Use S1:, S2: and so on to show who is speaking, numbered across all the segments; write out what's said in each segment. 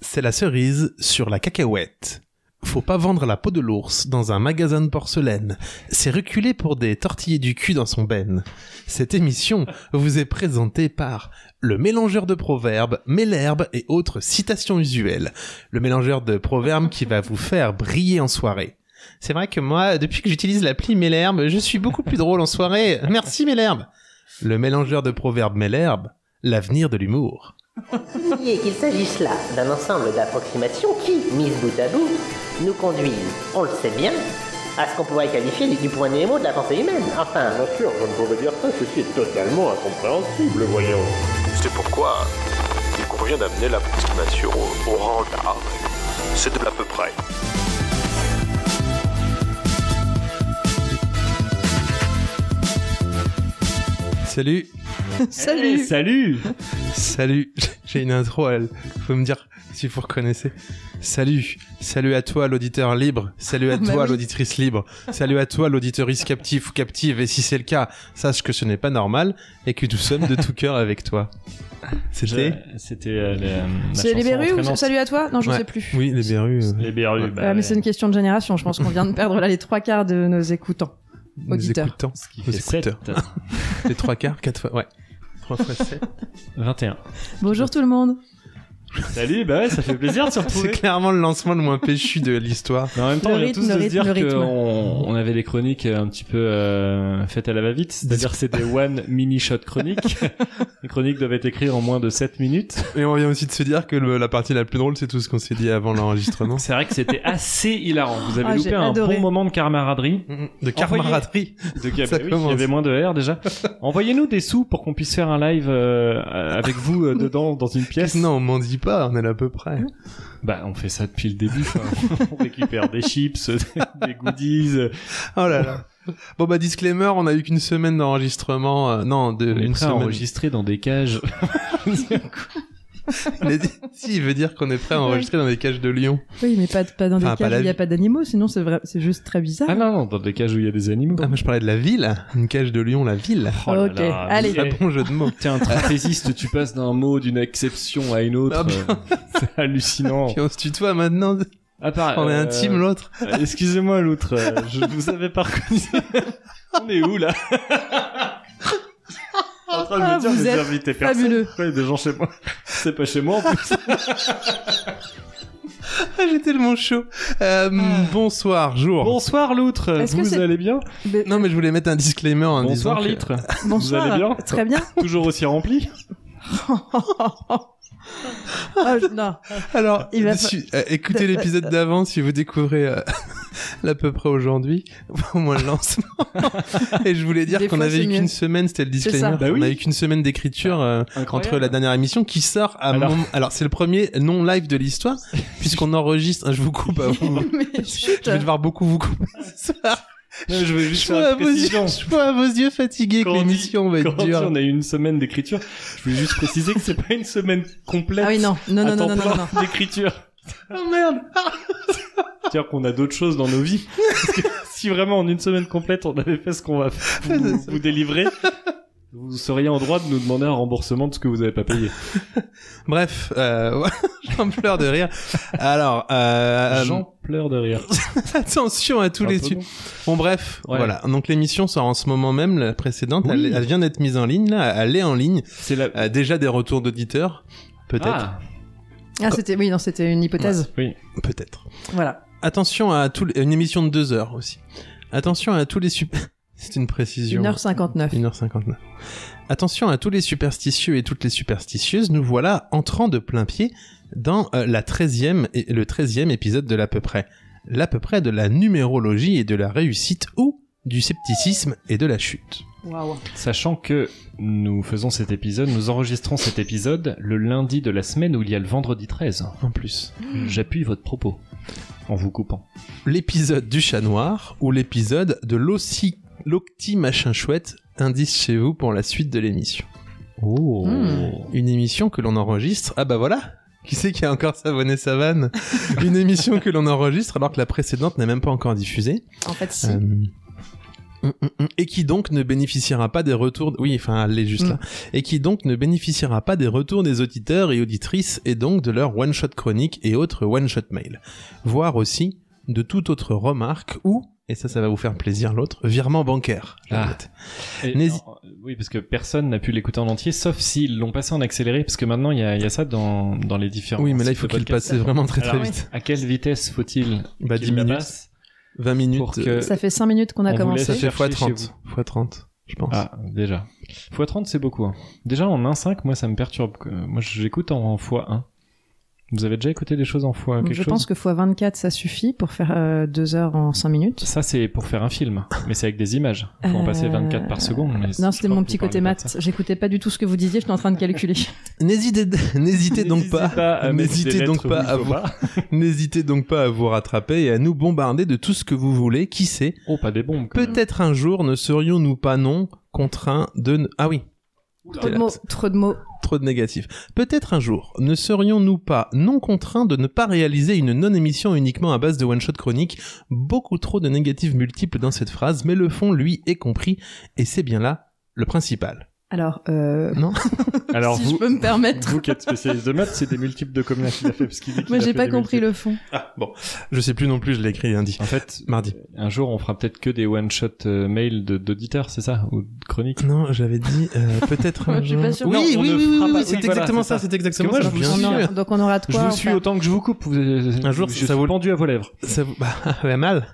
S1: c'est la cerise sur la cacahuète. Faut pas vendre la peau de l'ours dans un magasin de porcelaine. C'est reculer pour des tortillés du cul dans son ben. Cette émission vous est présentée par le mélangeur de proverbes, Mélherbe et autres citations usuelles. Le mélangeur de proverbes qui va vous faire briller en soirée. C'est vrai que moi, depuis que j'utilise l'appli Mélherbe, je suis beaucoup plus drôle en soirée. Merci Mélherbe. Le mélangeur de proverbes Mélherbe, l'avenir de l'humour.
S2: Et qu'il s'agisse là d'un ensemble d'approximations qui, mises bout à bout, nous conduisent, on le sait bien, à ce qu'on pourrait qualifier du, du point némo de la pensée humaine. Enfin,
S3: Bien sûr, je ne pouvais dire ça, ceci est totalement incompréhensible, voyons.
S4: C'est pourquoi il convient d'amener l'approximation au, au rang d'art. C'est de l'à peu près.
S1: Salut,
S5: Salut
S6: Salut
S1: salut, j'ai une intro, elle. Faut me dire si vous reconnaissez. Salut, salut à toi l'auditeur libre, salut à
S5: Bah
S1: toi
S5: oui.
S1: l'auditrice libre, salut à toi l'auditeuriste captif ou captive, et si c'est le cas, sache que ce n'est pas normal et que nous sommes de tout cœur avec toi. C'était
S6: Je- C'était euh, la- la
S5: C'est
S6: chanson
S5: les berrues ou c'est
S6: entraînante.
S5: salut à toi Non, je
S1: Ouais.
S5: sais plus.
S1: Oui, les berrues.
S6: Les berrues, bah,
S5: Euh, mais
S6: ouais.
S5: c'est une question de génération. Je pense qu'on vient de perdre là les trois quarts de nos écoutants.
S1: Nos
S5: Auditeurs.
S1: écoutants.
S6: Ce qui
S1: Nos
S6: fait sept.
S1: écouteurs. Les trois quarts, quatre fois, ouais. Trois fois sept.
S6: 21.
S5: Bonjour tout le monde.
S6: Salut, bah ouais, ça fait plaisir de se
S1: C'est
S6: retrouver.
S1: clairement le lancement le moins péchu de l'histoire.
S6: Mais en même temps,
S5: Le
S6: on vient
S5: rythme,
S6: tous
S5: le
S6: de se
S5: rythme, le
S6: dire
S5: rythme.
S6: qu'on on avait des chroniques euh, un petit peu euh, faites à la va-vite, c'est-à-dire que c'est des one mini shot chroniques. Les chroniques doivent être écrites en moins de 7 minutes.
S1: Et on vient aussi de se dire que le- la partie la plus drôle, c'est tout ce qu'on s'est dit avant l'enregistrement.
S6: C'est vrai que c'était assez hilarant. Vous avez
S5: Ah,
S6: loupé
S5: j'ai
S6: un
S5: adoré.
S6: bon moment de camaraderie.
S1: De camaraderie.
S6: De Gab-
S1: Ça
S6: oui, il
S1: commence.
S6: y avait moins de R déjà. Envoyez-nous des sous pour qu'on puisse faire un live euh, avec vous euh, dedans dans une pièce.
S1: Non, on m'en dit pas, on est là à peu près.
S6: Bah, on fait ça depuis le début. quoi. on récupère des chips, des goodies.
S1: Oh là là. Bon bah disclaimer, on a eu qu'une semaine d'enregistrement, euh, non, de,
S6: On est
S1: une
S6: prêt à
S1: semaine.
S6: enregistrer dans des cages.
S1: Mais si, il veut dire qu'on est prêt à enregistrer dans des cages de lion.
S5: Oui, mais pas, pas dans des
S1: Enfin, pas
S5: cages
S1: la
S5: où il n'y a
S1: vie.
S5: pas d'animaux, sinon c'est vrai, c'est juste très bizarre.
S6: ah non, non, dans des cages où il y a des animaux.
S1: Ah, moi je parlais de la ville, une cage de lion, la ville.
S6: Oh là
S5: ok,
S6: là,
S5: allez.
S6: mais-
S1: Pas bon jeu de mots.
S6: T'es un trapéziste, tu passes d'un mot, d'une exception à une autre.
S1: Ah,
S6: euh, C'est hallucinant.
S1: Puis on se tutoie maintenant,
S6: À part,
S1: on est
S6: euh,
S1: intime l'autre.
S6: Euh, Excusez-moi l'autre, euh, je vous avais pas reconnu. On est où là En train de
S5: Ah,
S6: me dire
S5: vous
S6: que j'ai
S5: êtes
S6: invité
S5: fabuleux.
S6: personne. Ouais, des gens chez moi. C'est pas chez moi en plus.
S1: Ah, j'ai tellement chaud. Euh,
S6: Ah.
S1: Bonsoir, jour.
S6: Bonsoir l'outre,
S5: Est-ce que
S6: vous
S5: c'est-
S6: allez bien
S5: Mais-
S1: Non mais je voulais mettre un disclaimer en
S6: Bonsoir
S1: disant que-
S6: l'itre,
S5: bonsoir.
S6: vous allez bien
S5: Très bien.
S6: toujours aussi rempli
S5: Ah, je- non.
S1: Alors,
S5: Il va
S1: si- euh, écoutez l'épisode d'avant si vous découvrez euh, l'à peu près aujourd'hui, au moins le lancement. Et je voulais dire
S5: Des
S1: qu'on
S5: fois,
S1: avait
S5: c'est
S1: eu
S5: mieux.
S1: qu'une semaine, c'était le
S5: C'est
S1: disclaimer.
S5: ça.
S6: Bah oui.
S1: On a eu qu'une semaine d'écriture euh, entre la dernière émission qui sort à
S6: Alors-
S1: mon- Alors, c'est le premier non live de l'histoire, puisqu'on enregistre. hein, Je vous coupe avant.
S5: mais chut.
S1: je vais devoir beaucoup vous couper ce soir.
S6: Non, je veux juste
S1: Je
S6: faire
S1: vois, à
S6: une
S1: vos yeux,
S6: précision.
S1: je vois à vos yeux fatigués que
S6: Quand on dit-
S1: l'émission va
S6: Quand
S1: être
S6: on dit
S1: dure.
S6: on a eu une semaine d'écriture, je voulais juste préciser que c'est pas une semaine complète
S5: Ah oui, non, non,
S6: à
S5: non, non,
S6: temps
S5: non, non,
S6: plein
S5: non.
S6: d'écriture.
S1: Oh merde!
S6: C'est-à-dire qu'on a d'autres choses dans nos vies. Parce que si vraiment en une semaine complète on avait fait ce qu'on va vous, vous délivrer, vous seriez en droit de nous demander un remboursement de ce que vous n'avez pas payé.
S1: Bref, euh, j'en pleure de rire. Alors, euh,
S6: J'en pleure de rire.
S1: attention à tous
S6: Un
S1: les
S6: peu
S1: su-
S6: long.
S1: Bon bref,
S6: Ouais.
S1: voilà. Donc l'émission sort en ce moment même, la précédente,
S6: Oui.
S1: elle, elle vient d'être mise en ligne, là, elle est en ligne.
S6: C'est la.
S1: Euh, déjà des retours d'auditeurs, peut-être,
S6: Ah,
S5: Ah, c'était, oui, non, c'était une hypothèse.
S6: oui.
S1: peut-être.
S5: Voilà.
S1: Attention à tous, les- une émission de deux heures aussi. Attention à tous les super. C'est une précision.
S5: 1h59.
S1: 1h59. Attention à tous les superstitieux et toutes les superstitieuses, nous voilà entrant de plein pied dans euh, la 13e et le 13e épisode de l'à peu près. L'à peu près de la numérologie et de la réussite ou du scepticisme et de la chute.
S5: Waouh.
S6: Sachant que nous faisons cet épisode, nous enregistrons cet épisode le lundi de la semaine où il y a le vendredi 13.
S1: En plus.
S6: J'appuie votre propos en vous coupant.
S1: l'épisode du chat noir ou l'épisode de l'ossi l'octi machin chouette indice chez vous pour la suite de l'émission.
S6: Oh.
S5: Hmm.
S1: Une émission que l'on enregistre. Ah bah voilà. Qui c'est qui a encore savonné sa vanne Une émission que l'on enregistre alors que la précédente n'est même pas encore diffusée.
S5: En fait, si.
S1: Euh, Mm, mm, mm. Et qui donc ne bénéficiera pas des retours. Oui, enfin, elle est juste
S5: Mm.
S6: Hum.
S1: là. Et qui donc ne bénéficiera pas des retours des auditeurs et auditrices et donc de leur one-shot chronique et autres one-shot mail. Voire aussi de toute autre remarque ou, et ça, ça va vous faire plaisir l'autre, virement bancaire. je
S6: Ah.
S1: note.
S6: Et
S1: N'hési-
S6: alors, euh, oui, parce que personne n'a pu l'écouter en entier, sauf s'ils l'ont passé en accéléré, parce que maintenant il y a, il y a ça dans, dans les différents.
S1: Oui, mais là, il
S6: sites
S1: faut
S6: de
S1: qu'il
S6: podcast.
S1: passe vraiment très très
S6: Alors,
S1: vite.
S6: À quelle vitesse faut-il
S1: Bah,
S6: qu'il
S1: 10
S6: la
S1: minutes.
S6: passe
S1: 20 minutes. euh,
S6: pour que-
S5: Ça fait 5 minutes qu'on a
S6: Euh, On vous
S5: commencé.
S1: Ça fait
S6: chercher
S1: x30.
S6: chez
S1: x30, je pense.
S6: Ah, déjà. x30, c'est beaucoup. hein. Déjà, en 1.5, moi, ça me perturbe. que- Moi, j'écoute en x1. Vous avez déjà écouté des choses en x quelque
S5: je
S6: chose
S5: pense que x24, ça suffit pour faire 2 heures en 5 minutes.
S6: Ça, c'est pour faire un film, mais c'est avec des images. Faut en passer
S5: Euh,
S6: 24 par seconde. mais je
S5: Non,
S6: crois
S5: c'était
S6: que
S5: mon
S6: vous
S5: petit
S6: parlez
S5: côté
S6: pas de ça.
S5: maths. J'écoutais pas du tout ce que vous disiez, j'étais en train de calculer.
S1: N'hésitez, n'hésitez donc pas,
S6: à mettre des
S1: n'hésitez donc
S6: lettres
S1: pas
S6: où il
S1: à
S6: faut
S1: vous, n'hésitez donc pas à vous rattraper et à nous bombarder de tout ce que vous voulez. Qui sait,
S6: Oh, pas des bombes. quand même.
S1: peut-être un jour ne serions-nous pas non contraints de, ne- ah oui,
S5: trop de mots, trop de mots.
S1: trop de négatifs. Peut-être un jour ne serions-nous pas non contraints de ne pas réaliser une non-émission uniquement à base de one-shot chronique. Beaucoup trop de négatifs multiples dans cette phrase, mais le fond, lui, est compris et c'est bien là le principal.
S5: Alors, euh,
S6: Alors,
S5: si
S6: vous,
S5: je peux me permettre.
S6: vous qui êtes spécialiste de maths, c'est des multiples de combien qu'il a fait parce qu'il dit qu'il
S5: Moi,
S6: a
S5: j'ai
S6: fait
S5: pas
S6: des
S5: compris
S6: multiples.
S5: le fond.
S1: Je sais plus non plus, je l'ai écrit lundi,
S6: En fait,
S1: mardi.
S6: un jour, on fera peut-être que des one-shot euh, mail de- d'auditeurs, c'est ça Ou de chroniques
S1: Non, j'avais dit euh, peut-être. un
S5: Je suis
S1: jour.
S5: pas sûre.
S1: Oui,
S6: Non,
S1: oui,
S6: on
S1: oui,
S6: ne
S1: oui,
S6: fera
S1: oui,
S6: pas-
S1: oui, c'est
S6: oui, voilà,
S1: exactement
S6: c'est
S1: ça,
S6: ça.
S1: c'est exactement
S6: Parce
S1: ça.
S6: que moi, je
S1: bien
S6: vous
S1: sûr.
S6: suis,
S5: Donc, on aura de
S6: Je
S5: quoi.
S6: vous
S5: en
S6: suis
S5: faire.
S6: autant que je vous coupe. Vous...
S1: Un jour,
S6: je
S1: ça
S6: suis
S1: vaut-
S6: pendu à vos lèvres.
S1: Ça vous... Bah, ouais, mal.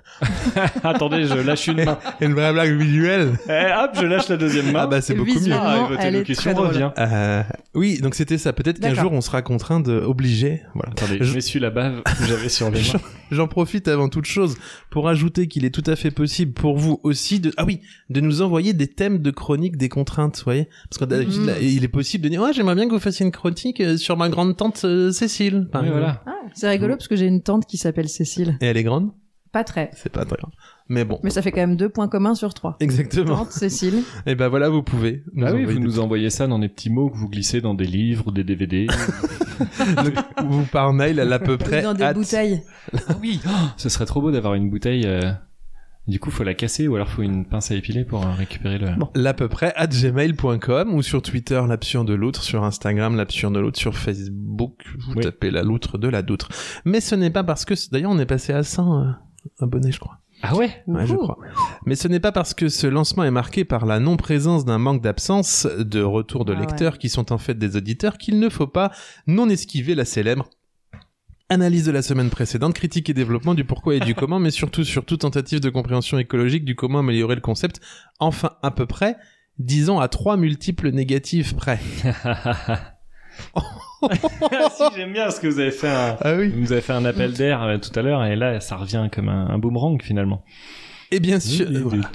S6: Attendez, je lâche une main.
S1: Une vraie blague visuelle.
S6: Eh, hop, je lâche la deuxième main.
S1: Ah bah, c'est
S5: Et
S1: beaucoup mieux.
S5: visuellement,
S6: Ah, et votre
S5: elle est
S6: élocution
S5: très drôle.
S6: revient.
S1: Euh, oui, donc c'était ça. Peut-être qu'un
S5: D'accord.
S1: jour, on sera contraint de obliger. Voilà.
S6: Attendez,
S1: Je-
S6: je m'essuie la bave que j'avais sur les mains.
S1: J'en profite avant toute chose pour ajouter qu'il est tout à fait possible pour vous aussi de ah oui de nous envoyer des thèmes de chroniques des contraintes, vous voyez parce que d'habitude
S5: Mhm.
S1: là, il est possible de dire ouais j'aimerais bien que vous fassiez une chronique euh, sur ma grande tante euh, Cécile par
S6: Oui,
S1: exemple.
S6: voilà.
S5: Ah, c'est rigolo parce que j'ai une tante qui s'appelle Cécile.
S1: et elle est grande
S5: Pas très.
S1: c'est pas très grave mais bon
S5: Mais ça fait quand même deux points communs sur trois.
S1: exactement
S5: Tante Cécile.
S1: et ben voilà vous pouvez nous
S6: Ah oui,
S1: envoyer
S6: vous
S1: des-
S6: nous envoyez ça dans des petits mots que vous glissez dans des livres ou des DVD.
S1: ou par mail à l'à peu près
S5: Dans des
S1: at-
S5: bouteilles.
S6: oui. Ce serait trop beau d'avoir une bouteille. euh, Du coup, faut la casser ou alors faut une pince à épiler pour euh, récupérer le.
S1: l'à peu près at gmail.com ou sur Twitter l'absurde de l'autre, sur Instagram l'absurde de l'autre, sur Facebook vous
S6: Oui.
S1: tapez la loutre de la doutre. Mais ce n'est pas parce que d'ailleurs on est passé à 100 euh, abonnés je crois.
S6: Ah ouais.
S1: Ouais, je
S5: Ouh.
S1: crois. Mais ce n'est pas parce que ce lancement est marqué par la non-présence d'un manque d'absence de retour de
S5: Ah ouais.
S1: lecteurs qui sont en fait des auditeurs qu'il ne faut pas non esquiver la célèbre analyse de la semaine précédente, critique et développement du pourquoi et du comment, mais surtout surtout tentative de compréhension écologique du comment améliorer le concept. Enfin, à peu près, disons à trois multiples négatifs près.
S6: si j'aime bien ce que vous avez fait. Un...
S1: Ah oui.
S6: Vous nous avez fait un appel d'air euh, tout à l'heure et là, ça revient comme un, un boomerang finalement.
S1: Et bien sûr. euh, voilà.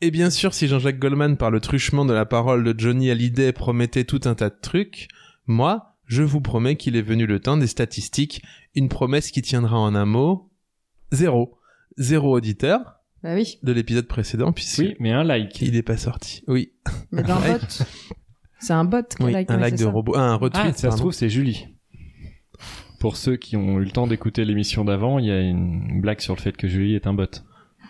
S1: Et bien sûr, si Jean-Jacques Goldman, par le truchement de la parole de Johnny Hallyday, promettait tout un tas de trucs, moi, je vous promets qu'il est venu le temps des statistiques. Une promesse qui tiendra en un mot zéro. Zéro auditeur
S5: Bah oui.
S1: de l'épisode précédent, puisqu'il
S6: Oui, mais un like.
S1: n'est pas sorti. Oui,
S5: Mais d'un
S1: Ouais.
S5: vote. C'est un bot qui
S1: oui,
S5: like,
S1: un
S5: ouais,
S1: like
S5: c'est
S1: de
S5: ça.
S1: robot. ah, un retweet,
S6: Ah, ça se
S1: pardon.
S6: trouve, c'est Julie. Pour ceux qui ont eu le temps d'écouter l'émission d'avant, il y a une blague sur le fait que Julie est un bot.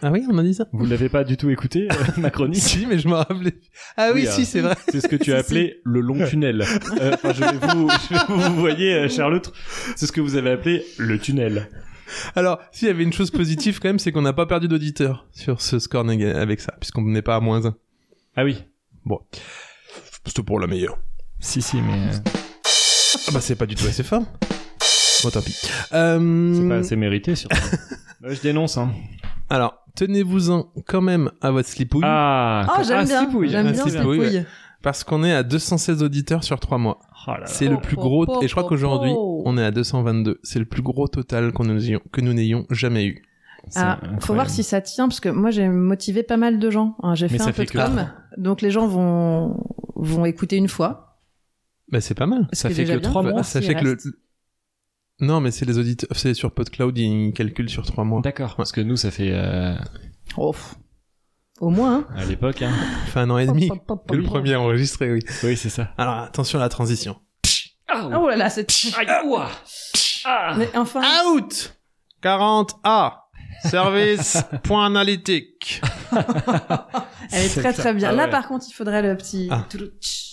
S1: Ah oui, on m'a dit ça
S6: Vous l'avez pas du tout écouté, euh, ma chronique
S1: Si, mais je m'en rappelais. Ah oui,
S6: Oui,
S1: si,
S6: euh,
S1: c'est vrai.
S6: C'est ce que tu as appelé le long tunnel. Euh, enfin, je vais vous, je vais vous, vous voyez, euh, Charlotte, c'est ce que vous avez appelé le tunnel.
S1: Alors, s'il y avait une chose positive quand même, c'est qu'on n'a pas perdu d'auditeur sur ce score néga- avec ça, puisqu'on n'est pas à moins 1.
S6: Ah oui.
S1: C'était pour la meilleure.
S6: Si, si, mais euh,
S1: Ah bah c'est pas du tout assez fort. Bon tant pis. Euh,
S6: c'est pas assez mérité surtout. Euh, je dénonce, hein.
S1: Alors tenez-vous-en quand même à votre slipouille
S6: Ah,
S5: Oh, j'aime
S6: ah,
S5: bien.
S6: Slipouille.
S5: J'aime
S1: Ah,
S5: bien
S1: Slipouille,
S5: cette
S1: ouais.
S5: couille.
S1: parce qu'on est à 216 auditeurs sur 3 mois.
S6: Oh là là.
S1: C'est le
S5: Oh,
S1: plus
S5: oh,
S1: gros
S5: oh,
S1: et je crois
S5: oh,
S1: qu'aujourd'hui
S5: oh.
S1: on est à 222. C'est le plus gros total qu'on nous ayons- que nous n'ayons jamais eu.
S6: C'est
S5: Ah, faut voir
S6: incroyable.
S5: si ça tient parce que moi j'ai motivé pas mal de gens. hein. J'ai
S6: Mais
S5: fait
S6: ça
S5: un
S6: fait
S5: peu de
S6: que
S5: com. Donc les gens vont vont écouter une fois.
S1: Bah c'est pas mal.
S5: ce
S6: Ça
S5: qui est
S6: fait
S5: déjà
S6: que
S5: bien.
S6: trois
S5: Voir
S1: Bah,
S6: mois,
S5: s'il
S1: sachez que le...
S5: reste.
S1: Non mais c'est les auditeurs, c'est sur PodCloud ils calculent sur 3 mois.
S6: D'accord, parce que nous, ça fait euh,
S5: Oh, pff. Au moins. hein.
S6: à l'époque. Hein.
S1: Enfin un an et demi
S5: Pop, pop, pop,
S1: que le
S5: pop.
S1: premier enregistré oui.
S6: Oui, c'est ça.
S1: Alors attention à la transition.
S5: Ah, Oh là là, c'est.
S6: Ah.
S5: Ah.
S6: Aïe, ouah.
S5: Mais enfin.
S1: Out 40A Service, point analytique.
S5: Elle est
S6: C'est
S5: très
S6: clair.
S5: très bien.
S6: Ah
S5: Là,
S6: ouais.
S5: par contre, il faudrait le petit.
S1: Ah.
S5: toutou- tch.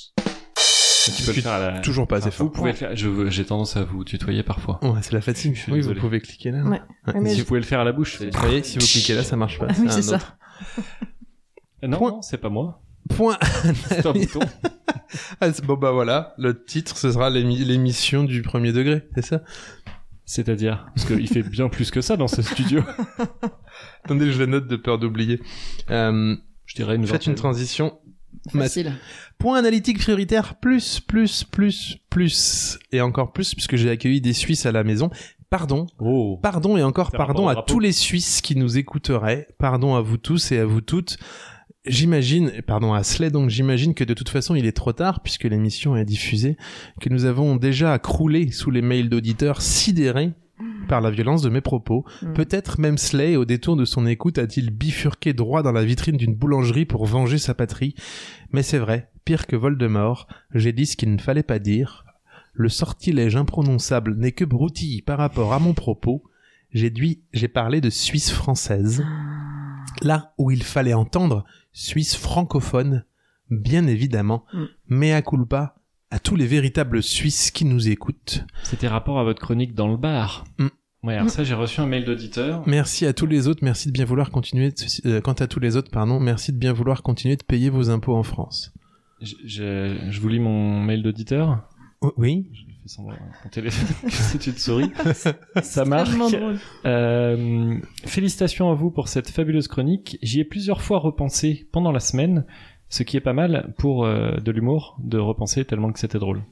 S6: Tu peux le faire à la...
S1: Toujours pas assez
S6: Enfin,
S1: fort.
S6: Vous pouvez le faire. Je veux- J'ai tendance à vous tutoyer parfois.
S1: Ouais, c'est la fatigue.
S6: Je suis
S1: Oui, vous
S6: désolé.
S1: pouvez cliquer là.
S5: Ouais.
S1: Ouais.
S5: Mais
S6: Si
S5: je-
S6: vous pouvez le faire à la bouche. c'est-
S1: Vous voyez, si vous cliquez là, ça marche pas.
S5: Ah oui,
S1: un
S5: c'est ça.
S1: autre.
S6: Non,
S1: Point.
S6: non, c'est pas moi.
S1: Point.
S6: C'est un bouton.
S1: Ah, c'est- bon, bah voilà, le titre, ce sera l'émi- l'émission du premier degré, c'est ça
S6: C'est-à-dire Parce qu'il fait bien plus que ça dans ce studio.
S1: Attendez, je la note de peur d'oublier. Euh,
S6: Je dirais une
S1: faites une
S6: vingtaine.
S1: transition.
S6: Bah,
S5: Facile.
S1: Point analytique prioritaire, plus, plus, plus, plus. Et encore plus, puisque j'ai accueilli des Suisses à la maison. Pardon,
S6: Oh.
S1: Pardon et encore
S6: C'est un rapport
S1: pardon
S6: au
S1: à
S6: drapeau.
S1: tous les Suisses qui nous écouteraient. Pardon à vous tous et à vous toutes. J'imagine, pardon à Slay, donc j'imagine que de toute façon il est trop tard puisque l'émission est diffusée, que nous avons déjà croulé sous les mails d'auditeurs sidérés par la violence de mes propos.
S5: Mm.
S1: Peut-être même Slay, au détour de son écoute, a-t-il bifurqué droit dans la vitrine d'une boulangerie pour venger sa patrie. Mais c'est vrai, pire que Voldemort, j'ai dit ce qu'il ne fallait pas dire. Le sortilège imprononçable n'est que broutille par rapport à mon propos. J'ai dit, j'ai parlé de Suisse française. Là où il fallait entendre Suisse francophone, bien évidemment.
S5: Mm.
S1: Mea culpa à tous les véritables Suisses qui nous écoutent.
S6: C'était rapport à votre chronique dans le bar.
S1: Mm.
S6: Ouais, alors ça, j'ai reçu un mail d'auditeur.
S1: Merci à tous les autres, merci de bien vouloir continuer. de se- euh, quant à tous les autres, pardon, merci de bien vouloir continuer de payer vos impôts en France.
S6: Je, je- je vous lis mon mail d'auditeur.
S1: O- Oh, Oui.
S6: Je fais semblant à mon téléphone que c'est une souris. Ça marche.
S5: Tellement drôle.
S6: Euh, félicitations à vous pour cette fabuleuse chronique. J'y ai plusieurs fois repensé pendant la semaine, ce qui est pas mal pour euh, de l'humour de repenser tellement que c'était drôle.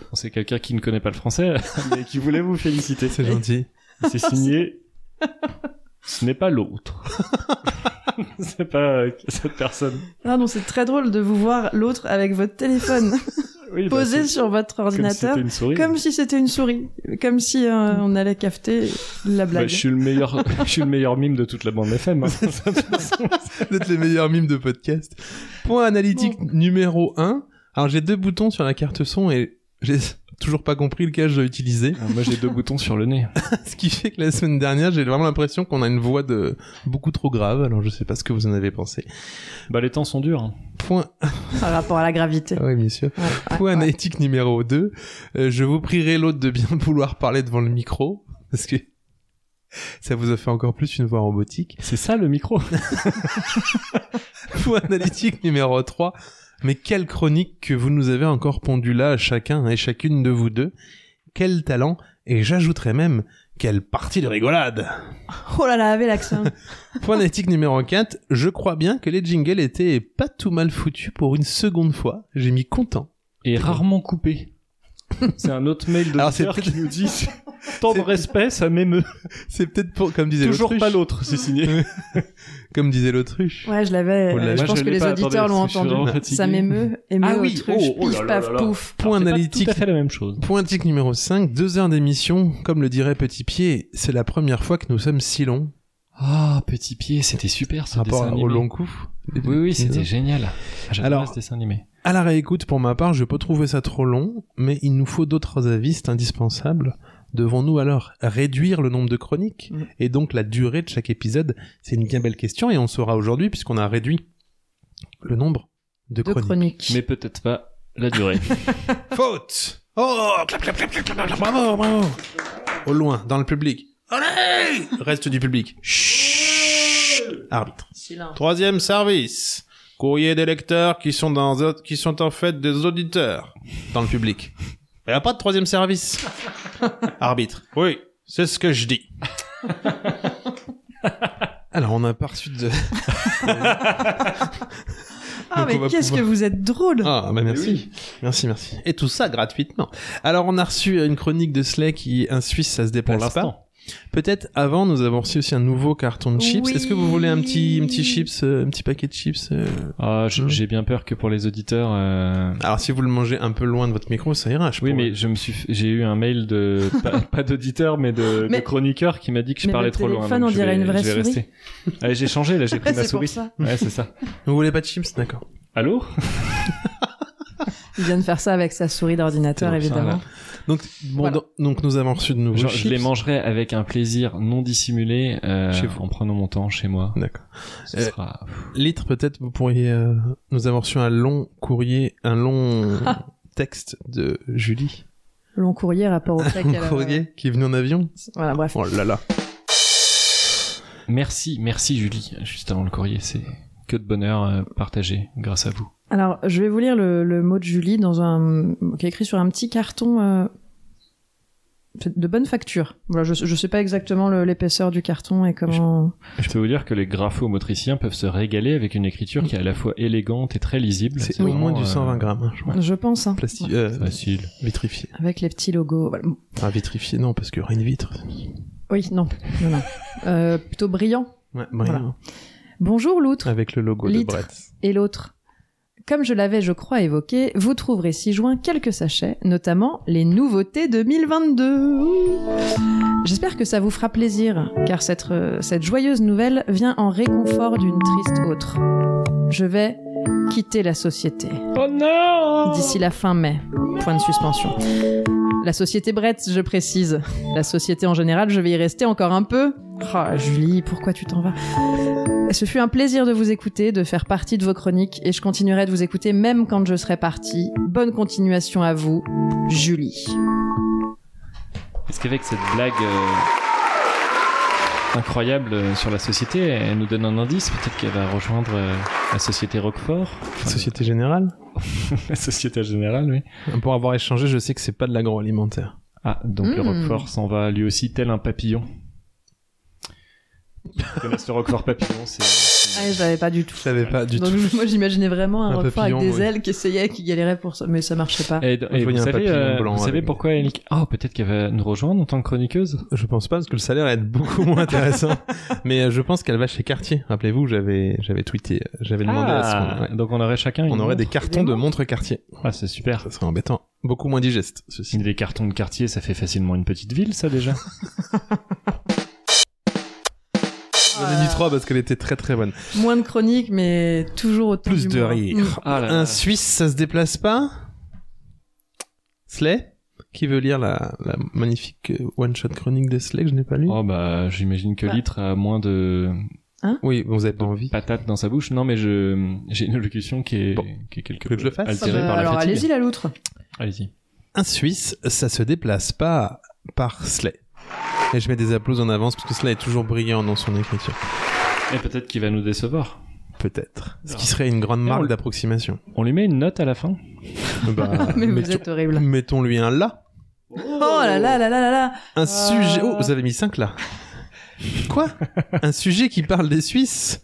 S6: Bon, C'est quelqu'un qui ne connaît pas le français, mais qui voulait vous féliciter.
S1: C'est gentil.
S6: C'est signé. Ce n'est pas l'autre. C'est pas euh, cette personne.
S5: Ah Non, donc c'est très drôle de vous voir l'autre avec votre téléphone
S6: Oui, bah,
S5: posé
S6: c'est-
S5: sur votre
S6: comme si
S5: ordinateur,
S6: c'était une souris.
S5: comme si c'était une souris, comme si euh, on allait capter la
S6: Bah,
S5: blague.
S6: je suis le meilleur, je suis le meilleur mime de toute la bande FM. hein.
S1: Vous êtes les meilleurs mimes de podcast. Point analytique numéro 1. Alors j'ai deux boutons sur la carte son et j'ai toujours pas compris lequel je dois utiliser.
S6: Ah, Moi, j'ai deux boutons sur le nez.
S1: Ce qui fait que la semaine dernière, j'ai vraiment l'impression qu'on a une voix de beaucoup trop grave. Alors je sais pas ce que vous en avez pensé.
S6: Bah, les temps sont durs. hein.
S1: Point.
S5: Par rapport à la gravité.
S1: Ah oui, bien sûr.
S5: Ouais, ouais,
S1: Point
S5: ouais.
S1: analytique numéro 2. Euh, je vous prierai l'autre de bien vouloir parler devant le micro parce que ça vous a fait encore plus une voix robotique.
S6: C'est ça le micro.
S1: Point analytique numéro 3. Mais quelle chronique que vous nous avez encore pondu là, chacun et chacune de vous deux. Quel talent et j'ajouterai même quelle partie de rigolade.
S5: Oh là là, avec l'accent.
S1: Point d'éthique numéro 4, je crois bien que les jingles étaient pas tout mal foutus pour une seconde fois. J'ai mis content.
S6: Et rarement coupé. C'est un autre mail
S1: Alors, c'est
S6: de
S1: peut-être-
S6: qui nous dit tant de
S1: c'est-
S6: respect, ça m'émeut.
S1: C'est peut-être pour, comme disait
S6: Toujours
S1: l'autruche.
S6: pas l'autre, c'est signé.
S1: Comme disait l'autruche.
S5: Ouais, je l'avais.
S1: Oh là
S5: euh,
S1: là.
S5: je
S6: Moi,
S5: pense
S6: je
S5: que
S6: l'ai
S5: les
S6: pas,
S5: auditeurs
S6: attendez,
S5: l'ont
S6: parce que je suis
S5: entendu.
S6: vraiment
S5: Ça
S6: fatigué.
S5: m'émeut, émeut,
S6: Ah oui,
S5: autruche,
S6: oh, oh là
S5: pif,
S6: là
S5: paf,
S6: là là.
S5: pouf.
S1: Point
S6: C'est pas
S1: analytique.
S6: Tout à fait la même chose.
S1: Point d'éthique numéro 5, deux heures d'émission. Comme le dirait Petit Pied, c'est la première fois que nous sommes si longs.
S6: Ah, petit pied, c'était super ce
S1: Rapport
S6: dessin
S1: au
S6: animé.
S1: long coup.
S6: Oui, oui, c'était génial.
S1: Alors-
S6: J'adore ce dessin animé.
S1: À la réécoute, pour ma part, je peux trouver ça trop long, mais il nous faut d'autres avis, c'est indispensable. Devons-nous alors réduire le nombre de chroniques
S5: Mm.
S1: et donc la durée de chaque épisode C'est une bien belle question et on saura aujourd'hui puisqu'on a réduit le nombre de
S5: De
S1: chroniques.
S5: chronique.
S6: Mais peut-être pas la durée.
S1: Faute Oh clap, clap, clap, clap, clap, clap, Bravo, bravo Au loin, dans le public. Allez Reste du public. Chut Arbitre.
S5: Silence.
S1: Troisième service. Courrier des lecteurs qui sont, dans, qui sont en fait des auditeurs dans le public. Il n'y a pas de troisième service. Arbitre. Oui, c'est ce que je dis. Alors, on a pas reçu de...
S5: Ah,
S1: Donc, on
S5: mais
S1: va
S5: qu'est-ce que
S1: pouvoir-
S5: vous êtes drôle.
S1: Ah, bah merci. Merci, merci. Et tout ça gratuitement. Alors, on a reçu une chronique de Slay qui, un Suisse, ça se
S6: Pour
S1: déplace pas.
S6: l'instant.
S1: Peut-être avant, nous avons reçu aussi un nouveau carton de chips.
S5: Oui.
S1: Est-ce que vous voulez un petit, un petit chips, euh, un petit paquet de chips euh,
S6: Ah, j-
S1: Mm.
S6: j'ai bien peur que pour les auditeurs. euh,
S1: Alors, si vous le mangez un peu loin de votre micro, ça ira. Je
S6: Oui,
S1: pourrais-
S6: mais je me suis, f- j'ai eu un mail de pas, pas d'auditeur, mais de,
S5: Mais-
S6: de chroniqueur qui m'a dit que je
S5: mais
S6: parlais
S5: votre
S6: trop loin.
S5: téléphone,
S6: donc
S5: on
S6: je
S5: dirait
S6: vais-
S5: une vraie
S6: je vais
S5: souris.
S6: rester. Allez, j'ai changé, là j'ai pris ma
S5: C'est pour
S6: souris.
S5: ça.
S6: Ouais, c'est ça.
S1: Vous voulez pas de chips D'accord.
S6: Allô
S5: Il vient de faire ça avec sa souris d'ordinateur,
S6: C'est bon, ça,
S5: évidemment.
S6: là.
S1: Donc, bon,
S5: Voilà.
S1: donc- donc nous avons reçu de nouveaux
S6: Genre, je
S1: chips.
S6: les mangerai avec un plaisir non dissimulé euh,
S1: Chez vous.
S6: en prenant mon temps chez moi.
S1: D'accord.
S6: Ce
S1: Euh,
S6: sera...
S1: Litre, peut-être vous pourriez. euh, Nous avons reçu un long courrier, un long texte de Julie.
S5: Long courrier, rapport au fait qu'elle a-
S1: courrier qui est venu en avion.
S5: Voilà, bref.
S1: Oh là là.
S6: Merci, merci Julie, juste avant le courrier, c'est que de bonheur euh, partagé grâce à vous.
S5: Alors, je vais vous lire le, le mot de Julie dans un, qui est écrit sur un petit carton euh, de bonne facture. Voilà, je ne sais pas exactement le- l'épaisseur du carton et comment.
S6: Je peux vous dire que les graphomotriciens peuvent se régaler avec une écriture qui est à la fois élégante et très lisible.
S1: C'est au moins
S6: vraiment,
S1: du
S6: euh,
S1: 120 grammes, hein, je crois.
S5: Je, pense. Hein.
S1: Plasti-
S5: Ouais.
S1: euh,
S6: Facile.
S1: vitrifié.
S5: Avec les petits logos. voilà.
S1: Ah, vitrifié, non, parce qu'il y aura une vitre.
S5: Oui, non, non, non. Euh, plutôt brillant.
S1: Ouais, bah,
S5: Voilà. Bonjour l'outre
S1: Avec le logo
S5: Litre.
S1: de Brett.
S5: et l'autre. Comme je l'avais, je crois, évoqué, vous trouverez 6 juin quelques sachets, notamment les nouveautés 2022. J'espère que ça vous fera plaisir, car cette, euh, cette joyeuse nouvelle vient en réconfort d'une triste autre. Je vais quitter la société
S6: Oh non
S5: d'ici la fin mai. Point de suspension. La société Brett, je précise. La société en général, je vais y rester encore un peu. Ah, Julie, pourquoi tu t'en vas Ce fut un plaisir de vous écouter, de faire partie de vos chroniques, et je continuerai de vous écouter même quand je serai partie. Bonne continuation à vous, Julie.
S6: Parce qu'avec cette blague euh, incroyable euh, sur la société, elle nous donne un indice, peut-être qu'elle va rejoindre euh, la société Roquefort. Enfin,
S1: Société Générale.
S6: la société générale, oui.
S1: Pour avoir échangé, je sais que c'est pas de l'agroalimentaire.
S6: Ah, donc le
S5: Mm.
S6: Roquefort s'en va lui aussi tel un papillon. Ils connaissent le Roquefort papillon, c'est-
S5: Ah,
S6: c'est...
S5: j'avais pas du tout.
S1: Je savais pas du
S5: Donc,
S1: tout.
S5: moi, j'imaginais vraiment un,
S1: Un
S5: repas avec
S1: papillon,
S5: des
S1: oui.
S5: ailes qui essayaient, qui galéraient pour ça, mais ça marchait pas.
S6: Et, et
S1: Je
S6: vous
S1: voyais un
S6: savez,
S1: papillon
S6: euh,
S1: blanc
S6: vous savez
S1: avec-
S6: pourquoi Elnick Oh, peut-être qu'elle va nous rejoindre en tant que chroniqueuse
S1: Je pense pas parce que le salaire est beaucoup moins intéressant. Mais euh, je pense qu'elle va chez Cartier. Rappelez-vous, j'avais j'avais tweeté, euh, j'avais demandé à ce qu'on
S6: Ah, Donc on aurait chacun une
S1: on aurait des
S6: montre.
S1: cartons de montres Cartier.
S6: Ah, c'est super.
S1: Ça serait embêtant. Beaucoup moins digeste, ceci.
S6: Des cartons de quartier, ça fait facilement une petite ville, ça déjà.
S1: J'en ai mis trois parce qu'elle était très très bonne.
S5: Moins de chroniques, mais toujours autant
S1: Plus de
S5: d'humour. Mm.
S1: rire.
S6: Ah là là.
S1: Un Suisse, ça se déplace pas Slay Qui veut lire la, la magnifique euh, one-shot chronique de Slay que je n'ai pas lu
S6: Oh bah, j'imagine que
S5: Ah.
S6: Litre a moins de
S1: Oui, bon, vous avez pas envie.
S6: patates dans sa bouche. Non, mais je j'ai une allocution qui est,
S1: Bon.
S6: qui est quelque
S1: Vous voulez
S6: peu
S1: que je le fasse
S5: Ah
S6: altérée
S5: bah,
S6: par la
S5: alors,
S6: fatigue.
S5: allez-y, la loutre.
S6: Allez-y.
S1: Un Suisse, ça se déplace pas par Slay. Et je mets des applaudissements en avance parce que Slay est toujours brillant dans son écriture.
S6: Et peut-être qu'il va nous décevoir.
S1: Peut-être. Ce qui serait une grande
S6: Et on
S1: marque
S6: le-
S1: d'approximation.
S6: On lui met une note à la fin
S1: Bah,
S5: mais vous
S1: mettons-
S5: êtes horrible.
S1: Mettons-lui un là.
S5: Oh là là là là là là
S1: Un sujet. Oh, vous avez mis 5 là. Quoi Un sujet qui parle des Suisses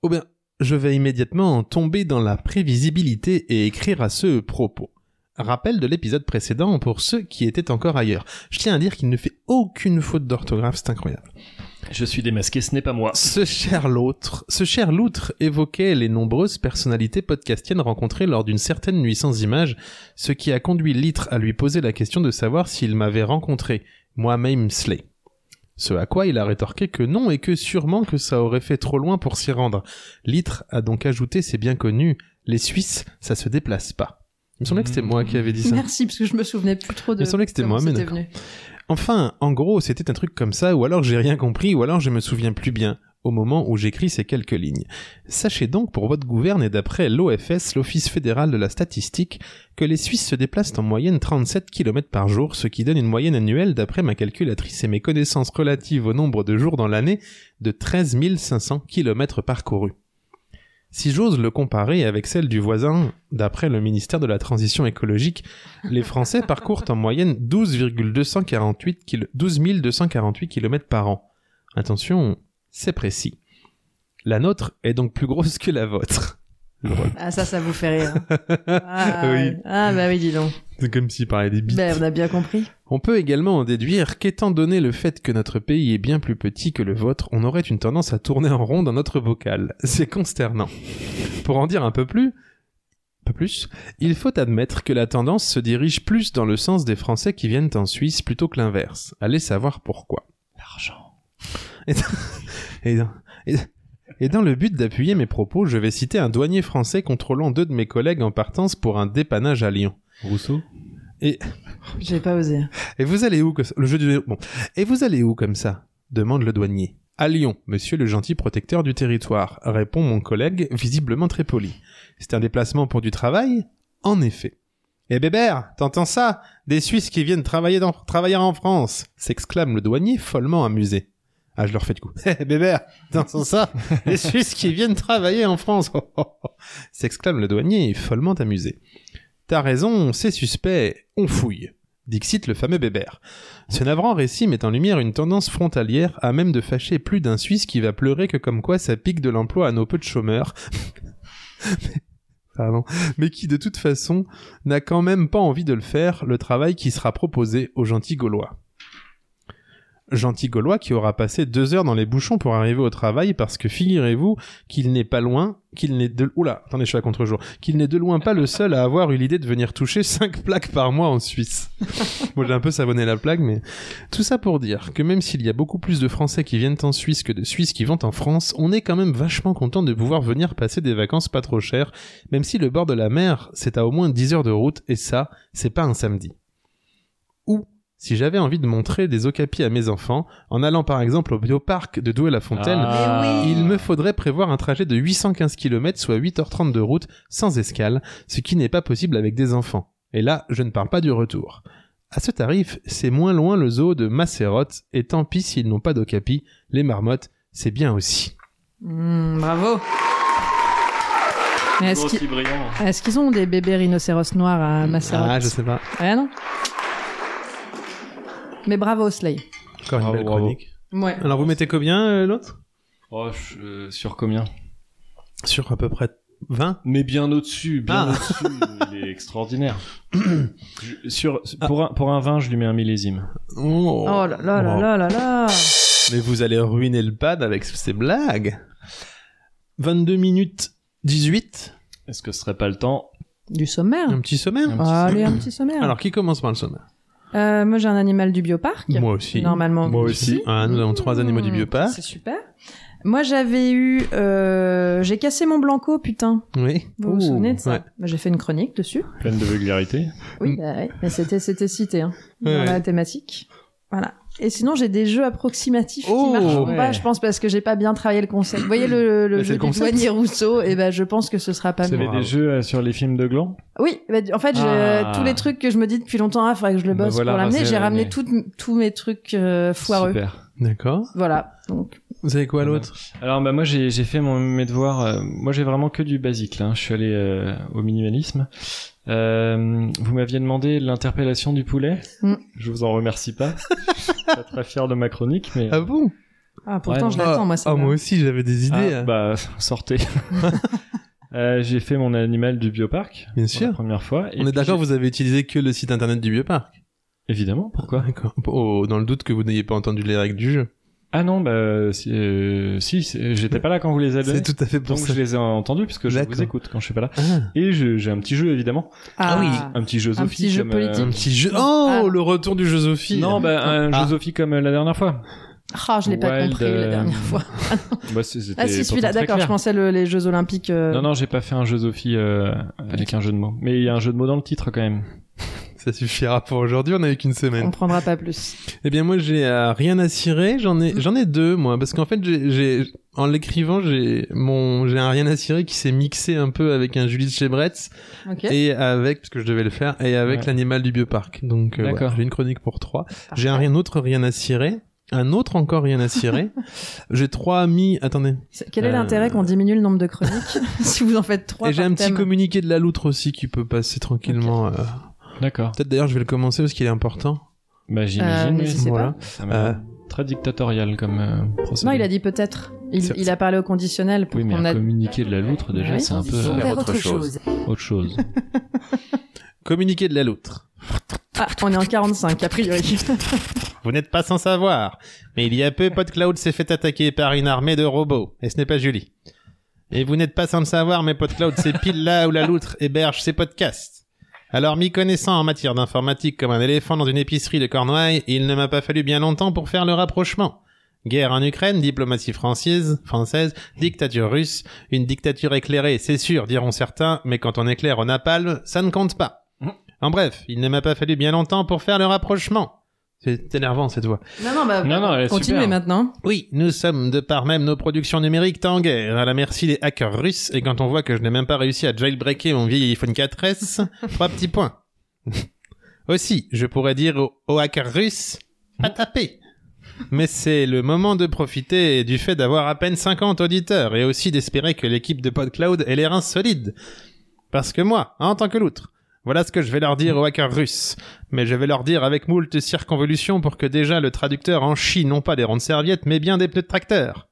S1: Oh bien, je vais immédiatement tomber dans la prévisibilité et écrire à ce propos. Rappel de l'épisode précédent pour ceux qui étaient encore ailleurs. Je tiens à dire qu'il ne fait aucune faute d'orthographe, c'est incroyable.
S6: Je suis démasqué, ce n'est pas moi.
S1: Ce cher l'autre, ce cher l'outre évoquait les nombreuses personnalités podcastiennes rencontrées lors d'une certaine nuit sans images, ce qui a conduit Litre à lui poser la question de savoir s'il m'avait rencontré, moi-même Slay. Ce à quoi il a rétorqué que non et que sûrement que ça aurait fait trop loin pour s'y rendre. Litre a donc ajouté, c'est bien connu, les Suisses, ça se déplace pas. Il me semblait que c'était moi qui avais dit ça.
S5: Merci, parce que je me souvenais plus trop de.
S1: Il me semblait que c'était
S5: comment
S1: moi, mais d'accord.
S5: venu.
S1: Enfin, en gros, c'était un truc comme ça, ou alors j'ai rien compris, ou alors je me souviens plus bien au moment où j'écris ces quelques lignes. Sachez donc pour votre gouverne et d'après l'OFS, l'Office fédéral de la statistique, que les Suisses se déplacent en moyenne 37 km par jour, ce qui donne une moyenne annuelle d'après ma calculatrice et mes connaissances relatives au nombre de jours dans l'année de 13 500 km parcourus. Si j'ose le comparer avec celle du voisin, d'après le ministère de la Transition écologique, les Français parcourent en moyenne 12,248 kil- 12 248 km par an. Attention, c'est précis. La nôtre est donc plus grosse que la vôtre.
S5: Ah, ça, ça vous fait rire. Ah,
S1: Oui.
S5: ouais. Ah, bah oui, dis donc.
S1: C'est comme s'il parlait des bites.
S5: Ben, on a bien compris.
S1: On peut également en déduire qu'étant donné le fait que notre pays est bien plus petit que le vôtre, on aurait une tendance à tourner en rond dans notre bocal. C'est consternant. Pour en dire un peu plus, un peu plus, il faut admettre que la tendance se dirige plus dans le sens des Français qui viennent en Suisse plutôt que l'inverse. Allez savoir pourquoi.
S6: L'argent.
S1: Et dans, et- et dans le but d'appuyer mes propos, je vais citer un douanier français contrôlant deux de mes collègues en partance pour un dépannage à Lyon.
S6: Rousseau
S1: Et,
S5: J'ai pas osé.
S1: et vous allez où que ça- Le jeu du bon. Et vous allez où comme ça demande le douanier. À Lyon, monsieur le gentil protecteur du territoire, répond mon collègue, visiblement très poli. C'est un déplacement pour du travail En effet. Eh Bébert, t'entends ça Des Suisses qui viennent travailler, dans, travailler en France s'exclame le douanier, follement amusé. Ah, je leur fais du coup. Eh Bébert, t'entends ça Des Suisses qui viennent travailler en France Oh, oh, oh s'exclame le douanier, follement amusé. T'as raison, c'est suspect, on fouille dixit le fameux Bébert. Ce navrant récit met en lumière une tendance frontalière à même de fâcher plus d'un Suisse qui va pleurer que comme quoi ça pique de l'emploi à nos peu de chômeurs. Pardon. Mais qui, de toute façon, n'a quand même pas envie de le faire, le travail qui sera proposé aux gentils Gaulois. Gentil Gaulois qui aura passé deux heures dans les bouchons pour arriver au travail parce que figurez-vous qu'il n'est pas loin, qu'il n'est de... Oula, attendez, je suis à contre-jour. Qu'il n'est de loin pas le seul à avoir eu l'idée de venir toucher cinq plaques par mois en Suisse. Bon, j'ai un peu savonné la plaque, mais tout ça pour dire que même s'il y a beaucoup plus de Français qui viennent en Suisse que de Suisses qui vont en France, on est quand même vachement content de pouvoir venir passer des vacances pas trop chères, même si le bord de la mer, c'est à au moins 10 heures de route, et ça, c'est pas un samedi. Ou, si j'avais envie de montrer des okapis à mes enfants, en allant par exemple au bioparc de Douai-la-Fontaine,
S6: Ah.
S1: il me faudrait prévoir un trajet de 815 km, soit 8h30 de route, sans escale, ce qui n'est pas possible avec des enfants. Et là, je ne parle pas du retour. À ce tarif, c'est moins loin le zoo de Macérotte, et tant pis s'ils n'ont pas d'ocapi, les marmottes, c'est bien aussi.
S5: Hmm, bravo. Mais Est-ce
S6: Aussi
S5: qu'ils-
S6: brillant.
S5: est-ce qu'ils ont des bébés rhinocéros noirs à Massaro
S1: Ah, je sais pas.
S5: Ah non. Mais bravo Slay.
S1: Encore une
S6: Bravo,
S1: belle
S6: bravo.
S1: chronique.
S5: Ouais.
S1: Alors, vous mettez combien euh, l'autre
S6: Oh, je- euh, sur combien
S1: Sur à peu près 20
S6: Mais bien au-dessus,
S1: Ah.
S6: bien au-dessus. il est extraordinaire. Je- sur, pour, un, pour un vin, je lui mets un millésime.
S1: Oh.
S5: Oh là là là
S1: Bravo.
S5: là là là.
S1: Mais vous allez ruiner le pad avec ces blagues. 22 minutes 18.
S6: Est-ce que ce serait pas le temps
S5: Du sommaire.
S1: Un petit sommaire.
S6: Un petit
S5: Allez, un petit sommaire.
S1: Alors, qui commence par le sommaire
S5: Euh, moi j'ai un animal du bioparc.
S1: Moi aussi.
S5: Normalement.
S1: Moi aussi. Ah, nous avons trois animaux du
S5: Hmm,
S1: bioparc.
S5: C'est super. Moi j'avais eu, euh, j'ai cassé mon blanco putain.
S1: Oui.
S5: Vous vous souvenez de ça
S1: Ouais.
S5: Moi, J'ai fait une chronique dessus.
S6: Pleine de vulgarité.
S5: Oui,
S1: Mm.
S5: bah ouais. mais c'était c'était cité hein,
S1: Ouais,
S5: dans
S1: ouais.
S5: la thématique. Voilà. Et sinon, j'ai des jeux approximatifs
S1: Oh,
S5: qui marcheront
S6: ouais.
S5: pas, je pense, parce que j'ai pas bien travaillé le concept. Vous voyez le, le
S1: Mais c'est
S5: jeu
S1: le
S5: du
S1: concept.
S5: douanier Rousseau, et ben je pense que ce sera pas
S6: Vous avez
S5: mieux.
S1: Bravo.
S6: des jeux euh, sur les films de gland
S5: Oui, bah, en fait, je-
S6: Ah.
S5: tous les trucs que je me dis depuis longtemps, ah, faudrait que je le
S6: Bah
S5: bosse
S6: voilà,
S5: pour l'amener. J'ai
S6: c'est-
S5: ramené
S6: mais-
S5: toutes- tous mes trucs euh, foireux.
S6: Super.
S1: D'accord.
S5: Voilà. Donc,
S1: Vous avez quoi l'autre
S6: Alors, bah, moi, j'ai j'ai fait mon, mes devoirs. euh, moi, j'ai vraiment que du basique, là. hein. Je suis allé euh, au minimalisme. Euh, vous m'aviez demandé l'interpellation du poulet.
S5: Mm.
S6: Je vous en remercie pas. Je suis pas très fier de ma chronique, mais...
S1: Ah bon
S5: ah, pourtant,
S6: Ouais,
S5: je
S1: Ah,
S5: l'attends, moi,
S1: ah,
S5: ça.
S1: moi aussi, j'avais des idées.
S6: Ah,
S1: hein.
S6: bah, sortez. Euh, j'ai fait mon animal du bioparc.
S1: Bien
S6: pour La
S1: sûr.
S6: première fois. Et
S1: On est
S6: puis
S1: d'accord,
S6: j'ai-
S1: vous avez utilisé que le site internet du Bioparc.
S6: Évidemment, pourquoi
S1: D'accord. Oh, dans le doute que vous n'ayez pas entendu les règles du jeu.
S6: Ah non, bah, si, euh, si, c'est- j'étais pas là quand vous les avez
S1: C'est
S6: donnés.
S1: tout à fait pour
S6: Eh ben, Donc
S1: ça.
S6: je les ai entendus puisque je
S1: D'accord.
S6: vous écoute quand je suis pas là.
S1: Ah,
S6: Et je- j'ai un petit jeu évidemment.
S5: Ah,
S6: Un petit jeu
S5: Un
S6: Sophie.
S5: petit jeu
S6: comme, euh,
S5: politique.
S1: un petit jeu. Oh,
S5: Ah.
S1: le retour du jeu Sophie.
S6: Non, bah, un
S1: Ah.
S6: jeu Sophie comme euh, la dernière fois.
S5: Ah, je l'ai pas
S6: Wild,
S5: compris la
S6: euh,
S5: dernière fois.
S6: Bah, c'est- c'était
S5: Ah si,
S6: pourtant
S5: celui-là,
S6: très
S5: d'accord, je
S6: clair.
S5: pensais le- les Jeux Olympiques. euh,
S6: Non, non, j'ai pas fait un jeu Sophie euh, avec un jeu de mots. Mais il y a un jeu de mots dans le titre quand même.
S1: Ça suffira pour aujourd'hui, on a eu qu'une semaine.
S5: On prendra pas plus.
S1: Eh bien, moi, j'ai euh, rien à cirer. J'en
S5: Mmh.
S1: ai, j'en ai deux, moi, parce qu'en fait, j'ai, j'ai- en l'écrivant, j'ai mon, j'ai un rien à cirer qui s'est mixé un peu avec un Julie de chez Bretz
S5: Ok.
S1: et avec, parce que je devais le faire, et avec
S6: Ouais.
S1: l'animal du bioparc. Donc, euh,
S6: D'accord.
S1: voilà, j'ai une chronique pour trois.
S5: Parfait.
S1: J'ai un rien autre, rien à cirer. Un autre encore rien à cirer. j'ai trois amis. Attendez.
S5: C'est- Quel est
S6: Euh,
S5: l'intérêt qu'on diminue le nombre de chroniques si vous en faites trois
S1: et j'ai
S5: par
S1: un petit
S5: thème
S1: communiqué de la loutre aussi qui peut passer tranquillement. euh.
S6: D'accord.
S1: Peut-être d'ailleurs je vais le commencer parce qu'il est important.
S6: Bah
S5: Euh,
S6: j'imagine. oui.
S5: n'hésitez
S1: Voilà.
S6: Ça m'a
S1: Euh.
S6: l'air Très dictatorial comme euh, procédé.
S5: Non, il a dit peut-être. Il,
S1: C'est-
S5: il a parlé au conditionnel pour
S6: Oui, mais
S5: qu'on a.
S6: communiquer de la loutre déjà,
S5: Oui.
S6: c'est un peu
S2: Transition.
S6: euh,
S2: Faire autre chose.
S6: autre chose.
S1: Communiqué de la loutre.
S5: Ah, on est en 45 a priori.
S1: Vous n'êtes pas sans savoir, mais il y a peu, PodCloud s'est fait attaquer par une armée de robots, et ce n'est pas Julie. Et vous n'êtes pas sans le savoir, mais PodCloud, c'est pile là où la loutre héberge ses podcasts. Alors, m'y connaissant en matière d'informatique comme un éléphant dans une épicerie de Cornouailles, il ne m'a pas fallu bien longtemps pour faire le rapprochement. Guerre en Ukraine, diplomatie française, française, dictature russe, une dictature éclairée, c'est sûr, diront certains, mais quand on éclaire au napalm, ça ne compte pas. En bref, il ne m'a pas fallu bien longtemps pour faire le rapprochement. C'est énervant cette voix.
S5: Non, non, bah,
S6: Non, non, elle est
S5: continuez
S6: super.
S5: maintenant.
S1: Oui, nous sommes de par même nos productions numériques tant en guerre, à la merci des hackers russes, et quand on voit que je n'ai même pas réussi à jailbreaker mon vieil iPhone 4S, trois petits points. Aussi, je pourrais dire aux, aux hackers russes, pas taper. Mais c'est le moment de profiter du fait d'avoir à peine 50 auditeurs, et aussi d'espérer que l'équipe de PodCloud ait les reins solides. Parce que moi, en tant que loutre, voilà ce que je vais leur dire aux hackers russes mais je vais leur dire avec moult circonvolutions pour que déjà le traducteur en chie non pas des rondes serviettes, mais bien des pneus de tracteur.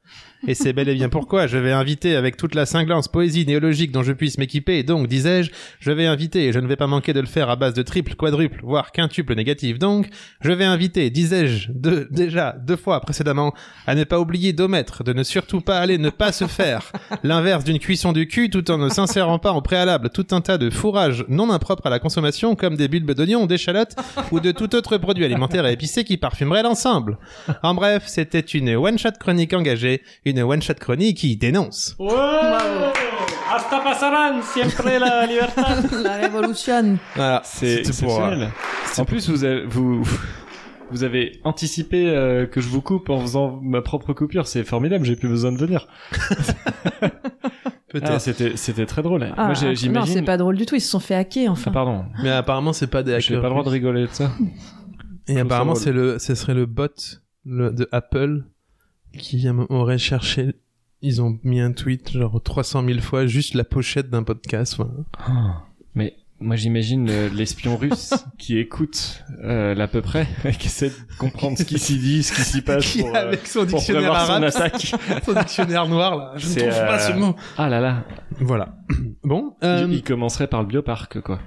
S1: Et c'est bel et bien pourquoi je vais inviter avec toute la cinglance poésie néologique dont je puisse m'équiper, et donc, disais-je, je vais inviter, et je ne vais pas manquer de le faire à base de triple, quadruple, voire quintuple négatif donc, je vais inviter, disais-je, de, déjà, deux fois précédemment, à ne pas oublier d'omettre, de ne surtout pas aller ne pas se faire, l'inverse d'une cuisson du cul tout en ne s'insérant pas en préalable tout un tas de fourrages non impropres à la consommation comme des bulbes d'oignons, d'échalotes ou de tout autre produit alimentaire et épicé qui parfumerait l'ensemble. En bref, c'était une one-shot chronique engagée, une one-shot chronique qui dénonce.
S7: Ouais Hasta pasarán, siempre la libertad.
S5: La révolution.
S1: Voilà,
S6: C'est exceptionnel. En plus, vous avez, vous, vous avez anticipé euh, que je vous coupe en faisant ma propre coupure. C'est formidable, j'ai plus besoin de venir. Ah,
S1: peut-être.
S6: c'était, c'était très drôle.
S5: Ah,
S6: Moi, j'ai-
S5: Non, c'est
S6: j'imagine.
S5: pas drôle du tout, ils se sont fait hacker,
S6: Ah,
S5: enfin.
S6: pardon.
S1: Mais apparemment, c'est pas des
S6: Je n'ai pas le droit de rigoler de ça.
S1: Et
S6: ça
S1: apparemment,
S6: drôle.
S1: c'est le, ce serait le bot le- de Apple qui am- aurait cherché. Ils ont mis un tweet genre 300 000 fois juste la pochette d'un podcast. voilà. Ah.
S6: Mais moi, j'imagine euh, l'espion russe qui écoute euh, l'à peu près et qui essaie de comprendre ce qui s'y dit, ce qui s'y passe
S1: Qui,
S6: pour, euh,
S1: avec son
S6: pour
S1: dictionnaire
S6: prévoir son
S1: arabe,
S6: attaque.
S1: son dictionnaire noir là. Je ne
S6: C'est,
S1: trouve pas ce
S6: euh,
S1: mot.
S6: Ah là là.
S1: Voilà. Bon. euh,
S6: Il il commencerait par le bioparc, quoi.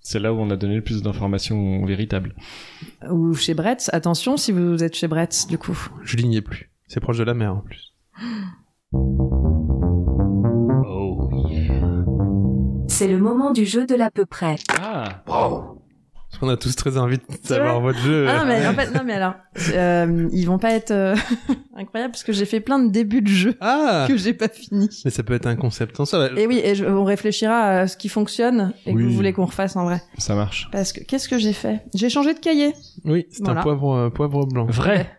S6: C'est là où on a donné le plus d'informations véritables.
S5: Ou chez Brett, attention si vous êtes chez Brett, du coup.
S1: je n'y ai plus. C'est proche de la mer en plus. Oh.
S8: C'est le moment du jeu de l'à peu près.
S6: Ah
S1: Parce qu'on a tous très envie de
S5: C'est
S1: savoir votre jeu.
S5: Ah non, mais, en fait, non, mais alors, euh, ils vont pas être euh, incroyables parce que j'ai fait plein de débuts de jeu
S1: Ah
S5: que j'ai pas fini.
S1: Mais ça peut être un concept en soi.
S5: Et oui, et je- on réfléchira à ce qui fonctionne et que
S1: Oui.
S5: vous voulez qu'on refasse en vrai.
S6: Ça marche.
S5: Parce que qu'est-ce que j'ai fait J'ai changé de cahier.
S1: Oui, c'est
S5: Voilà.
S1: un poivre, euh, poivre blanc.
S6: Vrai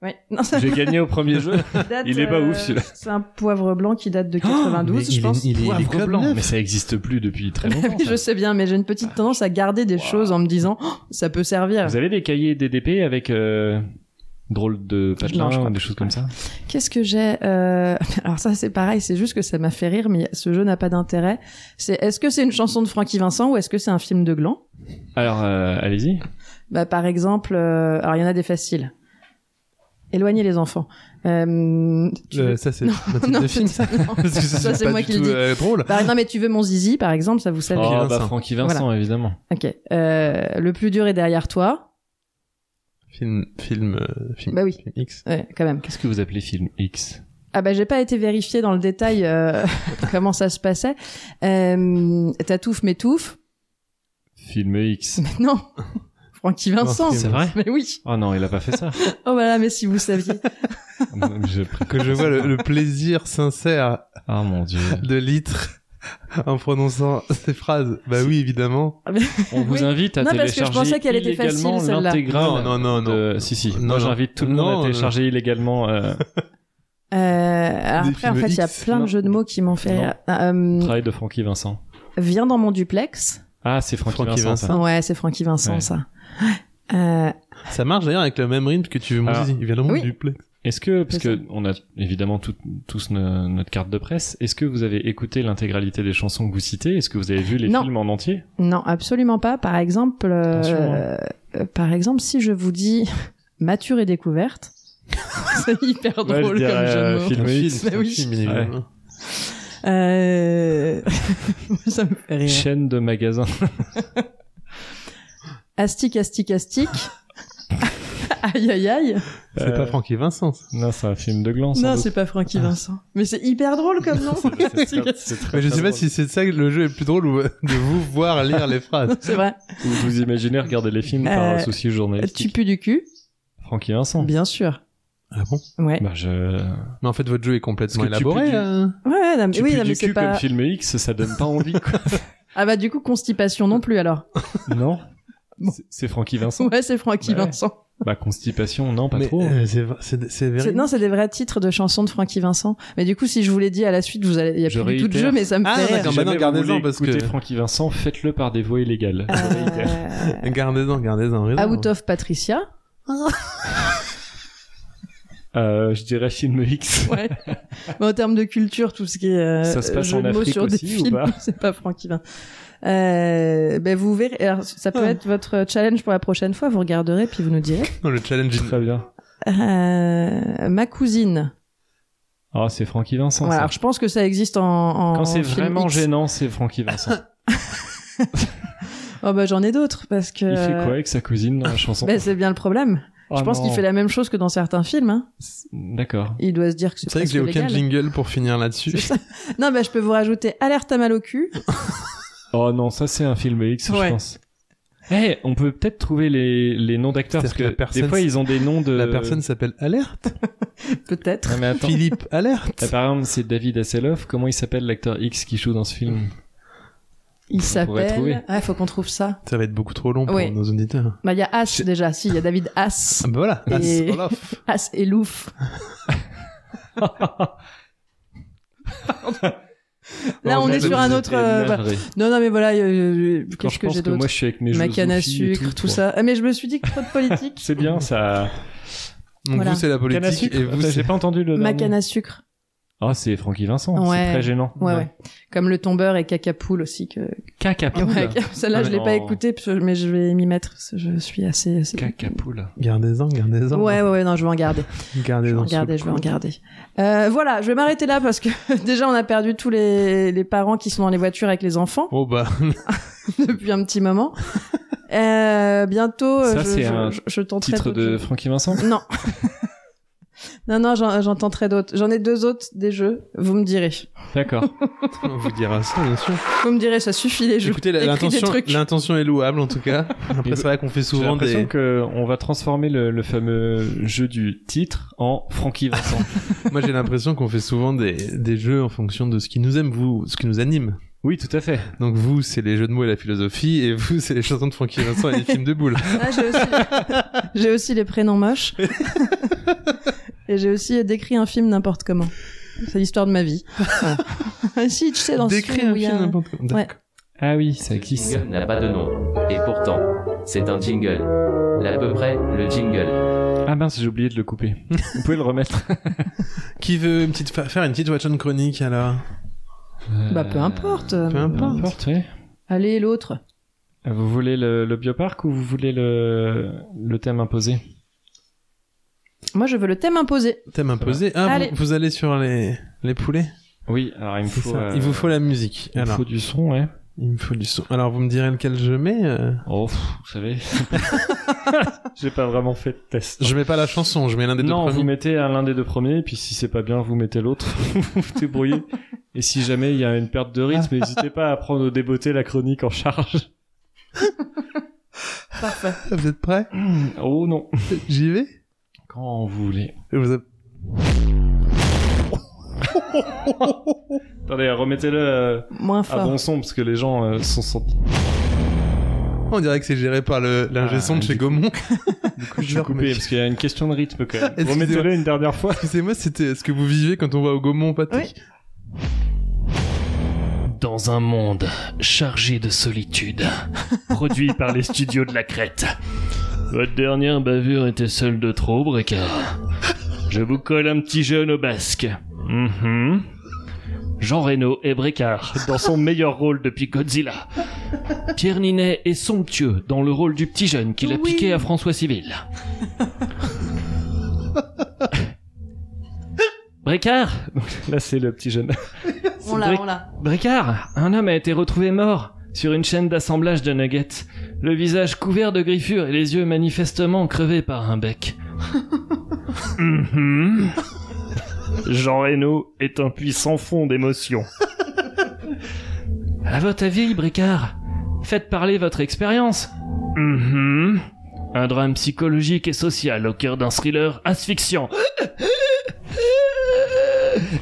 S5: Ouais. Non, ça
S6: J'ai gagné au premier jeu.
S5: date,
S6: il est pas
S5: euh,
S6: ouf, celui-là.
S5: C'est un poivre blanc qui date de
S1: mais
S5: 92, je
S1: il est-
S5: pense.
S1: il est-
S6: Poivre
S1: comme
S6: blanc.
S1: neuf.
S6: Mais ça existe plus depuis très
S5: Bah
S6: longtemps.
S5: oui,
S6: ça.
S5: je sais bien, mais j'ai une petite tendance à garder des
S6: Wow.
S5: choses en me disant Oh, ça peut servir.
S6: Vous avez des cahiers DDP avec euh, drôle de
S5: Non, je
S6: patelin
S5: crois
S6: ou des
S5: pas.
S6: choses comme ça
S5: Qu'est-ce que j'ai euh, Alors ça c'est pareil, c'est juste que ça m'a fait rire, mais ce jeu n'a pas d'intérêt. C'est est-ce que c'est une chanson de Francky Vincent ou est-ce que c'est un film de Gland
S6: Alors, euh, allez-y.
S5: Bah par exemple, euh, alors il y en a des faciles. Éloignez les enfants. Euh, tu
S1: Euh,
S5: veux-
S1: ça, c'est
S5: Non,
S1: un titre
S5: non,
S1: de film, ça.
S5: c'est- non.
S1: Parce que ça,
S5: Ça, c'est
S1: pas
S5: moi
S1: du
S5: qui le
S1: tout,
S5: dis.
S1: euh, drôle.
S5: Par- non mais tu veux mon zizi par exemple, ça vous savez.
S1: Francky
S6: Oh, bah
S1: Vincent.
S6: Francky Vincent, évidemment.
S5: Ok. Euh, le plus dur est derrière toi.
S1: Film, film, euh, film.
S5: Bah oui.
S1: film X.
S5: Ouais, quand même.
S6: Qu'est-ce que vous appelez film X
S5: Ah bah j'ai pas été vérifié dans le détail euh, comment ça se passait. Euh, Tatouf m'étouffe.
S6: Film X.
S5: Mais non. Francky Vincent.
S1: Non, c'est
S6: vrai
S5: Mais oui.
S6: Oh non, il a pas fait ça.
S5: Oh voilà, mais si vous saviez.
S6: J'ai pris-
S1: Que je vois le, le plaisir sincère
S6: Ah mon dieu.
S1: de Litre en prononçant ces phrases. Bah oui, évidemment.
S6: On vous
S5: Oui.
S6: invite à
S5: Non, parce que je
S6: télécharger
S5: pensais qu'elle était facile,
S6: illégalement
S5: celle-là.
S6: l'intégrale
S1: Non, non, non,
S6: de- Si, si.
S1: Non, non.
S6: Moi, j'invite tout le monde
S1: Non,
S6: à
S1: non.
S6: télécharger illégalement euh,
S5: Euh, alors
S1: Des
S5: après, en
S1: films
S5: fait, il y a
S1: X,
S5: plein
S6: non.
S5: de jeux de mots qui m'ont fait.
S6: Non.
S5: rire. Ah, euh,
S6: le travail de Francky Vincent.
S5: viens dans mon duplex.
S6: Ah, c'est Francky,
S1: Francky
S6: Vincent. ça.
S5: Ouais, c'est Francky Vincent
S6: Ouais.
S5: ça. Euh,
S1: Ça marche d'ailleurs avec le même rythme que tu veux mon
S6: Alors,
S1: zizi. Il vient de mon
S5: oui.
S1: duplex.
S6: Est-ce que, parce
S5: C'est
S6: que on a évidemment tout- tous no- notre carte de presse, est-ce que vous avez écouté l'intégralité des chansons que vous citez Est-ce que vous avez vu les
S5: Non.
S6: films en entier
S5: non, absolument pas. Par exemple, euh,
S6: Attention, hein.
S5: euh, par exemple, si je vous dis mature et découverte, c'est hyper
S6: Ouais, je
S5: drôle
S6: dirais,
S5: comme jeu de
S6: euh,
S5: mots.
S6: film
S1: Un
S6: X.
S1: film,
S5: bah
S1: un
S5: oui.
S1: film, bien
S6: Ouais.
S1: évidemment.
S5: Euh... ça me fait rire.
S6: Chaîne de magasins.
S5: Astic, astic, astic. aïe, aïe, aïe.
S1: C'est
S6: Euh,
S1: pas Francky Vincent. ça.
S6: Non, c'est un film de gland. sans
S5: Non,
S6: doute. Ah.
S5: c'est pas Francky Vincent. Mais c'est hyper drôle comme nom.
S6: C'est
S5: Astic,
S6: très-
S5: astic.
S6: c'est très,
S1: Mais je
S6: très
S1: sais pas
S6: drôle.
S1: si c'est ça que le jeu est le plus drôle ou euh, de vous voir lire les phrases.
S5: c'est vrai.
S6: Ou Vous imaginez regarder les films par
S5: Euh,
S6: souci
S5: Tu
S6: journalistique.
S5: pues du cul.
S6: Francky Vincent.
S5: Bien sûr.
S1: Ah bon
S5: Ouais.
S6: Bah, je...
S1: Mais en fait, votre jeu est complètement
S6: Parce que tu
S1: élaboré.
S6: peux du-
S1: hein.
S5: Ouais, non, mais-
S6: Bah, Tu
S5: oui,
S6: pues
S5: non, mais
S6: du
S5: c'est
S6: cul
S5: pas.
S6: comme film X, ça donne pas envie. quoi.
S5: Ah bah du coup, constipation non plus alors.
S6: Non.
S5: Bon.
S6: C'est- C'est Francky Vincent.
S5: Ouais, c'est Francky
S6: Bah ouais.
S5: Vincent.
S6: Bah, constipation, non, pas
S1: Mais,
S6: trop.
S1: euh, c'est- c'est c'est
S5: C'est-
S1: véridique.
S5: Non, c'est des vrais titres de chansons de Francky Vincent. Mais du coup, si je vous l'ai dit à la suite, vous allez, il y a
S6: Je
S5: plus du tout de
S6: réitère.
S5: jeu, mais ça me
S1: Ah,
S5: fait rire.
S1: d'accord.
S6: Si
S1: bah non,
S6: jamais vous
S1: gardez-en,
S6: voulez
S1: parce que-
S6: écouter Francky Vincent, faites-le par des voies illégales.
S5: Euh,
S1: Gardez-en, gardez-en. raison.
S5: Out of Patricia.
S6: Euh, je dirais film X.
S5: Ouais. Mais en termes de culture, tout ce qui est euh,
S6: Ça se passe
S5: jeu
S6: en
S5: de mots
S6: Afrique
S5: sur des
S6: aussi, ou
S5: films,
S6: pas
S5: c'est pas Francky Vin. Euh, ben vous verrez, alors, ça peut
S1: Ah.
S5: être votre challenge pour la prochaine fois. Vous regarderez puis vous nous direz.
S1: Non, le challenge.
S6: Très bien.
S5: Euh, ma cousine.
S6: Ah, c'est Francky Vincent.
S5: Voilà,
S6: ça.
S5: alors je pense que ça existe en. en
S6: Quand c'est
S5: film
S6: vraiment
S5: X.
S6: gênant, c'est Francky Vincent.
S5: Oh ben j'en ai d'autres parce que.
S6: Il fait quoi Oh avec sa cousine dans la chanson
S5: Ben, Euh, c'est bien le problème. je pense qu'il fait la même chose que dans certains films. hein.
S6: D'accord.
S5: Il doit se dire que c'est
S1: C'est vrai que
S5: presque
S1: j'ai aucun
S5: légal.
S1: jingle pour finir là-dessus.
S5: C'est ça. Non, ben je peux vous rajouter alerte à mal au cul.
S6: Oh non, ça c'est un film X,
S5: Ouais.
S6: je pense. Eh, on peut peut-être trouver les, les noms d'acteurs parce
S1: C'est-à-dire que
S6: que,
S1: la personne-
S6: des fois ils ont des noms de.
S1: La personne s'appelle Alerte.
S5: Peut-être.
S6: Non, mais attends.
S1: Philippe Alerte.
S6: Là, par exemple, c'est David Hasselhoff. Comment il s'appelle l'acteur X qui joue dans ce film
S5: Il
S6: On pourrait trouver.
S5: s'appelle. Ah, faut qu'on trouve ça.
S1: Ça va être beaucoup trop long pour
S5: Oui.
S1: nos auditeurs.
S5: Bah, il y a As
S1: Je-
S5: déjà, si, il y a David As.
S1: Ah bah voilà. As
S5: Et-
S1: Olaf.
S5: As et Louf. Là,
S6: Oh,
S5: on est
S6: mais
S5: sur
S6: vous
S5: un
S6: êtes
S5: autre.
S6: des
S5: euh, voilà.
S6: navrés.
S5: Non, non, mais voilà, euh, euh,
S6: Quand
S5: qu'est-ce
S6: je
S5: que
S6: pense
S5: j'ai
S6: que moi
S5: d'autres
S6: je suis avec mes
S5: Ma
S6: jeux
S5: canne à
S6: Zoophie et
S5: sucre, tout,
S6: quoi.
S5: ça. Ah, Mais je me suis dit que trop de politique.
S6: C'est bien ça.
S1: Donc
S5: Voilà.
S1: vous c'est la
S6: Canne à
S1: politique
S6: sucre
S1: et vous
S6: Attends, J'ai
S1: c'est
S6: pas entendu le.
S5: Ma
S6: dernier.
S5: canne à sucre.
S6: Ah, c'est Francky Vincent.
S5: Ouais.
S6: C'est très gênant.
S5: Ouais, ouais, Comme le tombeur et cacapoule aussi. Que...
S6: Cacapoule.
S5: Ouais, Celle-là, je l'ai pas
S6: Non.
S5: écoutée, parce que- mais je vais m'y mettre. parce que Je suis assez. assez-
S6: Cacapoule.
S1: gardez-en, gardez-en.
S5: Ouais,
S6: hein.
S5: ouais, ouais, non, je vais en garder. Je vais en
S1: Gardez-en. sous le
S5: garder, je vais en
S1: coude.
S5: garder. Euh, voilà, je vais m'arrêter là parce que déjà, on a perdu tous les, les parents qui sont dans les voitures avec les enfants.
S1: Oh bah
S5: depuis un petit moment. Euh, bientôt,
S6: Ça,
S5: je,
S6: c'est
S5: je,
S6: un
S5: je- je tenterai
S6: Titre
S5: d'autres
S6: de
S5: jeux.
S6: Francky Vincent.
S5: Non. non, non, j'en j'en tenterai d'autres. J'en ai deux autres des jeux. Vous me direz.
S6: D'accord.
S1: on vous dira ça bien sûr.
S5: Vous me direz, ça suffit les jeux.
S1: Écoutez, la-
S5: Écris des
S1: l'intention,
S5: trucs.
S1: l'intention est louable en tout cas. Après
S6: Et-
S1: c'est vrai qu'on fait
S6: J'ai
S1: souvent
S6: l'impression
S1: des.
S6: qu'on va transformer le, le fameux jeu du titre en Francky Vincent.
S1: Moi j'ai l'impression qu'on fait souvent des, des jeux en fonction de ce qui nous aime, vous, ce qui nous anime.
S6: oui, tout à fait.
S1: Donc vous c'est les jeux de mots et la philosophie et vous c'est les chansons de Francky Vincent et les films de boules.
S5: Ah, j'ai aussi, j'ai aussi les prénoms moches. Et j'ai aussi décrit un film n'importe comment. C'est l'histoire de ma vie. Voilà. si, tu sais, dans ce
S1: Décris
S5: film
S1: un
S5: où il y a
S1: film
S5: Ah. un-
S1: n'importe quoi.
S5: Ouais.
S6: Ah oui, ça
S9: Ce
S6: existe.
S9: jingle n'a pas de nom. Et pourtant, c'est un jingle. L'à peu près, le jingle.
S6: Ah mince, j'ai oublié de le couper. Vous pouvez le remettre.
S1: Qui veut une petite fa- faire une petite watch on chronique alors
S5: Bah, peu importe.
S1: Peu
S6: Peu
S1: importe.
S6: importe, oui.
S5: Allez, l'autre.
S6: Ah, Vous voulez le, le bioparc ou vous voulez le, le thème imposé
S5: Moi, je veux le thème imposé.
S1: Thème imposé. Ah,
S5: Allez.
S1: vous, vous allez sur les, les poulets
S6: Oui, alors il me
S1: C'est
S6: faut,
S1: ça.
S6: euh,
S1: Il vous faut la musique.
S6: il me
S1: alors,
S6: faut du son, ouais.
S1: il me faut du son. Alors, vous me direz lequel je mets euh,
S6: Oh, pff, vous savez. j'ai pas vraiment fait de test.
S1: Je mets pas la chanson, je mets l'un des
S6: non,
S1: deux
S6: vous
S1: premiers.
S6: mettez un- l'un des deux premiers, et puis si c'est pas bien, vous mettez l'autre. vous vous débrouillez. Et si jamais il y a une perte de rythme, n'hésitez pas à prendre au débeauté la chronique en charge.
S5: Parfait.
S1: Ah, Vous êtes prêts
S6: Oh non.
S1: J'y vais
S6: Quand vous voulez.
S1: Vous êtes-
S6: Attendez, remettez-le euh,
S1: Ah
S5: Moins
S6: à
S5: fort.
S6: bon son, parce que les gens euh, sont sentis.
S1: On dirait que c'est géré par le l'ingé
S6: Ah,
S1: son de
S6: du
S1: chez
S6: coup.
S1: Gaumont.
S6: Du coup,
S1: je
S6: je
S1: vais
S6: vais couper,
S1: remettre.
S6: parce qu'il y a une question de rythme quand même.
S1: Excusez-moi.
S6: Remettez-le une dernière fois.
S1: Excusez-moi, c'était ce que vous vivez quand on va au Gaumont, Patrick.
S10: Dans un monde chargé de solitude, produit par les studios de la Crète. Votre dernière bavure était celle de trop, Bricard. Je vous colle un petit jeune au basque. Mhm. Jean Reno et Bricard dans son meilleur rôle depuis Godzilla. Pierre Ninet est somptueux dans le rôle du petit jeune qu'il a
S5: Oui.
S10: piqué à François Civil. Bricard
S6: Là, c'est le petit jeune.
S5: on l'a,
S10: vrai-
S5: on l'a.
S10: Bricard, un homme a été retrouvé mort sur une chaîne d'assemblage de nuggets, le visage couvert de griffures et les yeux manifestement crevés par un bec. Mhm. Jean Reno est un puits sans fond d'émotions. À votre avis, Bricard, faites parler votre expérience. Mhm. Un drame psychologique et social au cœur d'un thriller asphyxiant.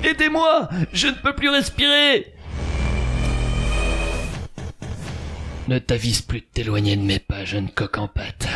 S10: Aidez-moi Je ne peux plus respirer Ne t'avise plus de t'éloigner de mes pas, jeune coq en pâte.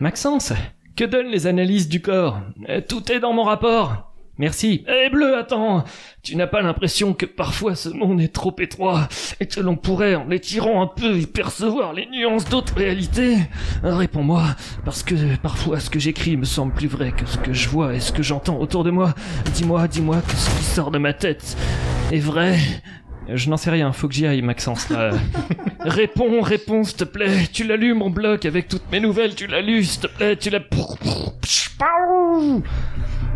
S6: Maxence, que donnent les analyses du corps
S10: Euh, Tout est dans mon rapport.
S6: Merci.
S10: Eh bleu, attends Tu n'as pas l'impression que parfois ce monde est trop étroit et que l'on pourrait, en l'étirant un peu, y percevoir les nuances d'autres réalités Euh, Réponds-moi, parce que parfois ce que j'écris me semble plus vrai que ce que je vois et ce que j'entends autour de moi. Dis-moi, dis-moi que ce qui sort de ma tête est vrai.
S6: Euh, Je n'en sais rien, faut que j'y aille, Maxence. là.
S10: Réponds, réponds, s'il te plaît. Tu l'as lu, mon blog, avec toutes mes nouvelles. Tu l'as lu, s'il te plaît. Tu l'as...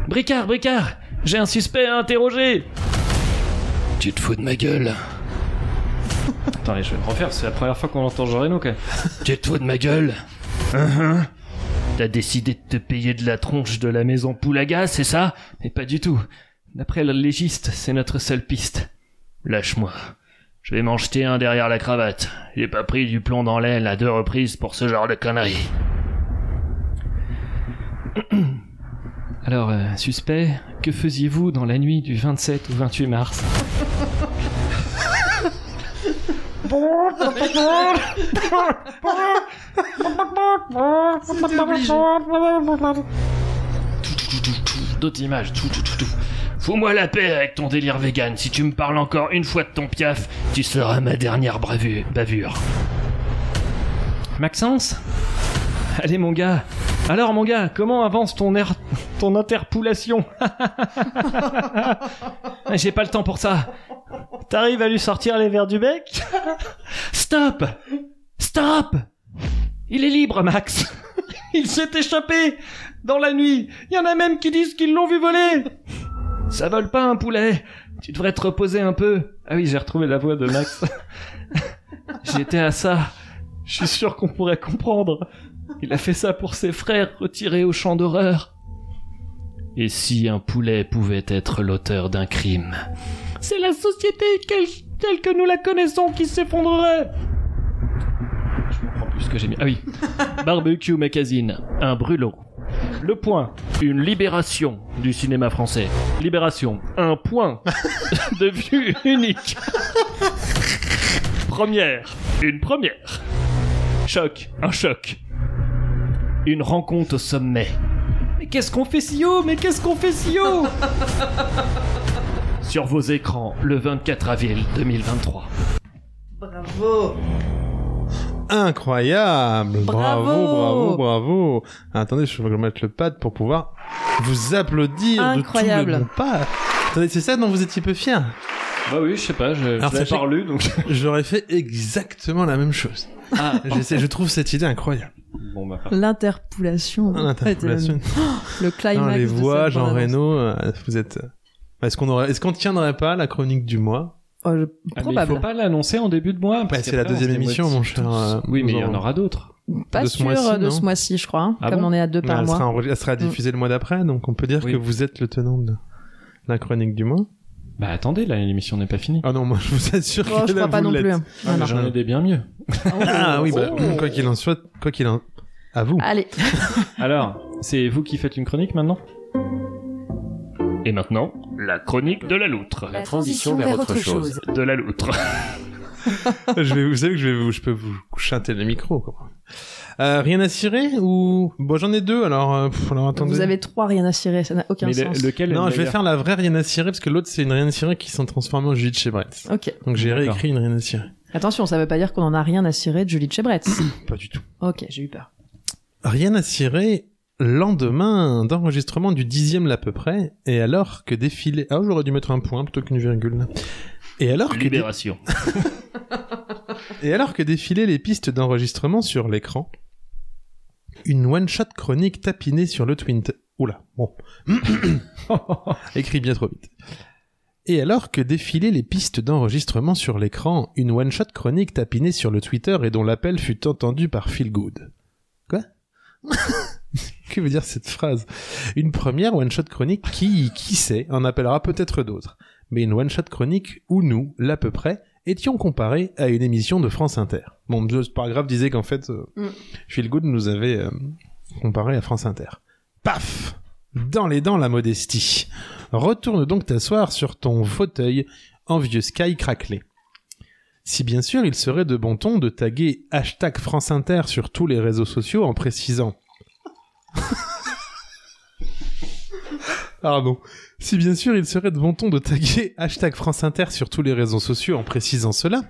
S10: Bricard, Bricard, j'ai un suspect à interroger. Tu te fous de ma gueule.
S6: Attends, mais je vais le refaire, c'est la première fois qu'on entend Jean Reno, quand même.
S10: Tu te fous de ma gueule. Hein, hein. T'as décidé de te payer de la tronche de la maison Poulaga, c'est ça
S6: Mais pas du tout. D'après le légiste, c'est notre seule piste.
S10: Lâche-moi. Je vais m'en jeter un derrière la cravate. J'ai pas pris du plomb dans l'aile à deux reprises pour ce genre de conneries.
S6: Alors, euh, suspect, que faisiez-vous dans la nuit du 27 au 28 mars
S10: D'autres images, tout, tout, tout, tout. Fous-moi la paix avec ton délire vegan. Si tu me parles encore une fois de ton piaf, tu seras ma dernière bravu- bavure.
S6: Maxence Allez, mon gars. Alors, mon gars, comment avance ton air... ton interpoulation J'ai pas le temps pour ça. T'arrives à lui sortir les verres du bec Stop Stop Il est libre, Max Il s'est échappé Dans la nuit Il y en a même qui disent qu'ils l'ont vu voler Ça vole pas un poulet Tu devrais te reposer un peu. Ah oui, j'ai retrouvé la voix de Max. J'étais à ça. Je suis sûr qu'on pourrait comprendre. Il a fait ça pour ses frères retirés au champ d'horreur.
S10: Et si un poulet pouvait être l'auteur d'un crime
S6: C'est la société quelle, telle que nous la connaissons qui s'effondrerait. Je comprends plus ce que j'ai mis. Ah oui.
S10: Barbecue Magazine, un brûlot.
S6: Le point.
S10: Une libération du cinéma français. Libération, un point de vue unique. première, une première. Choc, un choc. Une rencontre au sommet.
S6: Mais qu'est-ce qu'on fait si haut Mais qu'est-ce qu'on fait si haut
S10: Sur vos écrans, le 24 avril 2023.
S5: Bravo
S1: Incroyable
S5: Bravo.
S1: bravo, bravo, bravo. Attendez, je vais mettre le pad pour pouvoir vous applaudir de
S5: Incroyable.
S1: tout le bon pas. Attendez, c'est ça dont vous étiez peu fier.
S6: Bah oui, je sais pas, je,
S1: Alors,
S6: je l'ai
S1: sachez-
S6: pas relu, donc.
S1: J'aurais fait exactement la même chose.
S6: Ah,
S1: Je, sais- je trouve cette idée incroyable.
S6: bon bah.
S5: Ah, L'interpolation.
S1: Ah, l'interpolation.
S5: Le
S1: Non,
S5: climax.
S1: les
S5: de cette
S1: voix, Jean
S5: bande-annonce.
S1: Reno, euh, vous êtes. euh, Est-ce qu'on aurait, est-ce qu'on tiendrait pas la chronique du mois
S5: Oh, je-
S6: Ah, mais il
S5: Probable.
S6: faut pas l'annoncer en début de mois.
S1: Bah,
S6: parce
S1: c'est la
S6: qu'après, on
S1: deuxième
S6: se démotive
S1: émission, mon cher,
S6: tous.
S1: euh,
S6: Oui, mais il y en
S1: Jean.
S6: aura d'autres.
S5: Pas
S1: de ce
S5: sûr
S1: mois-ci,
S5: de
S1: non
S5: ce mois-ci, je crois. hein,
S6: Ah
S5: comme
S6: bon
S5: on est à deux
S1: Mais
S5: par
S1: Bah, elle,
S5: mois. Mm.
S1: sera enre- elle sera diffusée le mois d'après, donc on peut dire
S6: Oui.
S1: que vous êtes le tenant de la chronique du mois.
S6: Bah attendez, là, l'émission n'est pas finie.
S1: Ah non, moi je vous assure
S5: Oh,
S1: que
S5: je
S1: là,
S5: crois pas
S1: vous
S5: non
S1: l'êtes.
S5: plus. hein. Non, non.
S6: J'en ai des bien mieux.
S2: Oh.
S1: Ah oui, bah,
S5: Oh. Ah.
S1: quoi qu'il en soit, quoi qu'il en... À vous.
S5: Allez,
S6: Alors, c'est vous qui faites une chronique maintenant
S10: Et maintenant, la chronique de la loutre.
S8: La transition vers autre chose.
S10: De la loutre.
S1: je vais, vous savez que je, vais vous, je peux vous chanter le micro. quoi. Euh, rien à cirer ou... Bon, j'en ai deux, alors... euh, pff, alors attendez.
S5: vous avez trois rien à cirer, ça n'a aucun
S6: Mais le-
S5: sens.
S6: lequel est
S1: Non,
S6: le
S1: je vais
S6: meilleur
S1: faire la vraie rien à cirer, parce que l'autre, c'est une rien à cirer qui s'en transforme en Judith chez Brett.
S5: Ok.
S1: Donc j'ai
S6: D'accord.
S1: réécrit une rien à cirer.
S5: Attention, ça veut pas dire qu'on en a rien à cirer de Julie Chebret.
S1: Pas du tout.
S5: ok, j'ai eu peur.
S1: Rien à cirer, lendemain d'enregistrement du dixième là à peu près, et alors que défilait... Ah, j'aurais dû mettre un point plutôt qu'une virgule. là. Et alors que... dé-
S10: Libération.
S1: Et alors que défilaient les pistes d'enregistrement sur l'écran, une one-shot chronique tapinée sur le Twint. Oula, bon. Écrit bien trop vite. Et alors que défilaient les pistes d'enregistrement sur l'écran, une one-shot chronique tapinée sur le Twitter et dont l'appel fut entendu par Phil Good. Quoi Que veut dire cette phrase Une première one-shot chronique qui, qui sait, en appellera peut-être d'autres. Mais une one-shot chronique où nous, l'à peu près, étions comparés à une émission de France Inter. Bon, ce paragraphe disait qu'en fait, euh,
S5: Mm.
S1: Phil Good nous avait euh, comparé à France Inter. Paf Dans les dents la modestie. Retourne donc t'asseoir sur ton fauteuil envieux Sky craquelait. Si bien sûr il serait de bon ton de taguer hashtag France Inter sur tous les réseaux sociaux en précisant. Pardon. Si bien sûr il serait de bon ton de taguer hashtag France Inter sur tous les réseaux sociaux en précisant cela,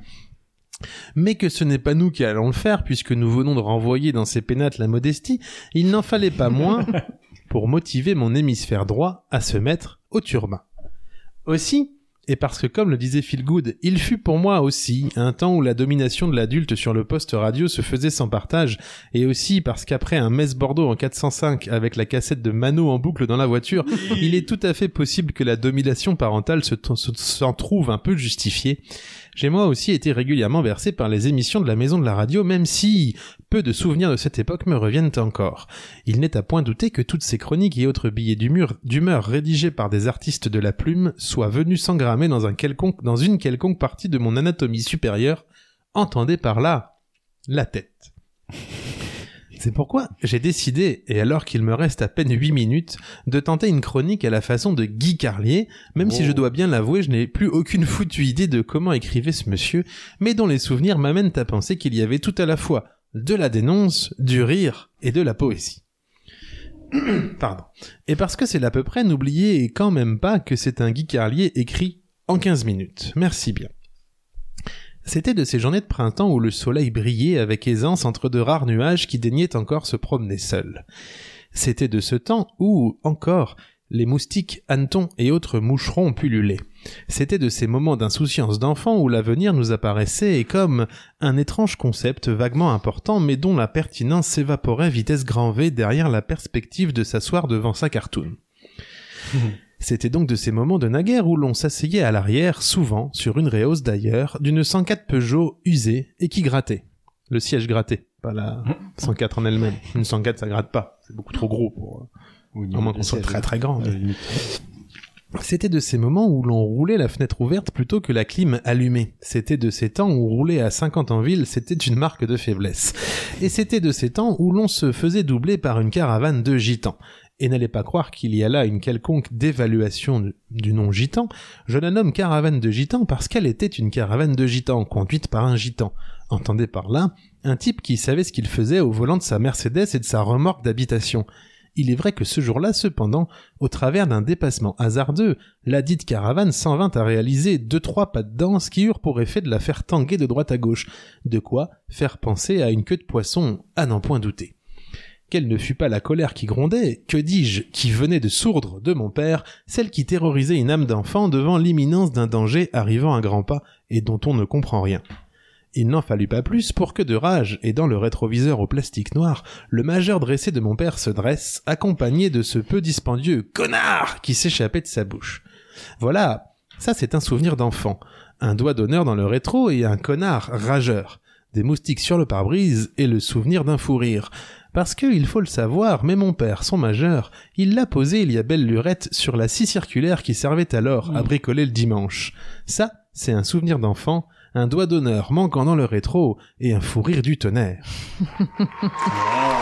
S1: mais que ce n'est pas nous qui allons le faire puisque nous venons de renvoyer dans ces pénates la modestie, il n'en fallait pas moins pour motiver mon hémisphère droit à se mettre au turbin. Aussi, et parce que comme le disait Phil Good, il fut pour moi aussi un temps où la domination de l'adulte sur le poste radio se faisait sans partage, et aussi parce qu'après un Metz Bordeaux en 405 avec la cassette de Mano en boucle dans la voiture, il est tout à fait possible que la domination parentale se se- s'en trouve un peu justifiée. J'ai moi aussi été régulièrement versé par les émissions de la maison de la radio, même si peu de souvenirs de cette époque me reviennent encore. Il n'est à point douter que toutes ces chroniques et autres billets d'humeur d'humeur rédigés par des artistes de la plume soient venus s'engrammer dans, un quelconque- dans une quelconque partie de mon anatomie supérieure, entendez par là la tête. C'est pourquoi j'ai décidé, et alors qu'il me reste à peine 8 minutes, de tenter une chronique à la façon de Guy Carlier, même si je dois bien l'avouer, je n'ai plus aucune foutue idée de comment écrivait ce monsieur, mais dont les souvenirs m'amènent à penser qu'il y avait tout à la fois de la dénonce, du rire et de la poésie. Pardon. Et parce que c'est à peu près, n'oubliez quand même pas que c'est un Guy Carlier écrit en 15 minutes. Merci bien. C'était de ces journées de printemps où le soleil brillait avec aisance entre de rares nuages qui daignaient encore se promener seuls. C'était de ce temps où, encore, les moustiques, hannetons et autres moucherons pullulaient. C'était de ces moments d'insouciance d'enfant où l'avenir nous apparaissait comme un étrange concept vaguement important mais dont la pertinence s'évaporait vitesse grand V derrière la perspective de s'asseoir devant sa cartoon. C'était donc de ces moments de naguère où l'on s'asseyait à l'arrière, souvent, sur une réhausse d'ailleurs, d'une 104 Peugeot usée et qui grattait. Le siège grattait, pas la 104 en elle-même. Une 104, ça gratte pas. C'est beaucoup trop gros pour... euh, À moins qu'on soit très très
S6: Ah,
S1: grand. C'était de ces moments où l'on roulait la fenêtre ouverte plutôt que la clim allumée. C'était de ces temps où rouler à 50 en ville, c'était une marque de faiblesse. Et c'était de ces temps où l'on se faisait doubler par une caravane de gitans. Et n'allez pas croire qu'il y a là une quelconque dévaluation du- du nom gitan. Je la nomme caravane de gitans parce qu'elle était une caravane de gitans, conduite par un gitan. Entendez par là, un type qui savait ce qu'il faisait au volant de sa Mercedes et de sa remorque d'habitation. Il est vrai que ce jour-là, cependant, au travers d'un dépassement hasardeux, la dite caravane s'en vint à réaliser deux trois pas de danse qui eurent pour effet de la faire tanguer de droite à gauche, de quoi faire penser à une queue de poisson à n'en point douter. Quelle ne fut pas la colère qui grondait, que dis-je, qui venait de sourdre de mon père, celle qui terrorisait une âme d'enfant devant l'imminence d'un danger arrivant à grands pas et dont on ne comprend rien. Il n'en fallut pas plus pour que de rage, et dans le rétroviseur au plastique noir, le majeur dressé de mon père se dresse, accompagné de ce peu dispendieux connard qui s'échappait de sa bouche. Voilà, ça c'est un souvenir d'enfant. Un doigt d'honneur dans le rétro et un connard rageur. Des moustiques sur le pare-brise et le souvenir d'un fou rire. Parce que, il faut le savoir, mais mon père, son majeur, il l'a posé il y a belle lurette sur la scie circulaire qui servait alors à bricoler le dimanche. Ça, c'est un souvenir d'enfant, un doigt d'honneur manquant dans le rétro et un fou rire du tonnerre.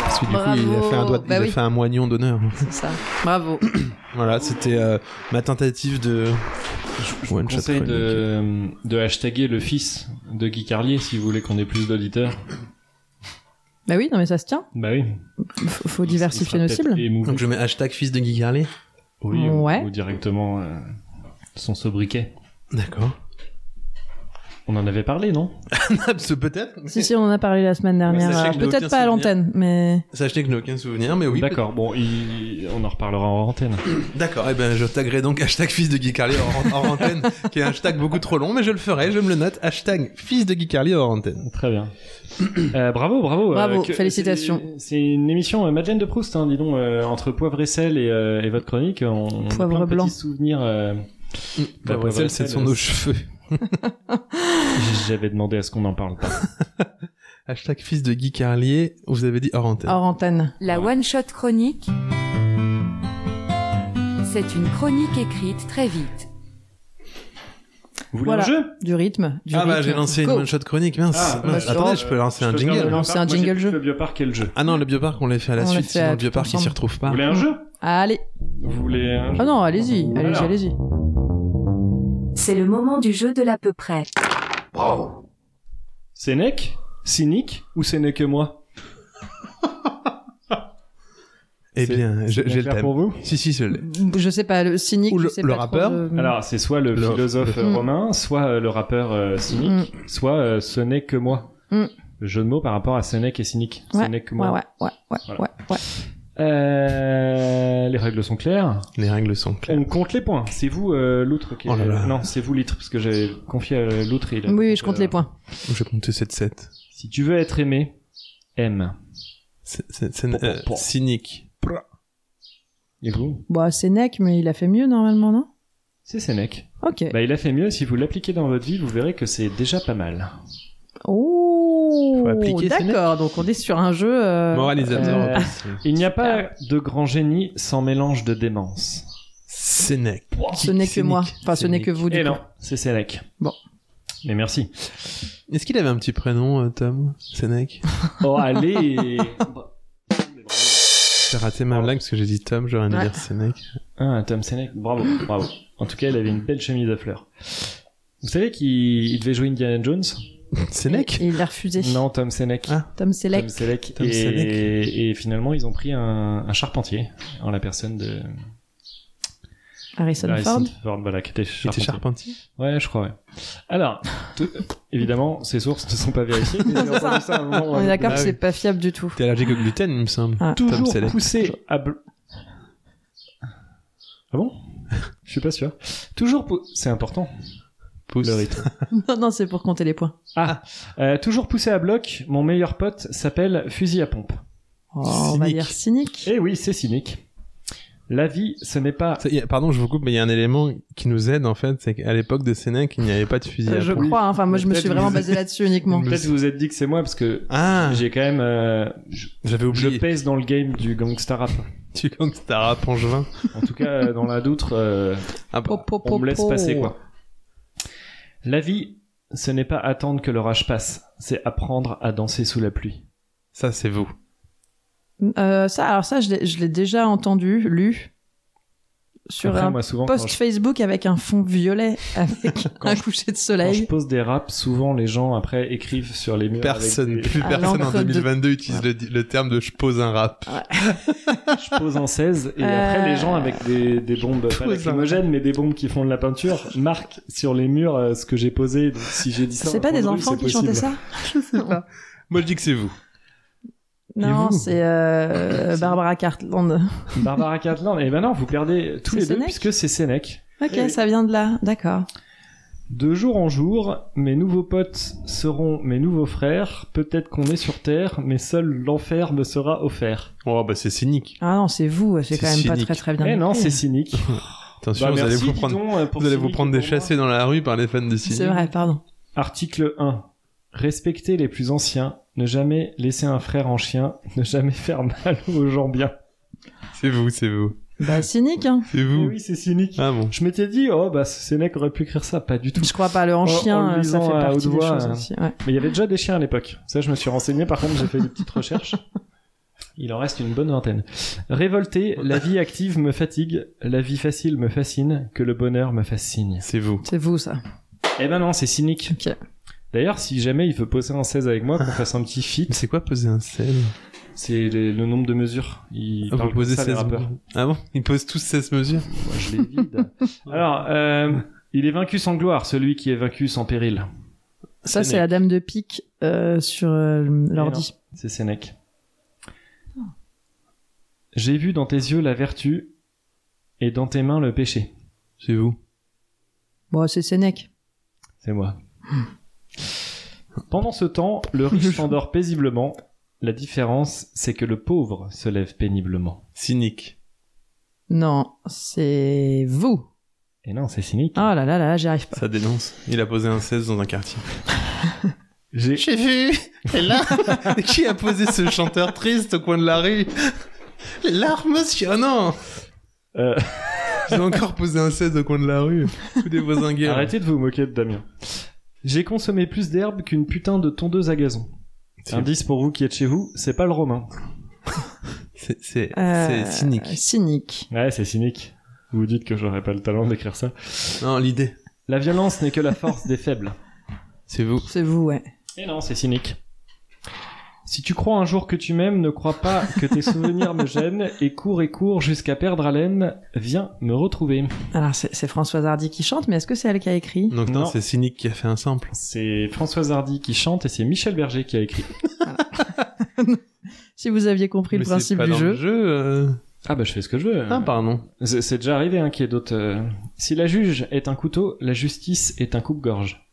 S1: Parce que du coup, il a
S5: Bravo.
S1: fait un doigt,
S5: Bah
S1: il a
S5: oui.
S1: fait un moignon d'honneur.
S5: C'est ça. Bravo.
S1: Voilà, c'était euh, ma tentative de.
S6: Je vous
S1: One shot
S6: conseille
S1: chronique.
S6: de, de hashtaguer le fils de Guy Carlier si vous voulez qu'on ait plus d'auditeurs.
S5: Bah oui, non mais ça se tient.
S6: Bah oui.
S5: Faut, faut
S6: Il
S5: diversifier
S6: sera
S5: nos
S6: peut-être
S5: cibles.
S6: émouvé.
S1: Donc je mets hashtag fils de Guy Carlier.
S6: Oui, ou-
S5: Ouais.
S6: ou, directement euh, son sobriquet.
S1: D'accord.
S6: On en avait parlé, non
S1: Ah, Peut-être.
S5: Si si, on en a parlé la semaine dernière.
S1: Mais sachez
S5: Alors,
S1: que j'ai aucun
S5: Peut-être pas à
S1: souvenir.
S5: l'antenne, mais
S1: Sachez que je n'ai aucun souvenir, mais oui.
S6: D'accord, bon, il- on en reparlera en antenne.
S1: peut- D'accord. Eh ben, je taguerai donc hashtag fils de Guy Carlier hors, hors antenne, qui est un hashtag beaucoup trop long, mais je le ferai, je me le note. Hashtag fils de Guy Carlier hors antenne.
S6: Très bien. Euh, bravo, bravo.
S5: Bravo,
S6: euh, que-
S5: félicitations.
S6: c'est- C'est une émission euh, Madeleine de Proust, hein, dis donc, euh, entre poivre et sel et, euh, et votre chronique, on, on a
S5: Poivre
S6: plein de
S5: blanc.
S6: petits souvenirs. euh,
S1: La
S6: Bah,
S1: celle, c'est sur nos cheveux.
S6: J'avais demandé à ce qu'on en parle pas.
S1: Hashtag fils de Guy Carlier, vous avez dit hors antenne.
S5: hors antenne.
S8: La One Shot Chronique. C'est une chronique écrite très vite.
S6: Vous voulez
S5: Voilà.
S6: un jeu
S5: Du rythme. Du
S1: ah bah,
S5: rythme.
S1: j'ai lancé une
S5: Go.
S1: one shot chronique, mince.
S6: Ah,
S1: Mince.
S5: bah,
S1: Attendez,
S5: attends,
S1: je peux lancer un
S6: Je peux faire le
S1: jingle.
S5: Non.
S6: bioparc.
S5: c'est un
S6: Moi, j'ai
S5: jingle
S6: plus
S5: jeu.
S6: Le bioparc et le jeu.
S1: Ah non, le bioparc, on l'a fait à la
S5: On l'a
S1: suite,
S5: fait
S1: sinon
S5: à-
S1: le bioparc, il s'y
S5: ensemble.
S1: retrouve
S6: Vous
S1: pas.
S6: voulez
S5: Ah.
S6: un jeu
S5: Allez.
S6: Vous voulez un jeu
S5: Ah non, allez-y, allez-y,
S6: Voilà.
S5: allez-y.
S8: C'est le moment du jeu de l'à peu près.
S6: Sénèque Cynique Ou ce n'est que moi
S1: Eh
S6: C'est-
S1: bien, je-
S6: bien
S1: j'ai le
S6: clair
S1: thème.
S6: pour vous
S1: Si, si, je l'ai.
S5: Je sais pas, le cynique,
S1: Ou
S5: je
S1: le-
S5: sais
S1: le
S5: pas trop
S1: rappeur.
S5: de-
S6: Alors, c'est soit le
S1: Le-
S6: philosophe euh,
S5: Mm.
S6: romain, soit euh, le rappeur euh, cynique, soit euh, ce n'est que moi.
S5: Mm.
S6: Le jeu de mots par rapport à Sénèque et cynique. Ce n'est que
S5: Ouais,
S6: moi.
S5: ouais, ouais, ouais,
S6: Voilà.
S5: ouais, ouais.
S6: Euh, les règles sont claires.
S1: Les règles sont claires.
S6: On compte les points. C'est vous, euh, l'outre qui est-
S1: Oh là là.
S6: Non, c'est vous, l'outre, parce que j'avais confié à l'outre. il a-
S5: Oui, oui, je compte
S6: Euh,
S5: les points.
S1: Je comptais 7-7.
S6: Si tu veux être aimé, aime.
S1: C'est- c'est- c'est- euh,
S6: Pour- euh, pour-
S1: Cynique.
S6: Et vous
S5: Bah, c'est Neck, mais il a fait mieux normalement, non
S6: C'est Sénèque.
S5: Ok.
S6: Bah, il a fait mieux. Si vous l'appliquez dans votre vie, vous verrez que c'est déjà pas mal.
S5: Oh
S1: Faut appliquer, Sénèque.
S5: D'accord, donc on est sur un jeu. euh,
S1: Moralisateur.
S6: euh, Il n'y a pas de grand génie sans mélange de démence.
S1: Sénèque.
S5: Ce n'est que
S1: Cynique.
S5: moi. Enfin, ce n'est
S1: Cynique.
S5: que vous, du
S6: Et
S5: coup.
S6: Eh non, c'est Sénèque.
S5: Bon.
S6: Mais merci.
S1: Est-ce qu'il avait un petit prénom, euh, Tom Sénèque
S6: Oh, allez
S1: J'ai raté ma blague parce que j'ai dit Tom, j'aurais dû
S5: Ouais.
S1: dire Sénèque.
S6: Ah, Tom Sénèque, bravo, bravo. En tout cas, il avait une belle chemise à fleurs. Vous savez qu'il il devait jouer Indiana Jones
S1: Sénèque
S5: Et il l'a refusé.
S6: Non, Tom Sénèque.
S1: Ah,
S5: Tom
S6: Tom
S5: Selleck.
S6: Selleck.
S1: Tom
S6: et,
S1: Selleck.
S6: et finalement, ils ont pris un, un charpentier en la personne de
S5: Harrison Ford.
S6: Harrison Ford, voilà, qui était
S1: Il était
S6: charpentier.
S1: charpentier
S6: Ouais, je crois, ouais. Alors, tout- évidemment, ces sources ne sont pas vérifiées. mais j'ai
S5: C'est ça.
S6: entendu ça à un moment ou à
S5: On
S6: un
S5: est
S6: autre.
S5: d'accord,
S1: Ah
S5: que
S1: oui.
S5: c'est pas fiable du tout.
S1: T'es allergique au gluten, il me semble.
S5: Ah.
S1: Tom
S6: toujours
S1: Selleck.
S6: poussé à bl- Ah bon Je suis pas sûr. Toujours pou- c'est important
S1: Pousse.
S6: le rythme.
S5: Non, non, c'est pour compter les points.
S6: Ah, euh, toujours poussé à bloc, mon meilleur pote s'appelle fusil à pompe.
S5: Oh, on va
S1: Cynique.
S5: dire cynique.
S6: Eh oui, c'est cynique. La vie, ce n'est pas
S1: Ça, y a- Pardon, je vous coupe, mais il y a un élément qui nous aide en fait, c'est qu'à l'époque de Sénèque, il n'y avait pas de fusil à
S5: Euh, Je
S1: pompe.
S5: crois, hein. enfin, moi je me suis
S6: Peut-être
S5: vraiment
S6: vous-
S5: basé là-dessus uniquement.
S6: Peut-être vous vous êtes dit que c'est moi parce que
S1: Ah,
S6: j'ai quand même euh, je,
S1: j'avais
S6: je
S1: oublié.
S6: pèse dans le game du gangsta rap.
S1: Tu gangsta rap angevin.
S6: En tout cas, euh, dans la doutre, euh,
S1: Ah bah,
S5: Po, po, po,
S6: on me laisse
S5: po.
S6: passer quoi. La vie, ce n'est pas attendre que l'orage passe, c'est apprendre à danser sous la pluie.
S1: ça c'est vous.
S5: Euh, ça, alors ça, je l'ai- je l'ai déjà entendu, lu sur
S6: Après,
S5: un
S6: moi, souvent, quand
S5: post
S6: je,
S5: Facebook avec un fond violet, avec
S6: Quand
S5: un
S6: je-
S5: coucher de
S6: quand je
S5: soleil.
S6: pose des raps, souvent les gens après écrivent sur les murs. avec
S1: Personne,
S6: des-
S1: plus
S5: À
S1: personne en
S5: Ah, l'encre de-
S1: 2022 utilise le, le terme de je pose un rap.
S6: je pose en 16 et
S5: Euh.
S6: après les gens avec des, des bombes pas
S1: Pose un-
S6: lacrymogènes mais des bombes qui font de la peinture marquent sur les murs euh, ce que j'ai posé. Donc si j'ai dit ça,
S5: C'est
S6: en
S5: pas des
S6: cours de rue,
S5: enfants
S6: c'est
S5: qui chantaient
S6: possible.
S5: ça
S1: Moi je dis que c'est vous.
S5: Non,
S6: vous
S5: c'est euh,
S6: C'est-
S5: Barbara Cartland.
S6: Barbara Cartland. Et ben non, vous perdez tous
S5: C'est
S6: les deux
S5: Sénèque
S6: puisque c'est Sénèque.
S5: Ok,
S6: Eh oui.
S5: ça vient de là, d'accord.
S6: De jour en jour, mes nouveaux potes seront mes nouveaux frères. Peut-être qu'on est sur Terre, mais seul l'enfer me sera offert.
S1: Oh bah c'est cynique.
S5: Ah non, c'est vous, c'est
S1: C'est
S5: quand même pas
S1: cynique.
S5: très très bien.
S6: Eh non,
S5: écrit.
S6: c'est cynique.
S1: Attention,
S6: Bah,
S1: vous allez
S6: merci,
S1: vous
S6: dis
S1: prendre,
S6: donc, euh, pour
S1: vous allez vous
S6: cynique
S1: prendre
S6: et
S1: des
S6: pour moi.
S1: chassés dans la rue par les fans de cynique.
S5: C'est vrai, pardon.
S6: Article 1. Respecter les plus anciens, ne jamais laisser un frère en chien, ne jamais faire mal aux gens bien.
S1: C'est vous, c'est vous,
S5: Bah, cynique, hein.
S1: c'est
S6: Eh
S1: vous.
S6: Oui, c'est cynique.
S1: Ah bon.
S6: Je m'étais dit, oh bah Sénèque aurait pu écrire ça, pas du tout.
S5: Je crois pas, le en
S6: En- en
S5: chien,
S6: le
S5: euh, ça
S6: lisant
S5: fait
S6: à
S5: partie
S6: haute
S5: des
S6: voix,
S5: choses
S6: euh,
S5: aussi. ouais.
S6: Mais il y avait déjà des chiens à l'époque. Ça, je me suis renseigné, par contre, j'ai fait des petites recherches. Il en reste une bonne vingtaine. Révolté, la vie active me fatigue, la vie facile me fascine, que le bonheur me fascine.
S1: C'est vous.
S5: C'est vous, ça.
S6: Eh ben non, c'est cynique.
S5: Ok.
S6: D'ailleurs, si jamais il veut poser en 16 avec moi, qu'on fasse un petit fit,
S1: Mais c'est quoi poser un sel
S6: c'est le, le nombre de mesures.
S1: Ah,
S6: Il
S1: Vous
S6: parle
S1: posez
S6: comme ça, les
S1: 16
S6: rappeurs.
S1: mesures. Ah bon Ils posent tous 16 mesures
S6: Moi, je les vide. Alors, euh, il est vaincu sans gloire, celui qui est vaincu sans péril.
S5: Ça, c'est
S1: Sénèque.
S5: la dame de pique euh, sur euh, l'ordi.
S6: C'est Sénèque. J'ai vu dans tes yeux la vertu et dans tes mains le péché.
S1: C'est vous.
S5: Bon, c'est Sénèque.
S6: C'est moi. Pendant ce temps, le riche s'endort paisiblement. La différence, c'est que le pauvre se lève péniblement.
S1: Cynique.
S5: Non, c'est vous.
S6: Et non, c'est cynique.
S5: Oh là là là, là, j'y arrive pas.
S1: Ça dénonce. Il a posé un 16 dans un quartier.
S6: J'ai-
S1: J'ai vu Et là Qui a posé ce chanteur triste au coin de la rue Les larmes, monsieur non
S6: Euh,
S1: J'ai encore posé un 16 au coin de la rue. Tous des voisins guerres.
S6: Arrêtez de vous moquer de Damien. J'ai consommé plus d'herbe qu'une putain de tondeuse à gazon.
S1: C'est-
S6: Indice pour vous qui êtes chez vous, c'est pas le romain.
S1: C'est c'est-
S5: Euh,
S1: c'est cynique.
S5: Cynique.
S6: Ouais, c'est cynique. Vous dites que j'aurais pas le talent d'écrire ça.
S1: Non, l'idée.
S6: La violence n'est que la force des faibles.
S1: C'est vous.
S5: C'est vous, ouais.
S6: Et non, c'est cynique. Si tu crois un jour que tu m'aimes, ne crois pas que tes souvenirs me gênent et cours et cours jusqu'à perdre haleine. Viens me retrouver.
S5: Alors, c'est c'est Françoise Hardy qui chante, mais est-ce que c'est elle qui a écrit
S1: Donc non,
S6: Non.
S1: c'est Cynique qui a fait un sample.
S6: C'est Françoise Hardy qui chante et c'est Michel Berger qui a écrit.
S5: Si vous aviez compris
S1: Mais
S5: le
S1: c'est
S5: principe
S1: pas
S5: du
S1: dans
S5: jeu.
S1: le jeu euh,
S6: Ah bah je fais ce que je veux.
S1: Ah pardon.
S6: C'est c'est déjà arrivé hein, qu'il y ait d'autres. euh, Si la juge est un couteau, la justice est un coupe-gorge.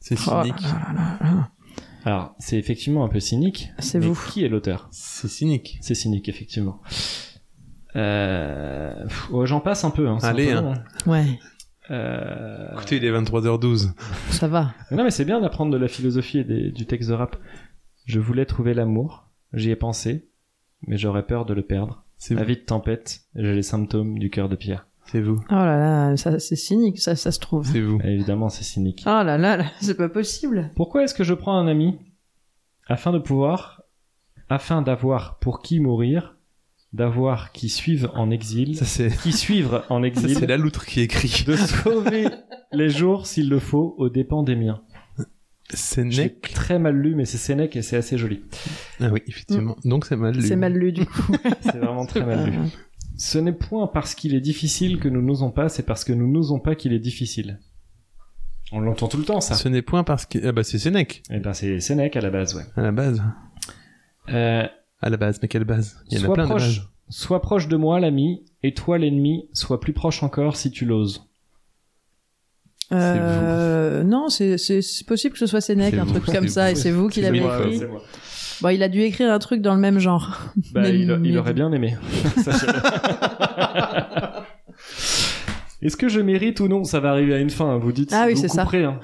S1: C'est
S5: Oh là
S1: Cynique.
S5: là là là.
S6: Alors c'est effectivement un peu cynique.
S5: C'est
S6: mais
S5: vous.
S6: Qui est l'auteur
S1: C'est Cynique.
S6: C'est cynique effectivement. Euh... pff, ouais, J'en passe un peu. Hein, c'est un
S1: Allez,
S6: peu
S1: hein.
S6: long, hein.
S5: Ouais,
S6: Euh,
S1: Écoutez, il est 23h12.
S5: ça va.
S6: Non, mais c'est bien d'apprendre de la philosophie et des- du texte de rap. Je voulais trouver l'amour, j'y ai pensé, mais j'aurais peur de le perdre.
S1: C'est
S6: La
S1: vous.
S6: vie de tempête, j'ai les symptômes du cœur de pierre.
S1: C'est vous.
S5: Oh là là, ça, c'est cynique, ça, ça se trouve.
S1: C'est vous.
S6: Et évidemment, c'est cynique.
S5: Oh là là, là, c'est pas possible.
S6: Pourquoi est-ce que je prends un ami Afin de pouvoir, afin d'avoir pour qui mourir, d'avoir qui suivent en exil,
S1: Ça c'est
S6: qui suivent en
S1: ça, c'est
S6: exil,
S1: la loutre qui écrit.
S6: de sauver les jours s'il le faut aux dépens des miens.
S1: C'est
S6: Je l'ai
S1: Nec.
S6: très mal lu, mais c'est Sénèque et c'est assez joli.
S1: Ah oui, effectivement. Donc c'est mal lu.
S5: C'est mal lu du coup.
S6: C'est vraiment très mal lu. Ce n'est point parce qu'il est difficile que nous n'osons pas, c'est parce que nous n'osons pas qu'il est difficile. On l'entend tout le temps, ça.
S1: Ce n'est point parce que ah bah c'est Sénèque
S6: Eh ben, c'est Sénèque à la base, ouais.
S1: à la base.
S6: Euh,
S1: À la base, mais quelle base Il y en a
S6: sois
S1: plein de
S6: proche,
S1: bases.
S6: sois proche de moi, l'ami, et toi, l'ennemi, sois plus proche encore si tu l'oses.
S5: Euh, non, c'est c'est- c'est possible que ce soit Sénèque,
S1: C'est
S5: un
S1: vous,
S5: truc
S1: c'est
S5: comme
S1: vous.
S5: ça, et c'est vous qui
S1: C'est
S5: l'avez
S1: moi,
S5: écrit.
S1: c'est
S5: Bon, il a dû écrire un truc dans le même genre.
S6: Bah,
S5: Mais-
S6: il, il
S5: mais-
S6: aurait bien aimé. Sachez-le. Est-ce que je mérite ou non Ça va arriver à une fin, hein, vous dites.
S5: Ah oui,
S6: vous
S5: c'est ça.
S6: couperez, hein.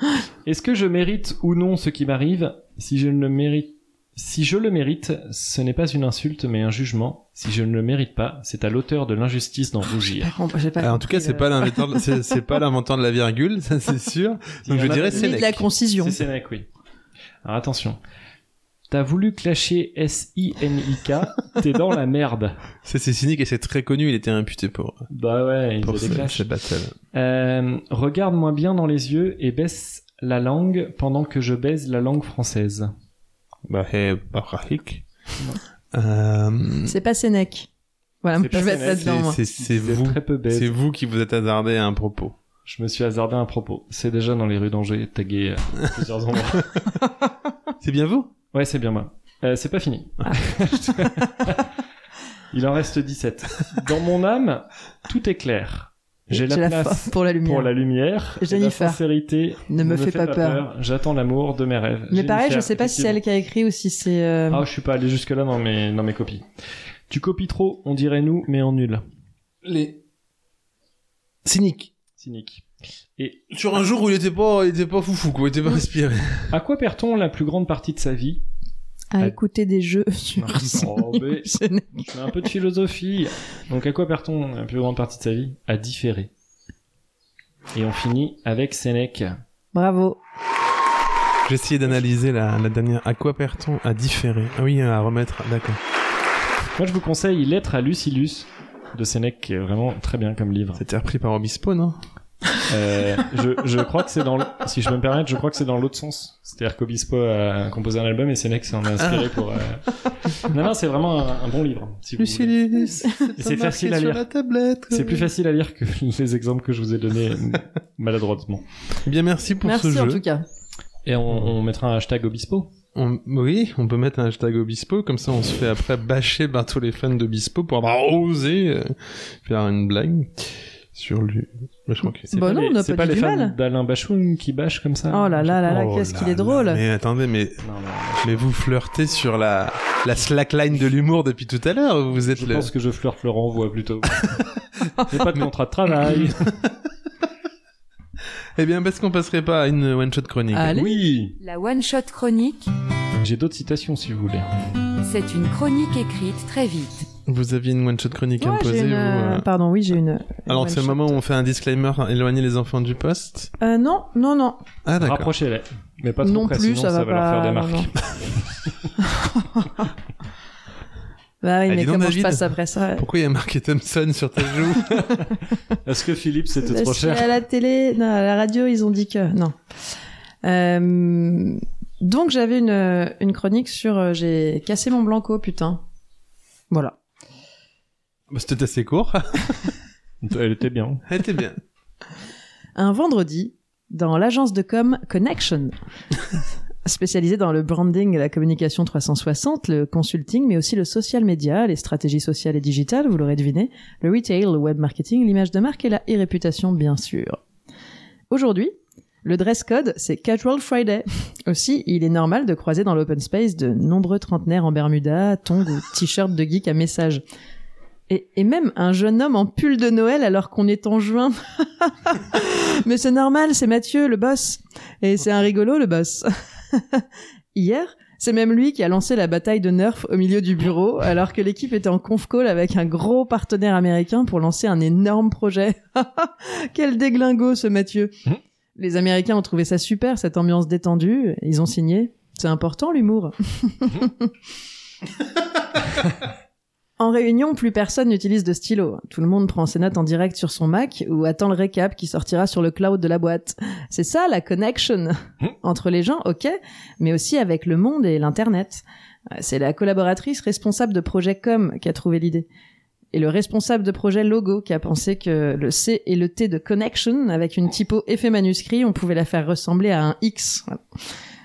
S6: Est-ce que je mérite ou non ce qui m'arrive Si je ne le mérite. Si je le mérite, ce n'est pas une insulte, mais un jugement. Si je ne le mérite pas, c'est à l'auteur de l'injustice d'en rougir.
S5: Par contre, bah, j'ai pas
S1: Alors, Ah, en tout
S5: compris
S1: cas, c'est
S5: le-
S1: pas l'inventeur, de- c'est c'est pas l'inventeur de la virgule, ça c'est sûr. Donc je dirais
S5: Ni euh, de la
S1: Sénèque.
S5: concision.
S6: C'est Sénèque, oui. Alors attention. T'as voulu clasher S-I-N-I-K, t'es dans la merde.
S1: Ça, C'est cynique et c'est très connu. Il était imputé pour
S6: Bah ouais, il
S1: pour
S6: faisait des
S1: ce,
S6: clashs.
S1: ce battle.
S6: Euh, Regarde-moi bien dans les yeux et baisse la langue pendant que je baise la langue française.
S1: Bah hey, Barahik. Euh,
S5: C'est pas Sénèque. Voilà,
S6: C'est
S5: je
S6: pas
S5: vais être
S6: Sénèque,
S5: là-dedans, moi.
S1: c'est- c'est
S6: Vous êtes
S1: vous.
S6: Très peu baise.
S1: C'est vous qui vous êtes hasardé à un propos.
S6: Je me suis hasardé un propos. C'est déjà dans les rues d'Angers, tagué euh, plusieurs endroits.
S1: C'est bien vous
S6: Ouais, c'est bien moi. Euh, c'est pas fini.
S1: Ah.
S6: Il en reste 17. Dans mon âme, tout est clair. J'ai la place
S5: faim pour la lumière.
S6: pour la lumière. et
S5: Jennifer,
S6: La sincérité
S5: ne me fais pas peur.
S6: J'attends l'amour de mes rêves.
S5: Mais pareil, je
S6: Jennifer,
S5: sais pas si c'est elle qui a écrit ou si c'est. euh,
S6: Ah, je suis pas allé jusque-là dans mes, dans mes copies. Tu copies trop, on dirait nous, mais en nul.
S1: Les cyniques.
S6: Cynique. Et
S1: Sur un jour où il était pas, il était pas foufou, quoi, il était pas inspiré.
S6: à quoi perd-on la plus grande partie de sa vie
S5: à écouter des jeux sur
S6: Oh, mais-
S5: Sénèque.
S6: mais un peu de philosophie. Donc à quoi perd-on la plus grande partie de sa vie À différer. Et on finit avec Sénèque.
S5: Bravo.
S1: J'ai essayé d'analyser la, la dernière. À quoi perd-on À différer. Ah oui, à remettre. D'accord.
S6: Moi, je vous conseille Lettre à Lucilius de Sénèque, qui est vraiment très bien comme livre.
S1: C'était repris par Obispo, non
S6: Euh, je, je crois que c'est dans, le- si je peux me permettre, je crois que c'est dans l'autre sens. C'est-à-dire qu'Obispo a composé un album et Sénèque s'en a inspiré
S1: Ah.
S6: pour. euh, Non, non, c'est vraiment un, un bon livre. si vous voulez.
S1: Lucilius.
S6: c'est facile à
S1: sur
S6: lire.
S1: la tablette.
S6: C'est plus facile à lire que les exemples que je vous ai donnés maladroitement.
S1: Eh Bien, merci pour
S5: Merci
S1: ce
S5: en
S1: jeu.
S5: tout cas.
S6: Et
S1: Mm-hmm.
S6: on, on mettra un hashtag Obispo.
S1: On- Oui, on peut mettre un hashtag Obispo, comme ça on se fait après bâcher par tous les fans d'Obispo pour avoir osé euh, faire une blague sur lui. Mais je crois que c'est-
S6: C'est
S5: Bah
S6: pas
S5: non,
S6: les-
S5: on n'a
S6: c'est
S5: pas
S6: pas
S5: dit du
S6: les fans
S5: mal.
S6: d'Alain Bachoun qui bâchent comme ça.
S5: Oh là là là là,
S1: Oh
S5: qu'est-ce qu'il
S1: là
S5: est drôle.
S1: là, Mais attendez, mais,
S6: Non, non,
S1: mais vous flirtez sur la, la slackline de l'humour depuis tout à l'heure. Vous êtes
S6: je
S1: le...
S6: pense que je flirte le renvoi plutôt. J'ai pas de contrat de travail.
S1: Eh bien, parce qu'on passerait pas à une one-shot chronique.
S5: Allez.
S6: Oui.
S8: La One Shot Chronique,
S6: J'ai d'autres citations si vous voulez.
S1: Ah,
S8: c'est une chronique écrite très vite.
S1: Vous aviez une one-shot chronique
S5: Ouais, j'ai
S1: imposée,
S5: une,
S1: vous,
S5: euh,
S1: euh,
S5: Pardon, oui, j'ai une.
S1: Alors
S5: une
S1: que c'est le
S5: one-shot.
S1: moment où on fait un disclaimer, hein, éloigner les enfants du poste.
S5: Euh, non, non, non.
S1: Ah d'accord.
S6: Rapprochez-les. Mais pas trop
S5: non
S6: près,
S5: plus,
S6: sinon
S5: ça va
S6: leur
S5: pas.
S6: faire des
S5: non,
S6: marques.
S5: non. Bah oui,
S1: Ah,
S5: mais
S1: dis donc,
S5: comment je
S1: David.
S5: passe après ça
S1: Pourquoi il y a marqué Thompson sur ta joue
S6: Est-ce que Philippe, c'était
S5: Parce
S6: trop
S5: que
S6: cher
S5: À la télé, non, à la radio, ils ont dit que non. Euh, donc j'avais une, une chronique sur euh, j'ai cassé mon blanco, putain. Voilà.
S1: Bah, C'était assez court.
S6: Elle était bien.
S1: Elle était bien.
S5: Un vendredi, dans l'agence de com Connection, spécialisée dans le branding et la communication 360, le consulting, mais aussi le social media, les stratégies sociales et digitales, vous l'aurez deviné, le retail, le web marketing, l'image de marque et la e-réputation, bien sûr. Aujourd'hui, le dress code, c'est Casual Friday. Aussi, il est normal de croiser dans l'open space de nombreux trentenaires en Bermuda, tongs ou t-shirts de geek à message. Et, et même un jeune homme en pull de Noël alors qu'on est en juin. Mais c'est normal, c'est Mathieu, le boss. Et c'est un rigolo, le boss. Hier, c'est même lui qui a lancé la bataille de Nerf au milieu du bureau, alors que l'équipe était en conf call avec un gros partenaire américain pour lancer un énorme projet. Quel déglingo, ce Mathieu.
S6: Mhm.
S5: Les Américains ont trouvé ça super, cette ambiance détendue. Ils ont signé. C'est important, l'humour. En réunion, plus personne n'utilise de stylo. Tout le monde prend ses notes en direct sur son Mac ou attend le récap qui sortira sur le cloud de la boîte. C'est ça la connection entre les gens, ok, mais aussi avec le monde et l'internet. Euh, C'est la collaboratrice responsable de projet com qui a trouvé l'idée. Et le responsable de projet logo qui a pensé que le C et le T de connection, avec une typo effet manuscrit, on pouvait la faire ressembler à un X. Voilà.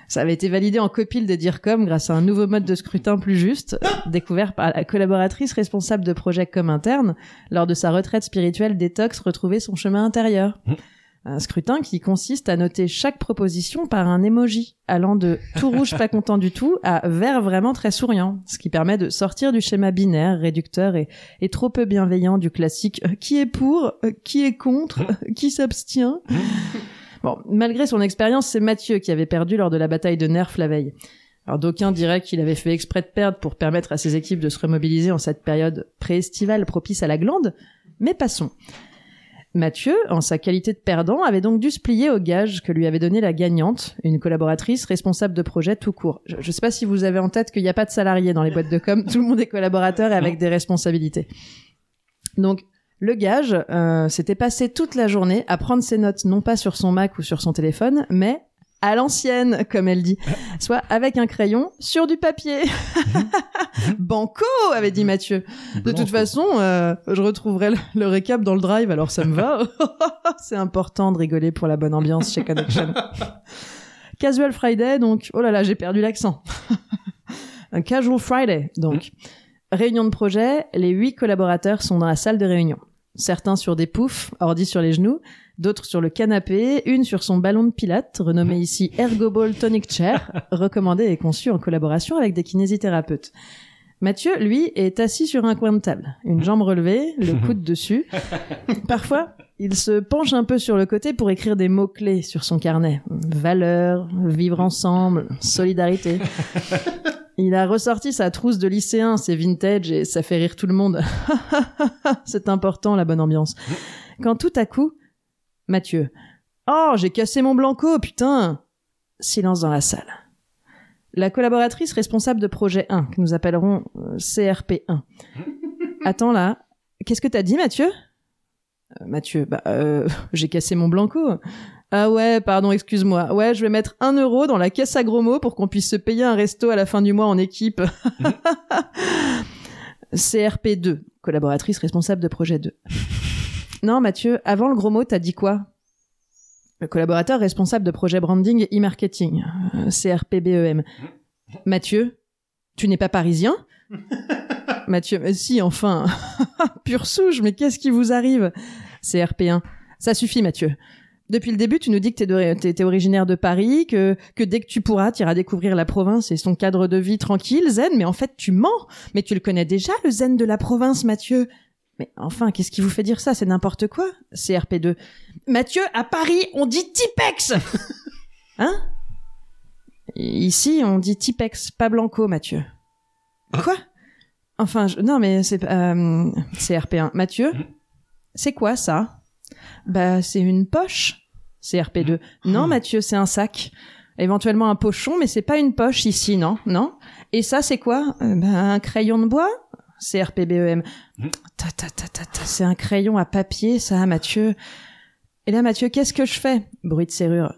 S5: Ça avait été validé en copile des DIRCOM grâce à un nouveau mode de scrutin plus juste, découvert par la collaboratrice responsable de projet com interne lors de sa retraite spirituelle détox retrouver son chemin intérieur.
S6: Mm.
S5: Un scrutin qui consiste à noter chaque proposition par un emoji, allant de tout rouge pas content du tout à vert vraiment très souriant, ce qui permet de sortir du schéma binaire, réducteur et, et trop peu bienveillant du classique euh, qui est pour, euh, qui est contre, euh, qui s'abstient. Bon, malgré son expérience, c'est Mathieu qui avait perdu lors de la bataille de Nerf la veille. Alors d'aucuns diraient qu'il avait fait exprès de perdre pour permettre à ses équipes de se remobiliser en cette période préestivale propice à la glande, mais passons. Mathieu, en sa qualité de perdant, avait donc dû se plier au gage que lui avait donné la gagnante, une collaboratrice responsable de projet tout court. Je ne sais pas si vous avez en tête qu'il n'y a pas de salariés dans les boîtes de com, tout le monde est collaborateur et avec des responsabilités. Donc le gage, euh, s'était passé toute la journée à prendre ses notes non pas sur son Mac ou sur son téléphone, mais à l'ancienne, comme elle dit, soit avec un crayon sur du papier. Banco, avait dit Mathieu. De toute façon, euh, je retrouverai le, le récap dans le drive, alors ça me va. C'est important de rigoler pour la bonne ambiance chez Connection. Casual Friday, donc, oh là là, j'ai perdu l'accent. Un Casual Friday, donc. Réunion de projet, les huit collaborateurs sont dans la salle de réunion. Certains sur des poufs, ordi sur les genoux, d'autres sur le canapé, une sur son ballon de pilates, renommé ici Ergo Ball Tonic Chair, recommandé et conçu en collaboration avec des kinésithérapeutes. Mathieu, lui, est assis sur un coin de table, une jambe relevée, le coude dessus. Parfois, il se penche un peu sur le côté pour écrire des mots-clés sur son carnet. Valeur, vivre ensemble, solidarité. Il a ressorti sa trousse de lycéen, c'est vintage et ça fait rire tout le monde. c'est important la bonne ambiance. Quand tout à coup, Mathieu. Oh, j'ai cassé mon blanco, putain Silence dans la salle. La collaboratrice responsable de projet 1, que nous appellerons euh, CRP1. Attends là, qu'est-ce que t'as dit Mathieu Euh, Mathieu, bah euh, j'ai cassé mon blanco. Ah ouais, pardon, excuse-moi. Ouais, je vais mettre un euro dans la caisse à gros mots pour qu'on puisse se payer un resto à la fin du mois en équipe. CRP2, collaboratrice responsable de projet 2. Non, Mathieu, avant le gros mot, t'as dit quoi Le collaborateur responsable de projet branding et e-marketing, euh, CRPBEM. Mathieu, tu n'es pas parisien Mathieu, mais si, enfin. Pure souche, mais qu'est-ce qui vous arrive CRP1. Ça suffit, Mathieu. Depuis le début, tu nous dis que t'es de- t'es t'es originaire de Paris, que, que dès que tu pourras, t'iras découvrir la province et son cadre de vie tranquille, zen, mais en fait, tu mens. Mais tu le connais déjà, le zen de la province, Mathieu. Mais enfin, qu'est-ce qui vous fait dire ça C'est n'importe quoi, CRP2. Mathieu, à Paris, on dit Tipex Hein Ici, on dit Tipex, pas Blanco, Mathieu. Quoi Enfin, je- non, mais c'est pas- euh, CRP1. Mathieu, c'est quoi ça Bah, c'est une poche, CRP2. Non, Mathieu, c'est un sac. Éventuellement un pochon, mais c'est pas une poche ici, non Non Et ça, c'est quoi Euh, bah, Un crayon de bois CRPBEM. Ta, ta, ta, ta, ta, C'est un crayon à papier, ça, Mathieu. Et là, Mathieu, qu'est-ce que je fais Bruit de serrure.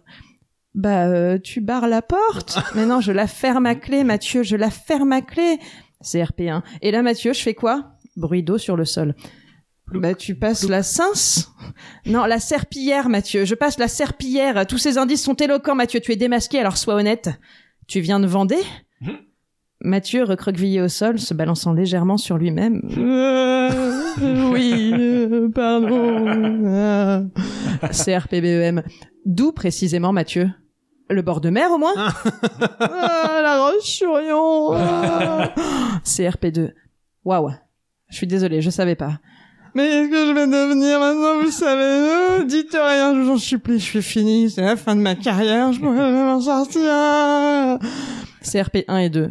S5: Bah, euh, tu barres la porte. Mais non, je la ferme à clé, Mathieu, je la ferme à clé. CRP1. hein. Et là, Mathieu, je fais quoi Bruit d'eau sur le sol. Bah, tu passes la cince Non, la serpillière, Mathieu. Je passe la serpillière. Tous ces indices sont éloquents, Mathieu. Tu es démasqué, alors sois honnête. Tu viens de Vendée Hum. Mathieu, recroquevillé au sol, se balançant légèrement sur lui-même. Euh, oui, euh, pardon. Euh. CRPBEM. E D'où précisément, Mathieu Le bord de mer, au moins Ah, La Roche-sur-Yon ah. CRP2. Waouh. Je suis désolée, je savais pas. Mais est-ce que je vais devenir maintenant, vous savez euh, Dites rien, je vous en supplie, je suis fini, c'est la fin de ma carrière, je pourrais jamais m'en sortir CRP 1 et 2.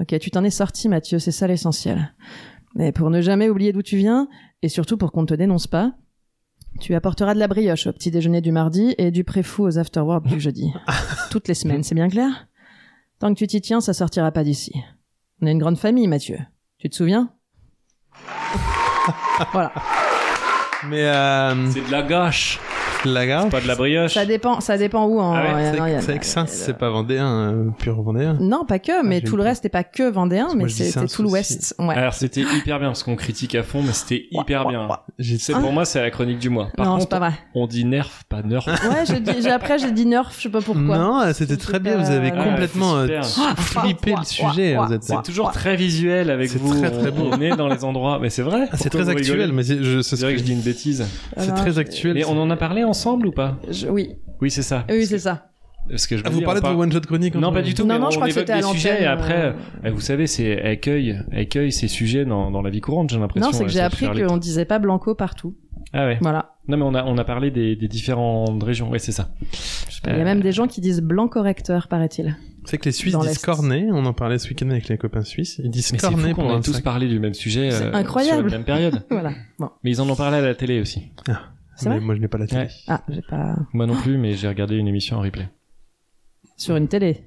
S5: Ok, tu t'en es sorti, Mathieu, c'est ça l'essentiel. Mais pour ne jamais oublier d'où tu viens, et surtout pour qu'on ne te dénonce pas, tu apporteras de la brioche au petit déjeuner du mardi et du préfou aux afterworks du jeudi. Toutes les semaines, c'est bien clair Tant que tu t'y tiens, ça sortira pas d'ici. On est une grande famille, Mathieu. Tu te souviens Voilà.
S1: Mais euh,
S6: C'est de la gâche,
S1: la gare,
S6: pas de la brioche.
S5: Ça dépend, ça dépend où en. Euh,
S6: Ah ouais,
S5: il y a-
S1: c'est
S5: non, il y a-
S1: c'est que ça, c'est pas vendéen, euh, pur vendéen.
S5: Non, pas que, mais
S6: Ah,
S1: j'ai
S5: tout le
S1: oublié.
S5: reste n'est pas que vendéen,
S1: moi,
S5: mais
S1: je dis
S5: c'est
S1: c'est un
S5: c'est tout l'Ouest. Ouais.
S6: Alors c'était hyper bien parce qu'on critique à fond, mais c'était hyper bien.
S1: J'ai-
S6: C'est pour moi c'est la chronique du mois. Par
S5: Hein non, c'est
S6: contre,
S5: pas vrai.
S6: on dit nerf, pas nerf.
S5: Ouais, j'ai dit- j'ai- après j'ai dit nerf, je sais pas pourquoi.
S1: Non, euh,
S5: Je
S1: c'était
S5: sais
S1: très bien.
S5: pas,
S1: Vous avez
S5: euh,
S1: complètement
S6: Ouais,
S1: euh,
S6: c'est
S5: Ah,
S6: super.
S1: flippé le sujet. Vous êtes.
S6: C'est toujours très visuel avec
S1: C'est
S6: vous.
S1: très, très
S6: on-
S1: beau.
S6: On est dans les endroits, mais c'est vrai.
S1: Ah, C'est
S6: pourquoi
S1: très
S6: vous
S1: actuel,
S6: rigolez
S1: mais c'est je- c'est
S6: C'est
S1: ce
S6: vrai
S1: que
S6: que je dis une bêtise.
S1: C'est
S5: Alors,
S1: très
S5: je-
S1: actuel.
S6: Mais on en a parlé ensemble ou pas
S5: je- oui,
S6: Oui, c'est ça.
S5: oui, c'est ça.
S6: Parce que je
S1: Ah,
S6: veux
S1: vous
S6: dire,
S1: parlez
S6: on
S1: de
S6: parle-
S1: vos one shot chroniques
S6: Non,
S1: en
S6: pas
S1: fait
S6: du tout.
S5: Non,
S6: mais
S5: non,
S6: on
S5: je crois que
S6: évoque
S5: c'était à
S6: des sujets et
S5: l'antenne,
S6: après,
S5: euh,
S6: euh, vous savez, c'est accueil, accueil ces sujets dans, dans la vie courante, j'ai l'impression.
S5: Non, c'est que
S6: euh,
S5: j'ai
S6: ça
S5: appris
S6: fait les-
S5: qu'on disait pas blanco partout.
S6: Ah ouais.
S5: Voilà.
S6: Non, mais on a, on a parlé des, des différentes régions. Ouais, c'est ça.
S5: Il y
S6: Euh,
S5: a même des gens qui disent blanc correcteur, paraît-il.
S1: C'est que les Suisses
S5: Dans
S1: disent
S5: l'Est.
S1: cornet. On en parlait ce week-end avec les copains suisses. Ils disent
S6: Mais c'est fou
S1: cornet pour
S6: qu'on
S1: un
S6: ait tous
S1: sac.
S6: parlé du même sujet
S5: C'est
S6: euh,
S5: incroyable.
S6: sur la même période.
S5: Voilà. Bon,
S6: Mais ils en ont parlé à la télé aussi.
S5: c'est
S1: Mais
S5: vrai.
S1: Moi, je n'ai pas la télé.
S6: Ouais.
S5: Ah, j'ai pas
S6: Moi non plus, mais j'ai regardé une émission en replay.
S5: sur une télé.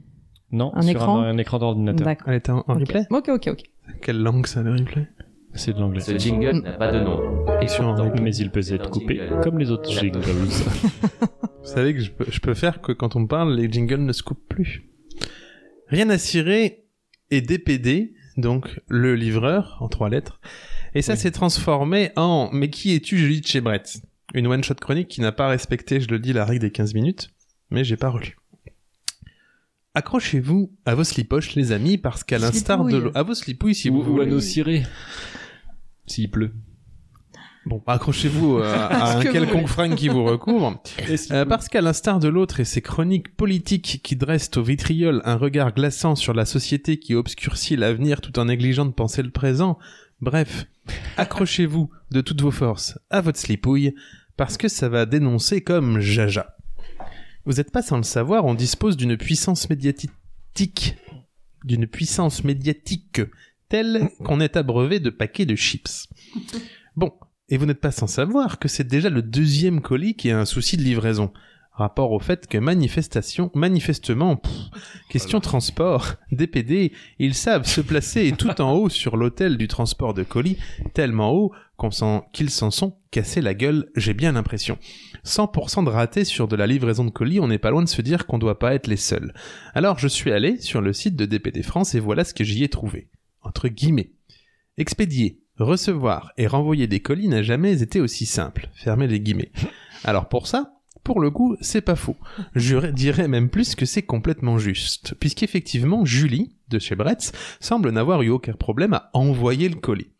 S6: Non,
S5: Un
S6: sur
S5: écran
S6: un, un écran d'ordinateur.
S5: D'accord.
S1: Elle était en, en
S5: Ok.
S1: replay
S5: Ok, ok, ok.
S1: Quelle langue ça le replay
S6: C'est de l'anglais.
S9: Ce jingle n'a pas de nom. Et
S1: Sur un
S9: pourtant,
S1: replay.
S6: Mais il peut être coupé comme les autres
S9: La
S6: jingles.
S1: Vous savez que je peux, je peux faire que quand on parle, les jingles ne se coupent plus. Rien à cirer et DPD, donc le livreur, en trois lettres. Et ça
S6: Oui.
S1: s'est transformé en Mais qui es-tu, Julie de chez Brett Une one-shot chronique qui n'a pas respecté, je le dis, la règle des 15 minutes, mais j'ai pas relu. Accrochez-vous à vos slipoches, les amis, parce qu'à l'instar de
S5: Slipouille.
S1: l'eau. À vos slipouilles, si
S6: ou,
S1: vous
S6: ou à
S1: voulez.
S6: nos cirés. S'il pleut.
S1: Bon, accrochez-vous euh, à
S5: Ce
S1: un
S5: que vous
S1: quelconque
S5: voulez.
S1: fringue qui vous recouvre. Euh, parce qu'à l'instar de l'autre et ses chroniques politiques qui dressent au vitriol un regard glaçant sur la société qui obscurcit l'avenir tout en négligeant de penser le présent, bref, accrochez-vous de toutes vos forces à votre slipouille parce que ça va dénoncer comme jaja. Vous n'êtes pas sans le savoir, on dispose d'une puissance médiatique, d'une puissance médiatique telle qu'on est abreuvé de paquets de chips. Bon, et vous n'êtes pas sans savoir que c'est déjà le deuxième colis qui a un souci de livraison. Rapport au fait que manifestation, manifestement, pff, question transport, DPD, ils savent se placer tout en haut sur l'autel du transport de colis, tellement haut qu'on s'en- qu'ils s'en sont cassés la gueule, j'ai bien l'impression. 100% de raté sur de la livraison de colis, on n'est pas loin de se dire qu'on doit pas être les seuls. Alors je suis allé sur le site de DPD France et voilà ce que j'y ai trouvé. Entre guillemets. Expédier, recevoir et renvoyer des colis n'a jamais été aussi simple. Fermez les guillemets. Alors pour ça, pour le coup, c'est pas faux. Je dirais même plus que c'est complètement juste, puisqu'effectivement, Julie, de chez Bretz, semble n'avoir eu aucun problème à envoyer le colis.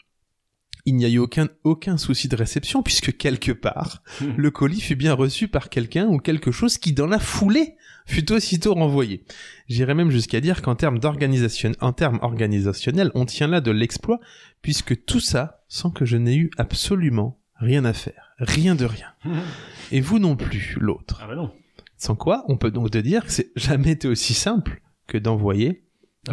S1: Il n'y a eu aucun, aucun souci de réception, puisque quelque part, le colis fut bien reçu par quelqu'un ou quelque chose qui, dans la foulée, fut aussitôt renvoyé. J'irais même jusqu'à dire qu'en termes d'organisation, en termes organisationnels, on tient là de l'exploit, puisque tout ça sans que je n'ai eu absolument rien à faire. Rien de rien. Et vous non plus, l'autre.
S6: Ah bah non.
S1: Sans quoi, on peut donc te dire que c'est jamais été aussi simple que d'envoyer,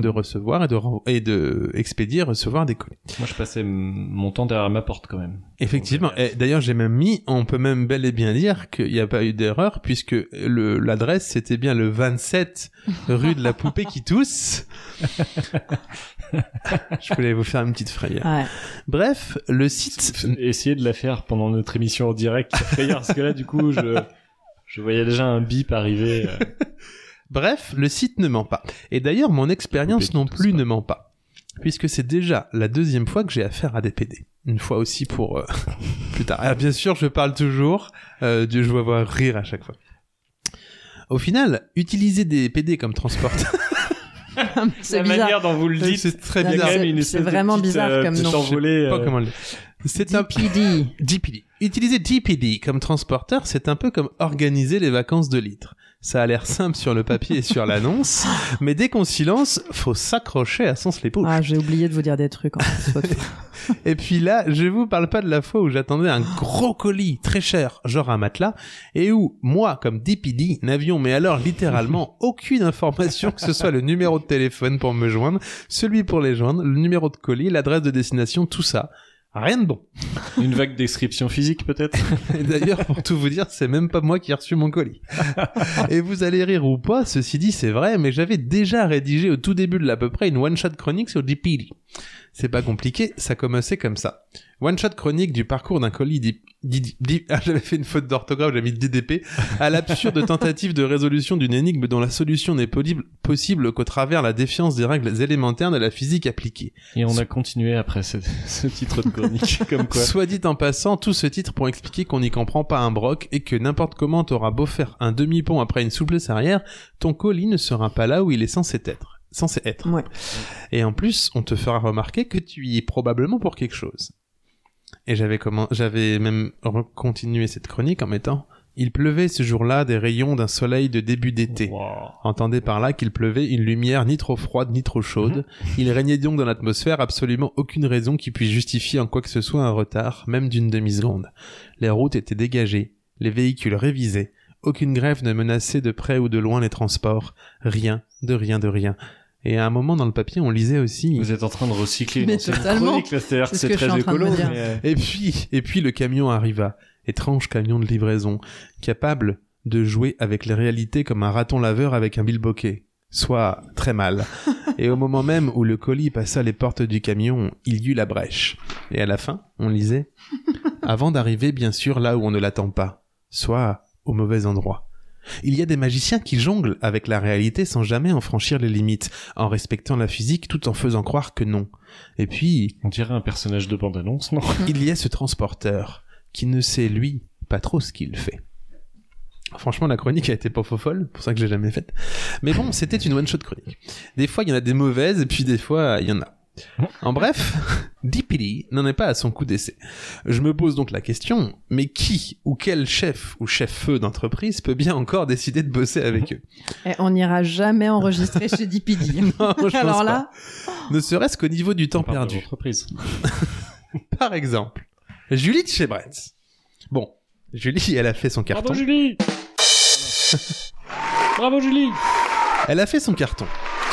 S1: de recevoir et de, ren- et de expédier, recevoir des colis.
S6: Moi je passais m- mon temps derrière ma porte quand même.
S1: Effectivement.
S6: Donc, euh,
S1: Et D'ailleurs, j'ai même mis, on peut même bel et bien dire qu'il n'y a pas eu d'erreur puisque le- l'adresse c'était bien le 27 rue de la poupée qui tousse. Je voulais vous faire une petite frayeur.
S5: Ouais.
S1: Bref, le site.
S6: Essayez de la faire pendant notre émission en direct. frayeur, parce que là, du coup, je, je voyais déjà un bip arriver. euh,
S1: Bref, le site ne ment pas. Et d'ailleurs, mon expérience
S6: Coupé,
S1: non
S6: tout
S1: plus
S6: ça.
S1: ne ment pas. Puisque c'est déjà la deuxième fois que j'ai affaire à des PD. Une fois aussi pour... euh, plus tard. Ah, bien sûr, je parle toujours. Euh, Dieu, je vois voir rire à chaque fois. Au final, utiliser des PD comme transporteur...
S5: C'est
S6: la
S5: bizarre.
S6: manière dont vous le dites. Euh,
S1: c'est très
S5: Non,
S1: bizarre.
S5: c'est- c'est vraiment bizarre
S1: euh,
S5: comme nom.
S1: Je sais
S6: Envolé,
S1: pas comment le dire. C'est un...
S5: DPD.
S1: DPD. Utiliser DPD comme transporteur, c'est un peu comme organiser les vacances de litre. Ça a l'air simple sur le papier et sur l'annonce, mais dès qu'on s'y lance, faut s'accrocher à son slipouche.
S5: Ah, j'ai oublié de vous dire des trucs. En fait. Soit-
S1: Et puis là, je vous parle pas de la fois où j'attendais un gros colis très cher, genre un matelas, et où moi, comme DPD, n'avions mais alors littéralement aucune information que ce soit le numéro de téléphone pour me joindre, celui pour les joindre, le numéro de colis, l'adresse de destination, tout ça. Rien de bon.
S6: Une vague description physique, peut-être
S1: Et d'ailleurs, pour tout vous dire, c'est même pas moi qui ai reçu mon colis. Et vous allez rire ou pas, ceci dit, c'est vrai, mais j'avais déjà rédigé au tout début de l'à peu près une one-shot chronique sur DPD. C'est pas compliqué, ça commençait comme ça. One-shot chronique du parcours d'un colis D- D- D- Ah, j'avais fait une faute d'orthographe, j'avais mis DDP, à l'absurde tentative de résolution d'une énigme dont la solution n'est poli- possible qu'au travers la défiance des règles élémentaires de la physique appliquée.
S6: Et on a continué après ce, ce titre de chronique, comme quoi.
S1: Soit dit en passant, tout ce titre pour expliquer qu'on n'y comprend pas un broc et que n'importe comment t'auras beau faire un demi-pont après une souplesse arrière, ton colis ne sera pas là où il est censé être. Censé être.
S5: Ouais.
S1: Et en plus, on te fera remarquer que tu y es probablement pour quelque chose. Et j'avais commen- j'avais même re- continué cette chronique en mettant Il pleuvait ce jour-là des rayons d'un soleil de début d'été.
S6: Wow.
S1: Entendez par là qu'il pleuvait une lumière ni trop froide ni trop chaude. Il régnait donc dans l'atmosphère absolument aucune raison qui puisse justifier en quoi que ce soit un retard, même d'une demi-seconde. Les routes étaient dégagées, les véhicules révisés, aucune grève ne menaçait de près ou de loin les transports, rien, de rien, de rien. Et à un moment dans le papier, on lisait aussi...
S6: Vous êtes en train de recycler une
S5: Mais
S6: ancienne
S5: totalement.
S6: chronique, là, c'est-à-dire
S5: C'est
S6: que
S5: ce
S6: c'est
S5: que je
S6: très
S5: suis en train de
S6: écolo.
S5: me dire.
S6: mais, euh,
S1: Et puis, et puis le camion arriva, étrange camion de livraison, capable de jouer avec les réalités comme un raton laveur avec un bilboquet, soit très mal. Et au moment même où le colis passa les portes du camion, il y eut la brèche. Et à la fin, on lisait avant d'arriver bien sûr là où on ne l'attend pas, soit au mauvais endroit. Il y a des magiciens qui jonglent avec la réalité sans jamais en franchir les limites, en respectant la physique tout en faisant croire que non. Et puis,
S6: On dirait un personnage de bande-annonce, non
S5: Mm.
S1: il y a ce transporteur qui ne sait, lui, pas trop ce qu'il fait. Franchement, la chronique a été pas faux folle, pour ça que j'ai jamais faite. Mais bon, c'était une one-shot chronique. Des fois, il y en a des mauvaises, et puis des fois, il y en a. En bref, DPD n'en est pas à son coup d'essai. Je me pose donc la question, mais qui ou quel chef ou chef-feu d'entreprise peut bien encore décider de bosser avec eux
S5: Eh, on n'ira jamais enregistrer chez DPD.
S1: Non, je pense
S5: Alors
S1: pas.
S5: là,
S1: Ne serait-ce qu'au niveau du temps
S6: On parle de
S1: perdu.
S6: l'entreprise.
S1: Par exemple, Julie de chez Brett. Bon, Julie, elle a fait son carton.
S6: Bravo Julie Bravo Julie
S1: Elle a fait son carton.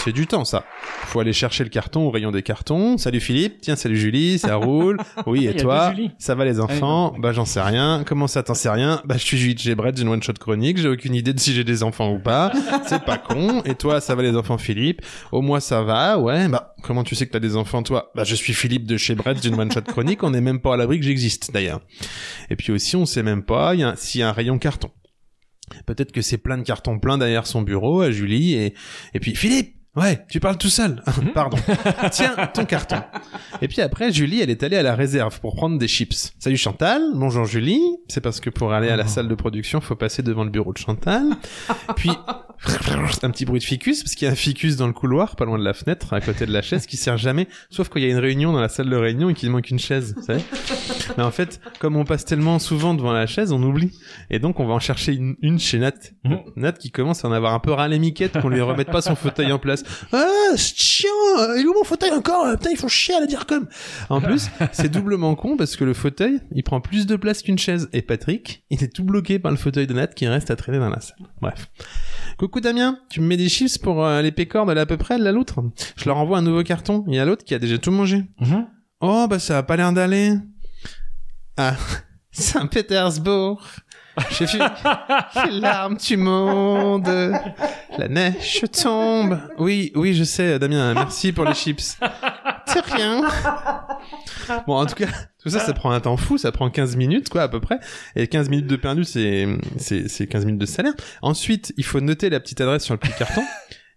S1: C'est du temps, ça. Faut aller chercher le carton au rayon des cartons. Salut Philippe. Tiens, salut Julie. Ça roule. Oui,
S6: Ah,
S1: et
S6: il y a
S1: toi
S6: deux Julie.
S1: Ça va les enfants
S6: Ah,
S1: Bah, j'en sais rien. Comment ça, t'en sais rien Bah, je suis Julie de chez Brett, j'ai une one-shot chronique. J'ai aucune idée de si j'ai des enfants ou pas. C'est pas con. Et toi, ça va les enfants, Philippe Au moins, ça va. Ouais. Bah, comment tu sais que t'as des enfants, toi Bah, je suis Philippe de chez Brett, j'ai une one-shot chronique. On n'est même pas à l'abri que j'existe, d'ailleurs. Et puis aussi, on sait même pas il y a- s'il y a un rayon carton. Peut-être que c'est plein de cartons pleins derrière son bureau à Julie et, et puis Philippe Ouais, tu parles tout seul. Pardon. Tiens, ton carton. Et puis après, Julie, elle est allée à la réserve pour prendre des chips. Salut Chantal. Bonjour Julie. C'est parce que pour aller à la salle de production, faut passer devant le bureau de Chantal. Puis, un petit bruit de ficus, parce qu'il y a un ficus dans le couloir, pas loin de la fenêtre, à côté de la chaise, qui sert jamais, sauf quand il y a une réunion dans la salle de réunion et qu'il manque une chaise, vous savez. Mais en fait, comme on passe tellement souvent devant la chaise, on oublie. Et donc, on va en chercher une, une chez Nat.
S6: Mhm.
S1: Nat qui commence à en avoir un peu ras les miquettes qu'on lui remette pas son fauteuil en place. Ah, c'est chiant! euh, Il est où mon fauteuil encore? Euh, Putain, ils font chier à la dire comme! En plus, c'est doublement con parce que le fauteuil, il prend plus de place qu'une chaise. Et Patrick, il est tout bloqué par le fauteuil de Nat qui reste à traîner dans la salle. Bref. Coucou Damien, tu me mets des chips pour euh, les pécores de l'à peu près de la loutre? Je leur envoie un nouveau carton. Il y a l'autre qui a déjà tout mangé.
S6: Mhm.
S1: Oh, bah ça a pas l'air d'aller. Ah, Saint-Pétersbourg. J'ai vu les larmes du monde, la neige tombe. Oui, oui, je sais, Damien, merci pour les chips. C'est rien. Bon, en tout cas, tout ça, ça prend un temps fou, ça prend 15 minutes, quoi, à peu près. Et 15 minutes de perdu, c'est, c'est, c'est 15 minutes de salaire. Ensuite, il faut noter la petite adresse sur le petit carton.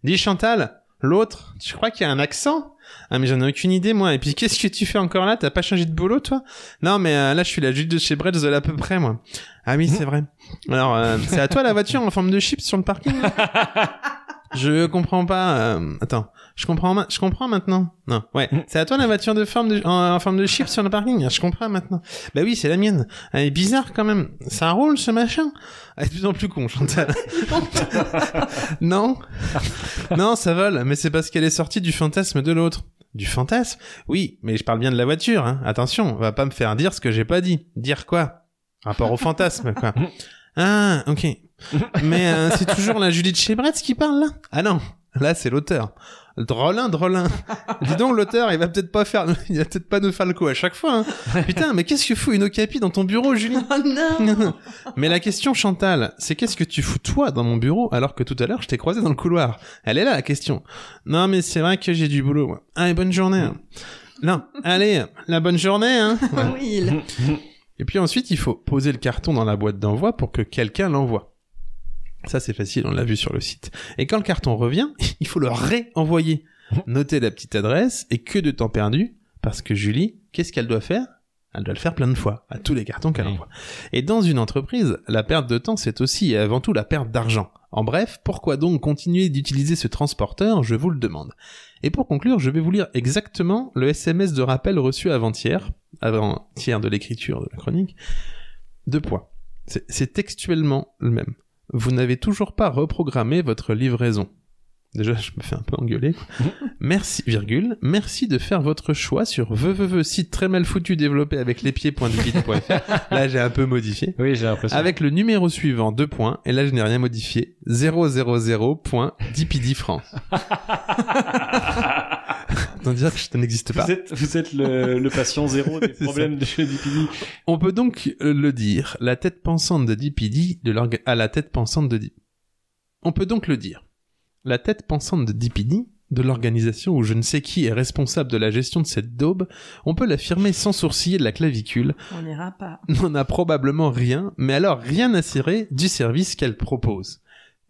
S1: Dis Chantal, l'autre, je crois qu'il y a un accent. Ah mais j'en ai aucune idée moi. Et puis qu'est-ce que tu fais encore là T'as pas changé de boulot toi Non mais euh, là je suis la Julie de chez Bretz de à peu près moi. Ah oui c'est vrai. Alors euh, c'est à toi la voiture en forme de chips sur le parking là Je comprends pas. euh, attends, je comprends. ma- Je comprends maintenant. Non, ouais. C'est à toi la voiture de forme de, en, en forme de chips sur le parking. Je comprends maintenant. Bah oui, c'est la mienne. Elle est bizarre quand même. Ça roule ce machin. Elle est de plus en plus con, Chantal. non, non, ça vole. Mais c'est parce qu'elle est sortie du fantasme de l'autre. Du fantasme Oui, mais je parle bien de la voiture. Hein. Attention, va pas me faire dire ce que j'ai pas dit. Dire quoi Rapport au fantasme, quoi. Ah, ok. Mais euh, c'est toujours la Julie de chez Bretz qui parle là Ah non, là c'est l'auteur. Drolin, drolin. Dis donc l'auteur, il va peut-être pas faire, il va peut-être pas nous faire le coup à chaque fois. hein. Putain, mais qu'est-ce que fout une okapi dans ton bureau, Julie
S5: Oh non
S1: Mais la question, Chantal, c'est qu'est-ce que tu fous toi dans mon bureau alors que tout à l'heure je t'ai croisé dans le couloir Elle est là la question. Non, mais c'est vrai que j'ai du boulot. moi. Allez, bonne journée. hein. Non, allez, la bonne journée. Hein. Ouais.
S5: Oui, il-
S1: Et puis ensuite, il faut poser le carton dans la boîte d'envoi pour que quelqu'un l'envoie. Ça, c'est facile, on l'a vu sur le site. Et quand le carton revient, il faut le réenvoyer. Notez la petite adresse et que de temps perdu, parce que Julie, qu'est-ce qu'elle doit faire Elle doit le faire plein de fois, à tous les cartons qu'elle envoie. Et dans une entreprise, la perte de temps, c'est aussi et avant tout la perte d'argent. En bref, pourquoi donc continuer d'utiliser ce transporteur, je vous le demande. Et pour conclure, je vais vous lire exactement le SMS de rappel reçu avant-hier, avant-hier de l'écriture de la chronique. Deux points. C'est- C'est textuellement le même. Vous n'avez toujours pas reprogrammé votre livraison. Déjà, je me fais un peu engueuler. quoi. Merci, virgule, merci de faire votre choix sur www site très mal foutu développé avec les pieds point du guide point fr. Là, j'ai un peu modifié.
S6: Oui, j'ai l'impression.
S1: Avec le numéro suivant, deux points, et là je n'ai rien modifié, 000.dpd France. Autant dire que je n'existe pas.
S6: Vous êtes, vous êtes le, le patient zéro des
S1: C'est ça.
S6: problèmes de chez DPD.
S1: On peut donc euh, le dire, la tête pensante de DPD de l'orga- à la tête pensante de Di- On peut donc le dire, la tête pensante de DPD de l'organisation où je ne sais qui est responsable de la gestion de cette daube, on peut l'affirmer sans sourciller de la clavicule,
S5: on n'ira pas.
S1: n'en a probablement rien, mais alors rien à cirer du service qu'elle propose.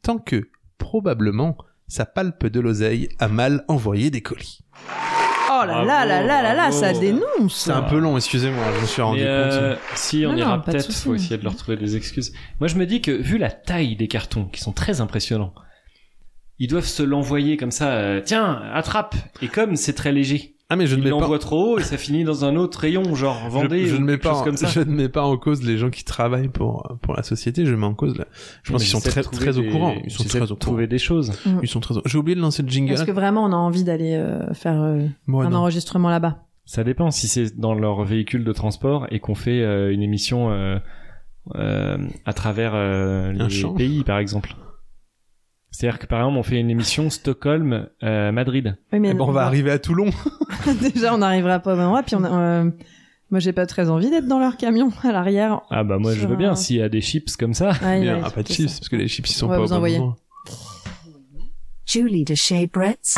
S1: Tant que, probablement, ça palpe de l'oseille à mal envoyer des colis.
S5: Oh là là là là là là, ça
S6: Bravo.
S5: dénonce
S1: C'est un peu long, excusez-moi, je me suis rendu
S6: Ah. Mais, euh, si, on
S5: Non,
S6: ira
S5: non, pas de
S6: peut-être.
S5: souci.
S6: faut essayer de leur trouver des excuses. Moi, je me dis que, vu la taille des cartons, qui sont très impressionnants, ils doivent se l'envoyer comme ça. euh, Tiens, attrape Et comme c'est très léger,
S1: compte. Ah mais je ne
S6: ils
S1: mets pas,
S6: l'envoient trop haut et ça finit dans un autre rayon, genre Vendée
S1: je, je
S6: ou
S1: ne mets
S6: quelque
S1: pas,
S6: chose
S1: en-
S6: comme ça.
S1: je ne mets pas en cause les gens qui travaillent pour pour la société. Je mets en cause. la- Je pense
S6: Mais
S1: qu'ils sont
S6: j'essaie
S1: très
S6: de trouver
S1: très au
S6: des-
S1: courant. Ils sont
S6: j'essaie
S1: très
S6: de
S1: au courant.
S6: trouver des choses.
S1: Ils sont très. au- J'ai oublié de lancer le jingle.
S5: Est-ce que vraiment on a envie d'aller euh, faire euh,
S1: Moi,
S5: un
S1: non.
S5: enregistrement là-bas
S6: Ça dépend si c'est dans leur véhicule de transport et qu'on fait euh, une émission euh, euh, à travers euh,
S1: Un
S6: les
S1: champ.
S6: pays, par exemple. C'est-à-dire que par exemple, on fait une émission Stockholm, euh, Madrid.
S5: Oui, mais
S1: Eh ben, on va arriver à Toulon.
S5: déjà on n'arrivera pas au même endroit. Puis on a, euh, moi j'ai pas très envie d'être dans leur camion à l'arrière.
S6: Ah bah moi je
S5: Sur
S6: veux
S5: un-
S6: bien s'il y a des chips comme ça.
S5: Ah, il
S1: Bien,
S5: va
S1: ah, pas de chips
S5: expliquer ça.
S1: parce que les chips ils sont
S5: On va
S1: pas au
S5: vous
S1: bon
S5: envoyer.
S1: moment.
S8: Julie de chez Bretz.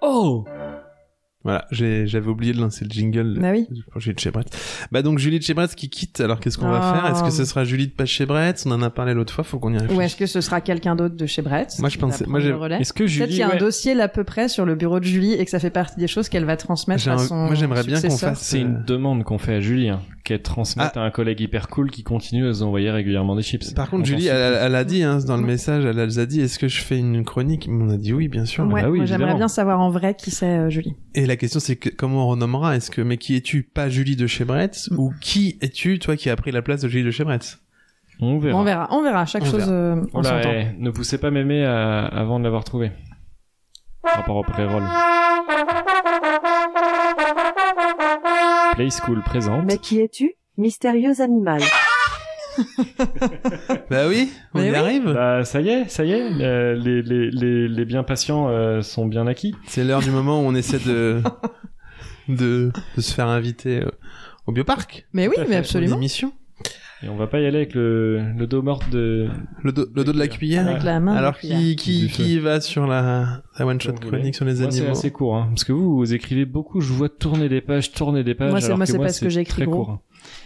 S6: Oh
S1: Voilà, j'ai- j'avais oublié de lancer le jingle.
S5: Bah oui.
S1: Pour Julie de chez Bretz. Bah donc Julie de chez Bretz qui quitte, alors qu'est-ce qu'on va
S5: Ah.
S1: faire Est-ce que ce sera Julie de pas chez Bretz On en a parlé l'autre fois, faut qu'on y réfléchisse.
S5: Ou est-ce que ce sera quelqu'un d'autre de chez Brett
S1: Moi, je
S5: qui va
S1: pensais-
S5: prendre
S1: moi, j'ai-
S5: le relais
S6: Est-ce que
S5: Peut-être qu'il y
S6: Julie
S5: a un
S6: ouais,
S5: dossier là à peu près sur le bureau de Julie et que ça fait partie des choses qu'elle va transmettre
S1: J'ai
S5: à
S1: un-
S5: son
S1: Moi j'aimerais bien qu'on
S5: successeur.
S1: fasse. euh,
S6: c'est une demande qu'on fait à Julie, hein, qu'elle transmette
S1: Ah.
S6: à un collègue hyper cool qui continue à nous envoyer régulièrement des chips.
S1: Par contre,
S6: On
S1: Julie,
S6: t'en
S1: elle,
S6: supplie.
S1: elle a dit hein, dans le message, elle, elle a dit est-ce que je fais une chronique On a dit oui, bien sûr.
S5: Ouais,
S6: bah oui,
S5: moi j'aimerais
S6: évidemment.
S5: bien savoir en vrai qui c'est euh, Julie.
S1: Et la question, c'est que, comment on renommera Est-ce que mais qui es-tu Pas Julie de chez Bretz Ou qui es-tu, toi, qui as pris la place de Julie de chez Bretz
S6: on verra.
S5: On verra, on verra, chaque
S1: On
S5: chose
S1: verra.
S5: euh, en
S6: Oula,
S5: son temps.
S6: eh, ne poussez pas mémé à- avant de l'avoir trouvé. Par rapport au pré-roll. Play School présente.
S11: Mais qui es-tu, mystérieux animal
S1: Bah oui, on
S5: Mais
S1: y
S5: oui.
S1: arrive.
S6: Bah, ça y est, ça y est, euh, les, les, les, les bien patients euh, sont bien acquis.
S1: C'est l'heure du moment où on essaie de, de, de se faire inviter euh, au bioparc.
S5: Mais oui,
S6: Tout à
S5: mais
S6: fait.
S1: Pour une
S5: absolument.
S1: émission.
S6: Et on va pas y aller avec le, le dos mort de.
S1: Le dos, le dos de la cuillère
S5: Avec la main,
S1: Alors
S5: la cuillère.
S1: qui, qui,
S6: Du
S1: qui va sur la, la one shot
S6: Comme vous
S1: chronique sur les
S6: Moi, c'est
S1: animaux
S6: assez court, hein, parce que vous, vous écrivez beaucoup, je vous vois tourner des pages, tourner des pages.
S5: Moi, c'est-
S6: alors
S5: moi,
S6: que
S5: c'est
S6: moi,
S5: pas ce que
S6: c'est
S5: j'écris,
S6: très
S5: gros.
S6: court, hein.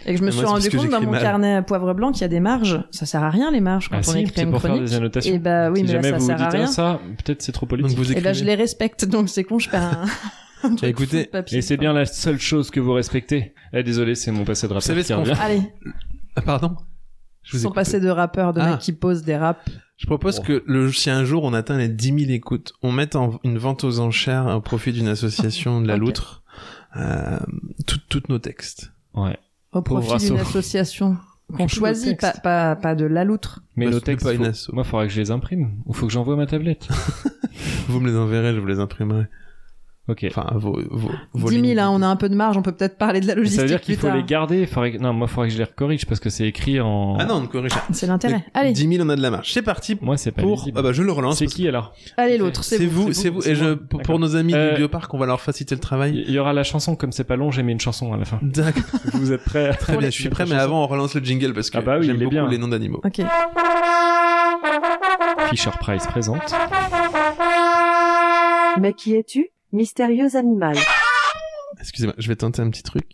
S5: Et que je me
S1: Mais
S5: suis
S1: moi, c'est
S5: rendu
S1: parce que
S5: compte dans
S1: j'écris
S5: mon
S1: mal.
S5: carnet à poivre blanc qu'il y a des marges. Ça sert à rien les marges quand
S6: Ah
S5: on
S6: si,
S5: écrit
S6: c'est
S5: une
S6: pour faire
S5: chronique.
S6: des annotations.
S5: Et bah oui,
S6: si
S5: mais là
S6: jamais
S5: ça
S6: vous vous
S5: sert
S6: dites
S5: à rien.
S6: ah, ça, peut-être c'est trop
S1: Donc
S6: politique.
S1: vous
S5: Et
S1: écrivez.
S5: là je les respecte donc c'est con, je perds un. un truc
S1: Écoutez,
S5: fou de papier.
S6: Et c'est bien la seule chose que vous respectez. Eh, désolé, c'est mon passé de rappeur
S1: savez ce
S6: qui
S1: qu'on
S6: revient.
S5: Allez,
S1: Ah, Pardon je,
S5: ils
S1: vous ai
S5: sont
S1: coupé.
S5: passés de rappeurs, de
S1: Ah.
S5: mecs qui posent des raps.
S1: je propose que le, si un jour on atteint les 10 000 écoutes, on mette en, une vente aux enchères au profit d'une association de la
S5: Ok.
S1: loutre euh, tout- toutes nos textes.
S6: Ouais.
S5: au
S6: Pauvre
S5: profit d'une
S6: assaut.
S5: association qu'on
S6: Tous nos
S5: choisit, pas,
S6: textes.
S5: pas, pas de la loutre.
S6: Mais
S1: Bah,
S6: nos
S1: c'est plus
S6: textes,
S1: pas une
S6: faut-
S1: asso.
S6: moi, faudra que je les imprime. Ou faut que j'envoie ma tablette.
S1: Vous me les enverrez, je vous les imprimerai.
S6: Ok.
S1: Enfin, vos, vos, vos
S5: 10
S1: lignes.
S5: 000, hein, on a un peu de marge, on peut peut-être parler de la logistique
S6: ça veut dire qu'il
S5: plus
S6: faut
S5: tard.
S6: les garder. faudrait que- Non, moi, faudrait que je les corrige parce que c'est écrit en.
S1: Ah non, on ne corrige pas.
S5: C'est l'intérêt.
S1: Mais
S5: Allez,
S1: 10 000, on a de la marge. C'est parti
S6: Moi, c'est pas
S1: pour...
S6: lisible.
S1: Ah bah je le relance.
S6: c'est
S1: parce-
S6: qui alors
S5: allez l'autre, c'est
S1: C'est
S5: vous.
S1: vous,
S6: c'est
S1: c'est
S6: vous,
S1: vous.
S6: c'est
S1: Et je,
S6: moi.
S1: pour
S6: D'accord.
S1: nos amis
S6: Euh,
S1: du Bioparc, on va leur faciliter le travail.
S6: Il y aura la chanson, comme c'est pas long, j'ai mis une chanson à la fin.
S1: D'accord.
S6: Vous êtes prêts à-
S1: Très bien, je suis prêt, mais avant on relance le jingle parce que
S6: Ah bah oui,
S1: j'aime
S6: il est
S1: beaucoup
S6: bien.
S1: les noms d'animaux.
S5: Ok.
S6: Fisher Price présente.
S11: Mais qui es-tu, mystérieux animal
S1: Excusez-moi, je vais tenter un petit truc.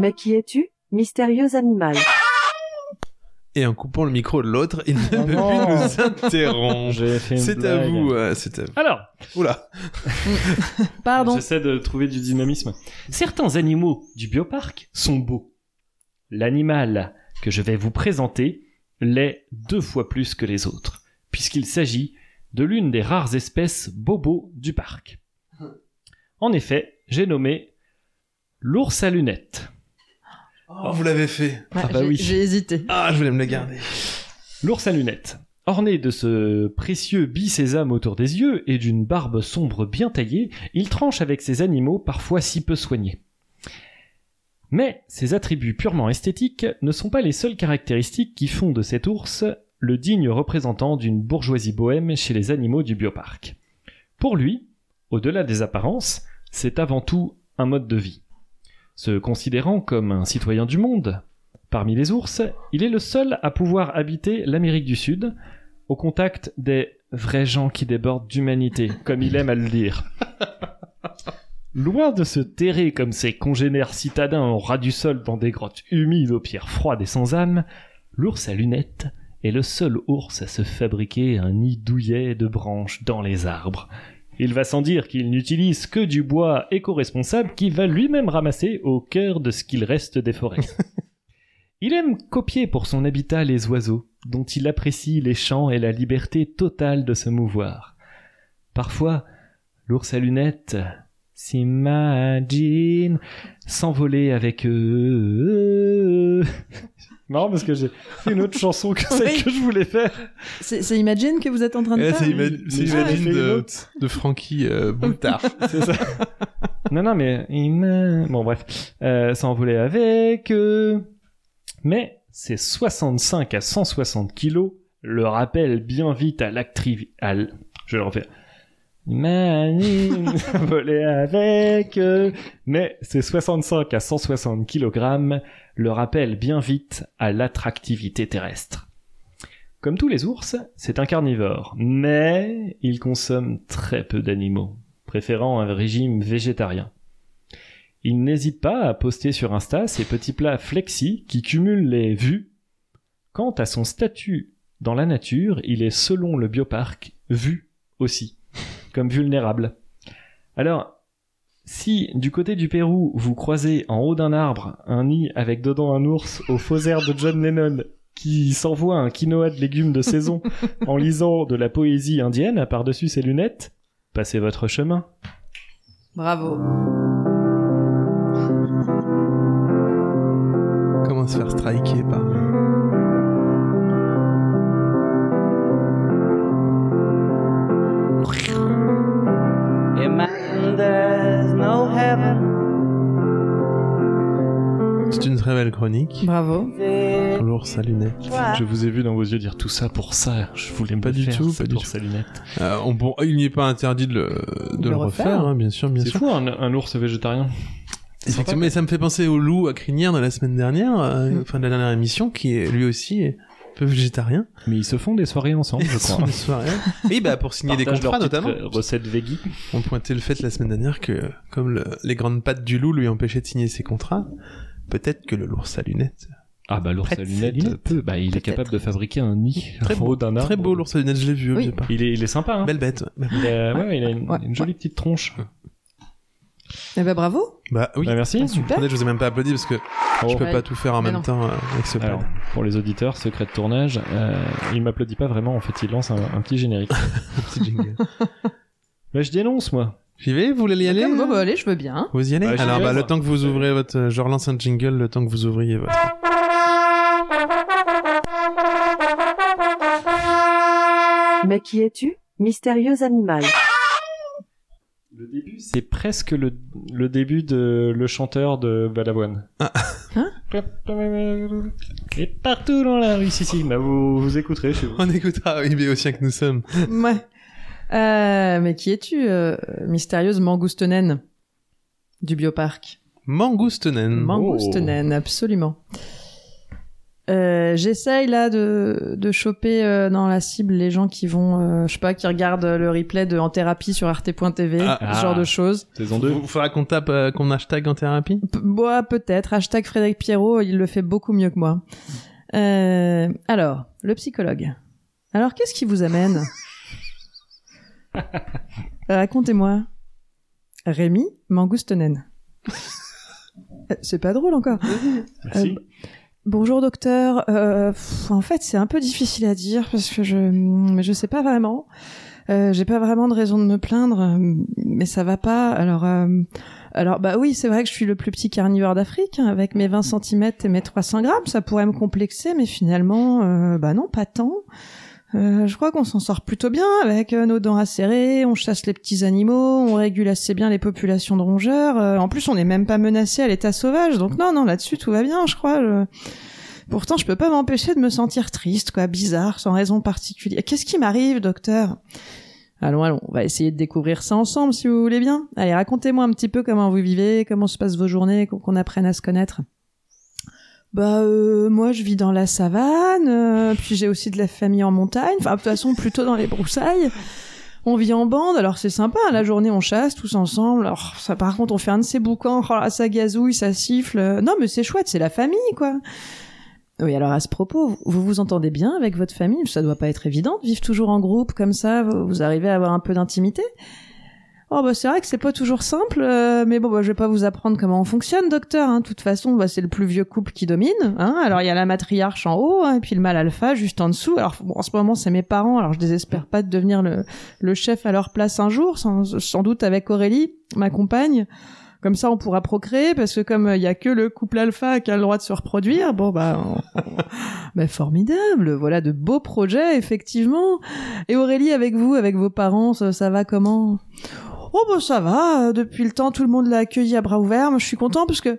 S11: Mais qui es-tu, mystérieux animal
S1: Et en coupant le micro de l'autre, il ne
S6: Oh
S1: peut
S6: non.
S1: plus nous interrompre.
S6: J'ai fait une
S1: C'est à
S6: blague.
S1: vous, euh, c'est à vous.
S6: Alors,
S1: Oula.
S5: Pardon.
S6: J'essaie de trouver du dynamisme. Certains animaux du bioparc sont beaux. L'animal que je vais vous présenter l'est deux fois plus que les autres, puisqu'il s'agit de l'une des rares espèces bobo du parc.
S5: Hum.
S6: En effet, j'ai nommé l'ours à lunettes.
S1: Oh, vous l'avez fait.
S5: Ouais,
S6: Ah bah
S5: j'ai-
S6: oui.
S5: J'ai hésité.
S1: Ah, je voulais me la garder.
S6: L'ours à lunettes, orné de ce précieux bisésame autour des yeux et d'une barbe sombre bien taillée, il tranche avec ces animaux parfois si peu soignés. Mais ces attributs purement esthétiques ne sont pas les seules caractéristiques qui font de cet ours le digne représentant d'une bourgeoisie bohème chez les animaux du bioparc. Pour lui, au-delà des apparences, c'est avant tout un mode de vie. Se considérant comme un citoyen du monde, Parmi les ours, il est le seul à pouvoir habiter l'Amérique du Sud, au contact des vrais gens qui débordent d'humanité, comme il aime à le dire. Loin de se terrer comme ses congénères citadins au ras du sol dans des grottes humides aux pierres froides et sans âme, l'ours à lunettes est le seul ours à se fabriquer un nid douillet de branches dans les arbres. Il va sans dire qu'il n'utilise que du bois éco-responsable qu'il va lui-même ramasser au cœur de ce qu'il reste des forêts. Il aime copier pour son habitat les oiseaux, dont il apprécie les chants et la liberté totale de se mouvoir. Parfois, l'ours à lunettes s'imagine s'envoler avec eux. Marrant parce que j'ai fait une autre chanson que celle
S5: Oui.
S6: que je voulais faire.
S5: C'est c'est Imagine que vous êtes en train de
S1: Et là,
S5: faire
S1: Eh, c'est
S5: hein
S1: Ima- c'est
S6: Ah,
S1: Imagine
S6: j'ai fait une
S1: de,
S6: autre.
S1: de Frankie euh, Boutard.
S6: C'est ça. non, non, mais ima- bon, bref, euh, s'envoler avec. eux. Mais ces 65 à 160 kilos le rappellent bien vite à l'actrice. Je le refais. Imagine voler avec. eux. Mais ces 65 à 160 kilogrammes le rappellent bien vite à l'attractivité terrestre. Comme tous les ours, c'est un carnivore, mais il consomme très peu d'animaux préférant un régime végétarien. Il n'hésite pas à poster sur Insta ses petits plats flexi qui cumulent les vues. Quant à son statut dans la nature, il est selon le bioparc vu aussi, comme vulnérable. Alors, si du côté du Pérou vous croisez en haut d'un arbre un nid avec dedans un ours au faux air de John Lennon qui s'envoie un quinoa de légumes de saison en lisant de la poésie indienne à par-dessus ses lunettes, passez votre chemin.
S5: Bravo.
S1: Comment se faire striker par. C'est une très belle chronique.
S5: Bravo.
S1: L'ours à lunettes.
S6: Je vous ai vu dans vos yeux dire tout ça pour ça. Je voulais
S1: Pas
S6: me le
S1: du
S6: faire,
S1: tout,
S6: c'est
S1: pas du
S6: pour
S1: tout.
S6: sa lunette.
S1: Euh, on- bon, il n'est pas interdit de le, de le refaire, hein, bien sûr, bien
S6: C'est
S1: sûr.
S6: fou un, un ours végétarien.
S1: Effectivement, mais ça me fait penser au loup à crinière de la semaine dernière, euh, enfin de la dernière émission, qui est lui aussi est un peu végétarien.
S6: Mais ils se font des soirées ensemble, je crois.
S1: Son soirée. Oui, bah pour signer des
S6: Partagent
S1: contrats
S6: leur petite,
S1: notamment.
S6: euh, Recette veggie.
S1: On pointait le fait la semaine dernière que, comme le- les grandes pattes du loup lui empêchaient de signer ses contrats, peut-être que le l'ours à lunettes.
S6: Ah bah l'ours à
S1: Prête ses
S6: lunettes
S1: lunettes.
S6: peut. Bah il est capable de fabriquer un nid
S1: Très
S6: en
S1: beau,
S6: haut d'un arbre.
S1: Très beau l'ours à lunettes, je l'ai vu,
S5: Oui.
S1: au départ.
S6: Il est, il est sympa. Hein.
S1: Belle bête. ouais.
S6: Il a, ouais, il a une,
S5: Ouais,
S6: une jolie petite tronche.
S5: Eh ben bravo.
S1: Bah oui.
S6: Bah, merci.
S5: Super.
S1: Attendez, je vous ai même pas applaudi parce que
S6: Oh. Ah.
S1: je peux
S5: Ouais.
S1: pas tout faire en
S5: Mais
S1: même
S5: non.
S1: temps euh, avec ce
S6: Alors,
S1: plan.
S6: pour les auditeurs, secret de tournage, euh, il m'applaudit pas vraiment, en fait, il lance un, un petit générique.
S1: Petit jingle.
S6: Bah, je dénonce, moi.
S1: J'y vais, vous voulez y aller
S5: Bon,
S6: hein.
S5: bah, allez, je veux bien.
S1: Vous y allez
S6: Bah, j'y
S1: Alors,
S6: vais,
S1: bah, le
S6: moi.
S1: temps que vous ouvrez votre. Je relance un jingle, le temps que vous ouvriez votre.
S11: Mais qui es-tu, mystérieux animal
S6: Le début, c'est presque le, le début de le chanteur de Balavoine.
S1: Ah.
S5: Hein
S6: Et partout dans la rue, si, si, bah, vous, vous écouterez chez vous.
S1: On écoutera, oui, mais aussi que nous sommes.
S5: Ouais. Euh, mais qui es-tu, euh, mystérieuse mangoustenène du bioparc
S1: Mangoustenen.
S5: Mangoustenène, absolument. Euh, J'essaye là de, de choper euh, dans la cible les gens qui vont, euh, je sais pas, qui regardent le replay de En Thérapie sur arte.tv,
S1: Ah.
S5: ce genre de choses.
S6: Saison
S1: Il
S6: 2.
S1: faudra qu'on tape, euh, qu'on hashtag en thérapie
S5: P- Moi, peut-être. Hashtag Frédéric Pierrot, il le fait beaucoup mieux que moi. Euh, alors, le psychologue. Alors, qu'est-ce qui vous amène Racontez-moi. Rémi Mangoustenen. Euh, C'est pas drôle encore. Euh,
S6: Merci.
S5: Bonjour docteur. Euh, pff, en fait, c'est un peu difficile à dire parce que je mais je sais pas vraiment. Euh, J'ai pas vraiment de raison de me plaindre, euh, mais ça va pas. Alors euh, alors bah oui, c'est vrai que je suis le plus petit carnivore d'Afrique hein, avec mes 20 cm et mes 300 grammes. Ça pourrait me complexer, mais finalement euh, bah non, pas tant. Euh, je crois qu'on s'en sort plutôt bien avec euh, nos dents acérées, on chasse les petits animaux, on régule assez bien les populations de rongeurs. euh, en plus, on n'est même pas menacé à l'état sauvage, donc non, non, là-dessus tout va bien, je crois. Euh, je- Pourtant, je peux pas m'empêcher de me sentir triste, quoi, bizarre, sans raison particulière. Qu'est-ce qui m'arrive, docteur Allons, allons, on va essayer de découvrir ça ensemble, si vous voulez bien. Allez, racontez-moi un petit peu comment vous vivez, comment se passent vos journées, qu'on qu'on apprenne à se connaître. Bah, euh, moi, je vis dans la savane, euh, puis j'ai aussi de la famille en montagne, enfin, de toute façon, plutôt dans les broussailles. On vit en bande, alors c'est sympa, la journée on chasse tous ensemble, alors ça par contre on fait un de ces boucans, oh là, ça gazouille, ça siffle, non mais c'est chouette, c'est la famille quoi. Oui, alors à ce propos, vous- vous vous entendez bien avec votre famille Ça doit pas être évident de vivre toujours en groupe comme ça, vous vous arrivez à avoir un peu d'intimité Oh bah c'est vrai que c'est pas toujours simple, euh, mais bon bah je vais pas vous apprendre comment on fonctionne, docteur. hein. De toute façon, bah, c'est le plus vieux couple qui domine. Hein. Alors il y a la matriarche en haut hein, et puis le mâle alpha juste en dessous. Alors bon, en ce moment c'est mes parents, alors je désespère pas de devenir le, le chef à leur place un jour, sans, sans doute avec Aurélie, ma compagne. Comme ça on pourra procréer parce que comme euh, il y a que le couple alpha qui a le droit de se reproduire, bon bah, on- on- bah formidable, voilà de beaux projets effectivement. Et Aurélie avec vous, avec vos parents, ça- ça va comment Oh bah ça va, euh, depuis le temps tout le monde l'a accueilli à bras ouverts, moi je suis content parce que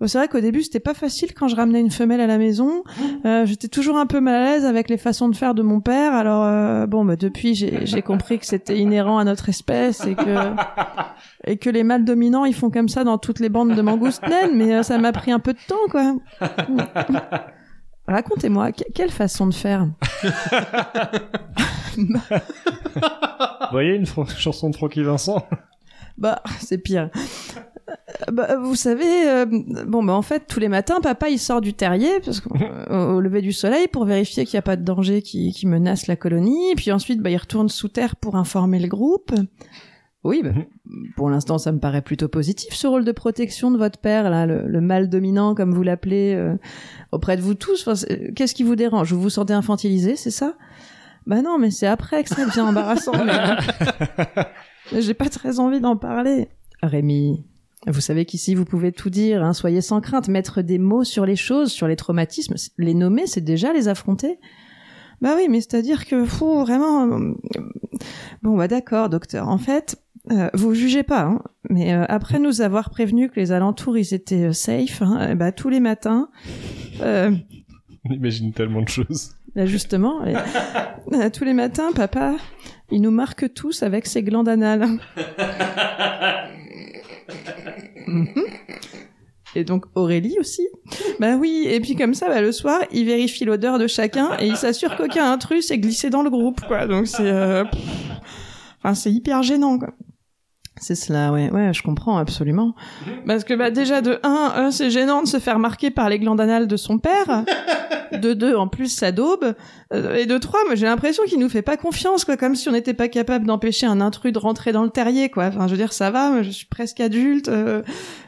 S5: bah, c'est vrai qu'au début c'était pas facile quand je ramenais une femelle à la maison, Euh, j'étais toujours un peu mal à l'aise avec les façons de faire de mon père, alors euh, bon bah depuis j'ai j'ai compris que c'était inhérent à notre espèce et que et que les mâles dominants ils font comme ça dans toutes les bandes de mangoustes naines, mais euh, ça m'a pris un peu de temps quoi. Racontez-moi, que- quelle façon de faire
S6: Vous voyez une fran- chanson de Francky Vincent
S5: Bah, c'est pire. Euh, Bah, vous savez, euh, bon, bah, en fait, tous les matins, papa, il sort du terrier parce que, euh, au lever du soleil pour vérifier qu'il n'y a pas de danger qui, qui menace la colonie. Et puis ensuite, bah, il retourne sous terre pour informer le groupe. Oui, bah,
S6: Mhm.
S5: pour l'instant, ça me paraît plutôt positif, ce rôle de protection de votre père, là, le, le mâle dominant, comme vous l'appelez, euh, auprès de vous tous. Enfin, c'est- euh, Qu'est-ce qui vous dérange Vous vous sentez infantilisé, c'est ça Bah non, mais c'est après que ça devient embarrassant. mais- hein. mais J'ai pas très envie d'en parler. Rémi, vous savez qu'ici vous pouvez tout dire, hein, soyez sans crainte, mettre des mots sur les choses, sur les traumatismes, c- les nommer, c'est déjà les affronter. Bah oui, mais c'est-à-dire que fou, vraiment. euh, Bon bah d'accord, docteur. En fait, Euh, vous jugez pas, hein, mais euh, après nous avoir prévenu que les alentours ils étaient euh, safe, hein, eh ben, tous les matins, euh,
S6: On imagine tellement de choses.
S5: Là, justement, et- euh, tous les matins, papa, il nous marque tous avec ses glandes anales. Mhm. Et donc Aurélie aussi. Bah oui, et puis comme ça, bah, le soir, il vérifie l'odeur de chacun et il s'assure qu'aucun intrus est glissé dans le groupe, quoi. Donc c'est, euh, pff, enfin c'est hyper gênant, quoi. C'est cela, ouais, ouais, je comprends absolument. Parce que bah déjà de 1, c'est gênant de se faire marquer par les glandes anales de son père. De 2, en plus ça daube. Euh, Et de 3, j'ai l'impression qu'il nous fait pas confiance, quoi, comme si on n'était pas capable d'empêcher un intrus de rentrer dans le terrier, quoi. Enfin, je veux dire, ça va, moi, je suis presque adulte. euh,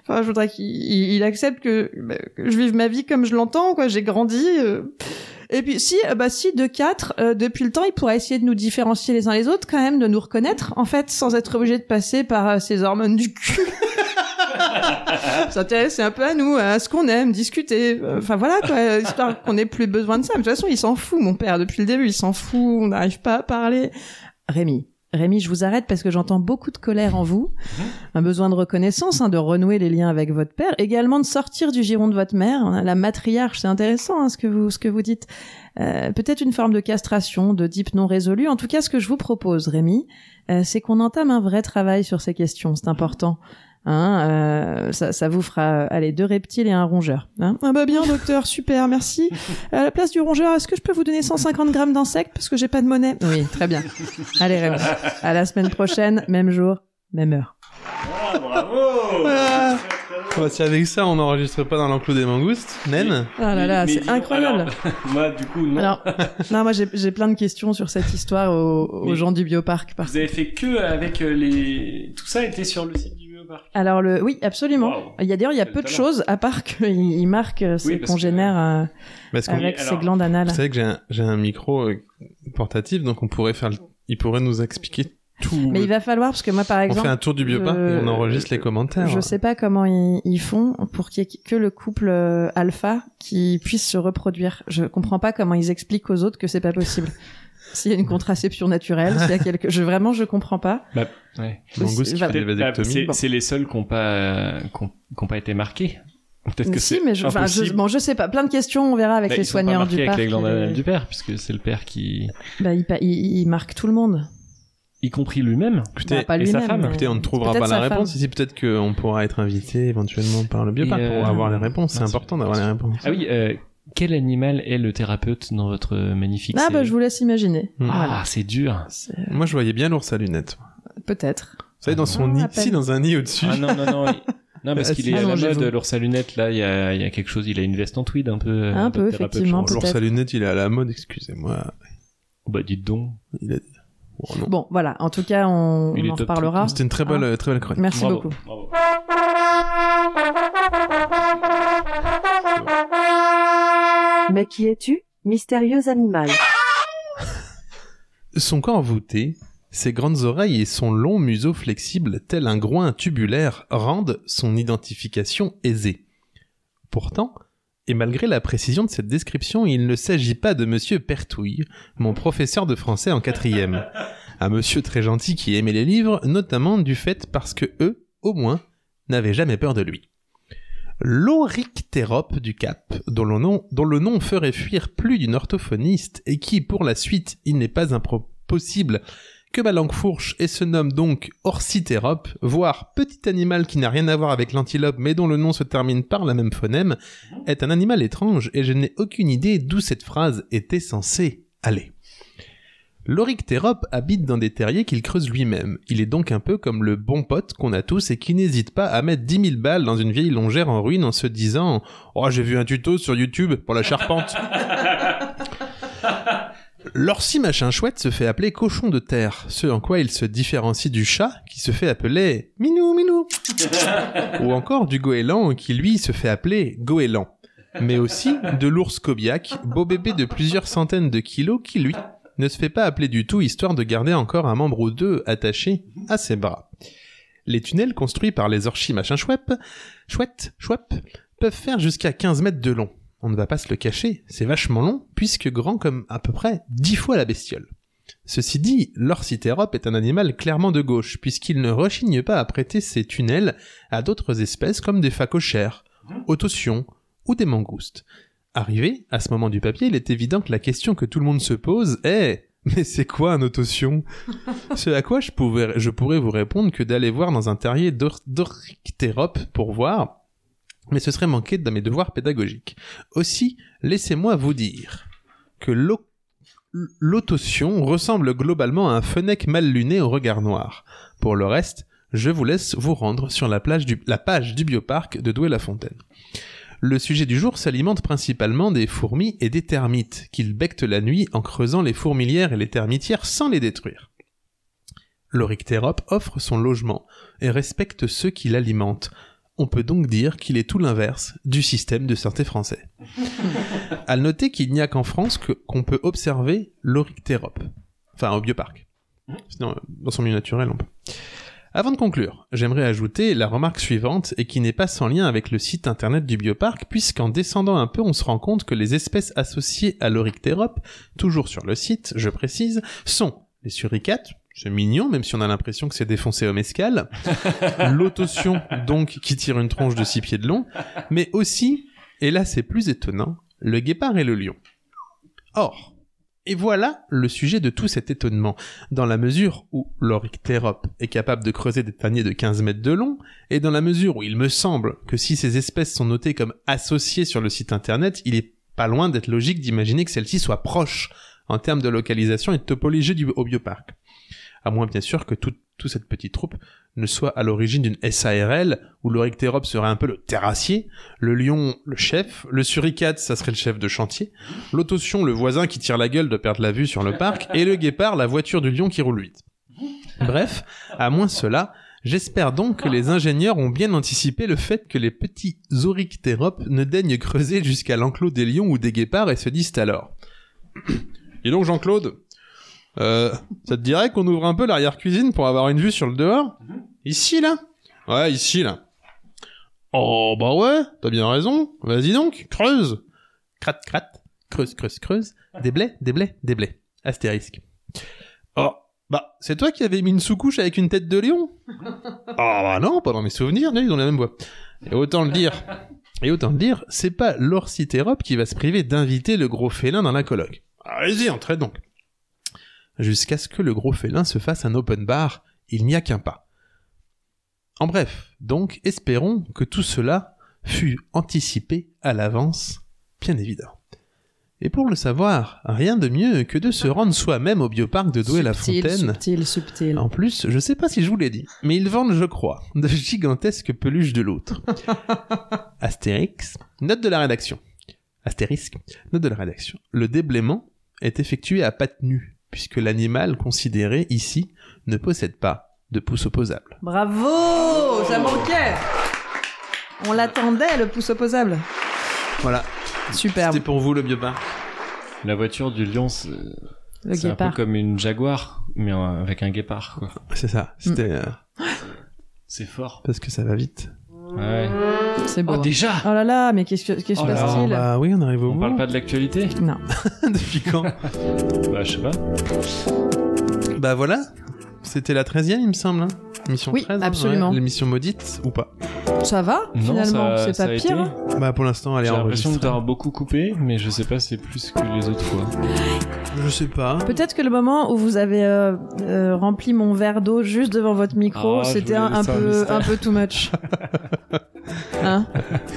S5: Enfin, je voudrais qu'il il- il accepte que, bah, que je vive ma vie comme je l'entends, quoi. J'ai grandi. euh. Et puis si, euh, bah si, de 4, depuis le temps, il pourrait essayer de nous différencier les uns les autres, quand même, de nous reconnaître, en fait, sans être obligé de passer par euh, ces hormones du cul. s'intéresser un peu à nous, à ce qu'on aime, discuter. Enfin voilà quoi, histoire qu'on ait plus besoin de ça. Mais de toute façon, il s'en fout, mon père, depuis le début, il s'en fout, on n'arrive pas à parler. Rémi. Rémi, je vous arrête parce que j'entends beaucoup de colère en vous, un besoin de reconnaissance, hein, de renouer les liens avec votre père, également de sortir du giron de votre mère, hein, la matriarche, c'est intéressant hein, ce que vous ce que vous dites. Euh, Peut-être une forme de castration, de deep non résolu. En tout cas, ce que je vous propose, Rémi, euh, c'est qu'on entame un vrai travail sur ces questions. C'est important. Hein, euh, ça, ça vous fera euh, allez, deux reptiles et un rongeur. hein. ah bah bien, docteur, super, merci. À la place du rongeur, est-ce que je peux vous donner 150 grammes d'insectes parce que j'ai pas de monnaie Oui, très bien. Allez, Raymond, à la semaine prochaine, même jour, même heure.
S1: Ah. Bah, si avec ça on n'enregistre pas dans l'enclos des mangoustes, naine
S5: Ah là là, c'est incroyable.
S6: Moi, du coup, non.
S5: Alors, non, moi j'ai- j'ai plein de questions sur cette histoire aux, aux
S6: Mais-
S5: gens du bioparc. par-
S6: Vous avez fait que avec euh, les. Tout ça était sur le site du bioparc.
S5: Alors le, oui, absolument. Il y a d'ailleurs il y a peu de
S6: talent.
S5: choses à part qu'il marque euh, ses
S6: parce que-
S5: congénères euh,
S1: Parce qu'on-
S5: avec
S1: Oui,
S5: ses
S1: alors-
S5: glandes anales.
S1: Vous savez que j'ai un, j'ai un micro euh, portatif, donc on pourrait faire, le- il pourrait nous expliquer tout.
S5: Mais il va falloir parce que moi par
S1: on
S5: exemple,
S1: fait un tour du bioparc
S5: je-
S1: et on enregistre les commentaires.
S5: Je sais pas comment ils, ils font pour qu'il y ait que le couple euh, alpha qui puisse se reproduire. Je comprends pas comment ils expliquent aux autres que c'est pas possible. S'il y a une contraception naturelle, s'il y a quelque, je vraiment je comprends pas.
S6: Bah, ouais.
S5: Les mangoustes qui font des
S6: Peut-être,
S5: vasectomies.
S6: c'est- C'est les seuls qui n'ont pas, euh, qu'ont- qu'ont pas été marqués. Peut-être que
S5: si,
S6: c'est
S5: mais je, enfin, je-
S6: impossible.
S5: bon, je sais pas. Plein de questions, on verra avec
S6: Bah,
S5: les
S6: ils sont pas
S5: soignants
S6: marqués
S5: du parc.
S6: avec les glandes
S5: et les-
S6: anales du euh, père, puisque c'est le père qui,
S5: Bah, il, pa- il- il marque tout le monde.
S6: y compris lui-même,
S5: Bah, pas
S1: et
S5: lui-même,
S1: sa femme.
S5: mais-
S1: Écoutez, on ne trouvera
S5: Peut-être
S1: pas la
S5: sa femme.
S1: réponse ici. Peut-être qu'on pourra être invité éventuellement par le bioparc
S6: Et, euh,
S1: pour avoir les réponses. C'est important d'avoir les réponses.
S6: Ah oui, euh, quel animal est le thérapeute dans votre magnifique
S5: Ah bah
S6: série
S5: je vous laisse imaginer.
S1: Mm.
S5: Voilà.
S6: Ah, c'est dur.
S1: Moi, je voyais bien l'ours à lunettes.
S5: Peut-être.
S1: Vous savez, dans son
S5: Ah,
S1: nid,
S5: à peine.
S1: si, dans un nid au-dessus.
S6: Ah non, non, non. il- Non, parce
S1: Ah,
S6: qu'il
S1: si.
S6: est
S1: Ah
S6: à
S1: non,
S6: la
S1: j'ai
S6: mode,
S1: vu.
S6: l'ours à lunettes, là, il y a, il y a quelque chose, il a une veste en tweed un peu. euh,
S5: Un peu,
S6: de thérapeute, je
S5: effectivement,
S6: crois.
S1: L'ours
S5: peut-être.
S1: à lunettes, il est à la mode, excusez-moi.
S6: Bah, dites donc.
S1: Il est... Oh, non.
S5: Bon, voilà. En tout cas, on,
S6: Il
S5: on
S6: est
S5: en
S6: top,
S5: reparlera.
S1: C'était une très belle, euh, très belle chronique.
S5: Merci
S6: Bravo,
S5: beaucoup.
S6: bravo.
S11: Mais qui es-tu, mystérieux animal
S1: Son corps voûté, ses grandes oreilles et son long museau flexible, tel un groin tubulaire, rendent son identification aisée. Pourtant, et malgré la précision de cette description, il ne s'agit pas de Monsieur Pertouille, mon professeur de français en quatrième. Un monsieur très gentil qui aimait les livres, notamment du fait parce que eux, au moins, n'avaient jamais peur de lui. L'Orictérope du Cap, dont le, nom, dont le nom ferait fuir plus d'une orthophoniste et qui, pour la suite, il n'est pas impro- possible que ma langue fourche et se nomme donc Orciterope, voire petit animal qui n'a rien à voir avec l'antilope mais dont le nom se termine par la même phonème, est un animal étrange et je n'ai aucune idée d'où cette phrase était censée aller. L'orictérope habite dans des terriers qu'il creuse lui-même. Il est donc un peu comme le bon pote qu'on a tous et qui n'hésite pas à mettre 10 000 balles dans une vieille longère en ruine en se disant Oh, j'ai vu un tuto sur YouTube pour la charpente. L'orsi machin chouette se fait appeler cochon de terre, ce en quoi il se différencie du chat qui se fait appeler minou minou, ou encore du goéland qui lui se fait appeler goéland, mais aussi de l'ours kobiak, beau bébé de plusieurs centaines de kilos qui lui ne se fait pas appeler du tout histoire de garder encore un membre ou deux attaché à ses bras. Les tunnels construits par les orchis machin chouette, chouette, chouette, peuvent faire jusqu'à 15 mètres de long. On ne va pas se le cacher, c'est vachement long, puisque grand comme à peu près 10 fois la bestiole. Ceci dit, l'orcitérope est un animal clairement de gauche, puisqu'il ne rechigne pas à prêter ses tunnels à d'autres espèces comme des phacochères, autotions ou des mangoustes. Arrivé à ce moment du papier, il est évident que la question que tout le monde se pose est mais c'est quoi un autotion Ce à quoi je, pouvais- je pourrais vous répondre que d'aller voir dans un terrier d'or- d'orchithérope pour voir, mais ce serait manquer de mes devoirs pédagogiques. Aussi, laissez-moi vous dire que l'o- l'autotion ressemble globalement à un fennec mal luné au regard noir. Pour le reste, je vous laisse vous rendre sur la, plage du- la page du bioparc de Douai-la-Fontaine. Le sujet du jour s'alimente principalement des fourmis et des termites, qu'ils bectent la nuit en creusant les fourmilières et les termitières sans les détruire. L'orictérope offre son logement et respecte ceux qui l'alimentent. On peut donc dire qu'il est tout l'inverse du système de santé français. À noter qu'il n'y a qu'en France que- qu'on peut observer l'orictérope. Enfin, au bioparc. Sinon, euh, dans son milieu naturel, on peut. Avant de conclure, j'aimerais ajouter la remarque suivante et qui n'est pas sans lien avec le site internet du bioparc, puisqu'en descendant un peu, on se rend compte que les espèces associées à l'orictérope, toujours sur le site, je précise, sont les suricates, c'est mignon, même si on a l'impression que c'est défoncé au mescal, l'autotion, donc, qui tire une tronche de six pieds de long, mais aussi, et là c'est plus étonnant, le guépard et le lion. Or, et voilà le sujet de tout cet étonnement, dans la mesure où l'orictérope est capable de creuser des paniers de 15 mètres de long, et dans la mesure où il me semble que si ces espèces sont notées comme associées sur le site internet, il est pas loin d'être logique d'imaginer que celles-ci soient proches en termes de localisation et de topologie du, au bioparc. À moins bien sûr que tout- toute cette petite troupe ne soit à l'origine d'une SARL où l'orictérope serait un peu le terrassier, le lion le chef, le suricate ça serait le chef de chantier, l'autotion le voisin qui tire la gueule de perdre la vue sur le parc et le guépard la voiture du lion qui roule vite. Bref, à moins cela, j'espère donc que les ingénieurs ont bien anticipé le fait que les petits orictéropes ne daignent creuser jusqu'à l'enclos des lions ou des guépards et se disent alors Dis donc Jean-Claude, euh, ça te dirait qu'on ouvre un peu l'arrière-cuisine pour avoir une vue sur le dehors Ici là Ouais, ici là. Oh bah ouais, t'as bien raison, vas-y donc, creuse Crat, crat, creuse, creuse, creuse, des blés, des blés, des blés. Astérisque. Oh, bah, c'est toi qui avais mis une sous-couche avec une tête de lion Ah bah non, pas dans mes souvenirs, ils ont la même voix. Et autant le dire, et autant le dire, c'est pas l'orcitérope qui va se priver d'inviter le gros félin dans la colloque. Allez-y, entrez donc. Jusqu'à ce que le gros félin se fasse un open bar, il n'y a qu'un pas. En bref, donc, espérons que tout cela fut anticipé à l'avance, bien évidemment. Et pour le savoir, rien de mieux que de se rendre soi-même au bioparc de Douai-la-Fontaine.
S5: Subtil, subtil.
S1: En plus, je sais pas si je vous l'ai dit, mais ils vendent, je crois, de gigantesques peluches de l'autre. Astérix, note de la rédaction. Astérisque, note de la rédaction. Le déblaiement est effectué à pattes nues, puisque l'animal considéré ici ne possède pas de pouce opposable.
S5: Bravo Ça manquait On l'attendait, le pouce opposable.
S1: Voilà.
S5: Superbe.
S1: C'était pour vous le bioparc.
S6: La voiture du lion, c'est
S5: Le
S6: c'est un peu
S5: guépard.
S6: comme une jaguar, mais euh, avec un guépard, quoi.
S1: C'est
S5: Mm.
S1: ça. C'était. euh,
S6: C'est fort.
S1: parce que ça va vite.
S6: Ouais.
S5: C'est beau.
S6: Oh, déjà
S5: Oh là là, mais qu'est-ce que- qu'est-ce qui se
S6: Oh là là,
S5: passe-t-il
S1: Bah oui, on arrive au
S6: On
S1: bout.
S6: parle pas de l'actualité
S5: Non.
S1: Depuis quand
S6: Bah, je sais pas.
S1: Bah voilà. C'était la 13 e il me semble. hein. Mission
S5: Oui,
S1: 13. hein,
S5: absolument.
S1: ouais. L'émission maudite ou pas
S5: Ça va,
S6: bah. Non,
S5: finalement.
S6: ça-
S5: C'est
S6: ça
S5: pas
S6: a
S5: pire.
S6: été.
S5: hein.
S1: Bah pour l'instant, elle est
S6: J'ai l'impression
S1: enregistrée.
S6: d'avoir beaucoup coupé, mais je sais pas si c'est plus que les autres fois.
S1: Je sais pas.
S5: Peut-être que le moment où vous avez euh, euh, rempli mon verre d'eau juste devant votre micro,
S6: Ah, je
S5: c'était
S6: voulais
S5: un, un
S6: laisser un
S5: peu,
S6: mystère.
S5: un peu too much. hein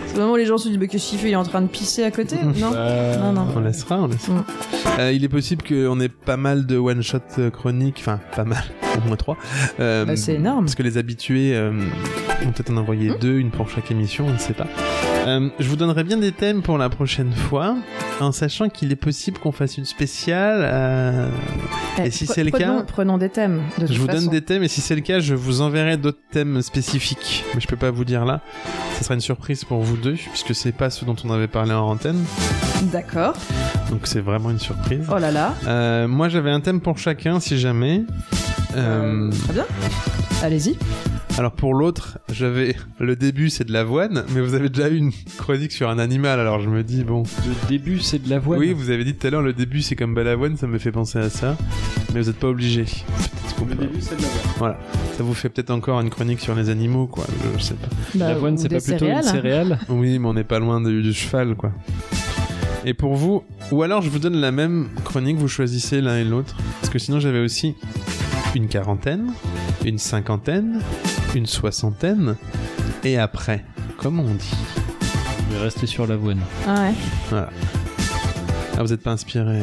S5: C'est le moment où les gens se disent Mais qu'est-ce qu'il fait Il est en train de pisser à côté Non
S6: Euh,
S5: Non, non.
S1: On laissera, on laissera.
S5: Mm.
S1: Euh, il est possible qu'on ait pas mal de one-shot euh, chroniques, enfin pas mal, au moins trois. Euh,
S5: Bah, c'est énorme. Mm.
S1: Parce que les habitués euh, vont peut-être en envoyer deux, une pour chaque émission, on ne sait pas. Euh, je vous donnerai bien des thèmes pour la prochaine fois, en sachant qu'il est possible qu'on fasse une spéciale. euh,
S5: Eh,
S1: Et si
S5: pre-
S1: c'est le cas-
S5: prenons, prenons des thèmes. De
S1: Je
S5: toute
S1: vous
S5: façon.
S1: donne des thèmes et si c'est le cas, je vous enverrai d'autres thèmes spécifiques. Mais je peux pas vous dire là. Ça sera une surprise pour vous deux, puisque c'est pas ce dont on avait parlé en antenne.
S5: D'accord.
S1: Donc c'est vraiment une surprise.
S5: Oh là là.
S1: Euh, moi, j'avais un thème pour chacun, si jamais. Euh,
S5: Très bien. Allez-y.
S1: Alors pour l'autre, j'avais le début c'est de l'avoine, mais vous avez déjà eu une chronique sur un animal, alors je me dis bon.
S6: Le début c'est de Euh, l'avoine.
S1: Oui, vous avez dit tout à l'heure le début c'est comme balavoine, ça me fait penser à ça, mais vous n'êtes pas obligé.
S6: Le début, c'est de l'avoine.
S1: Voilà, ça vous fait peut-être encore une chronique sur les animaux, quoi. Je sais pas.
S5: Bah,
S6: L'avoine,
S5: ou
S6: c'est
S5: des
S6: pas plutôt une
S5: céréales.
S6: céréale
S1: Oui, mais on n'est pas loin du, du cheval, quoi. Et pour vous, ou alors je vous donne la même chronique, vous choisissez l'un et l'autre. Parce que sinon j'avais aussi une quarantaine, une cinquantaine, une soixantaine, et après, comme on dit.
S6: Je vais rester sur l'avoine.
S5: Ah ouais.
S1: Voilà. Ah, vous n'êtes pas inspiré.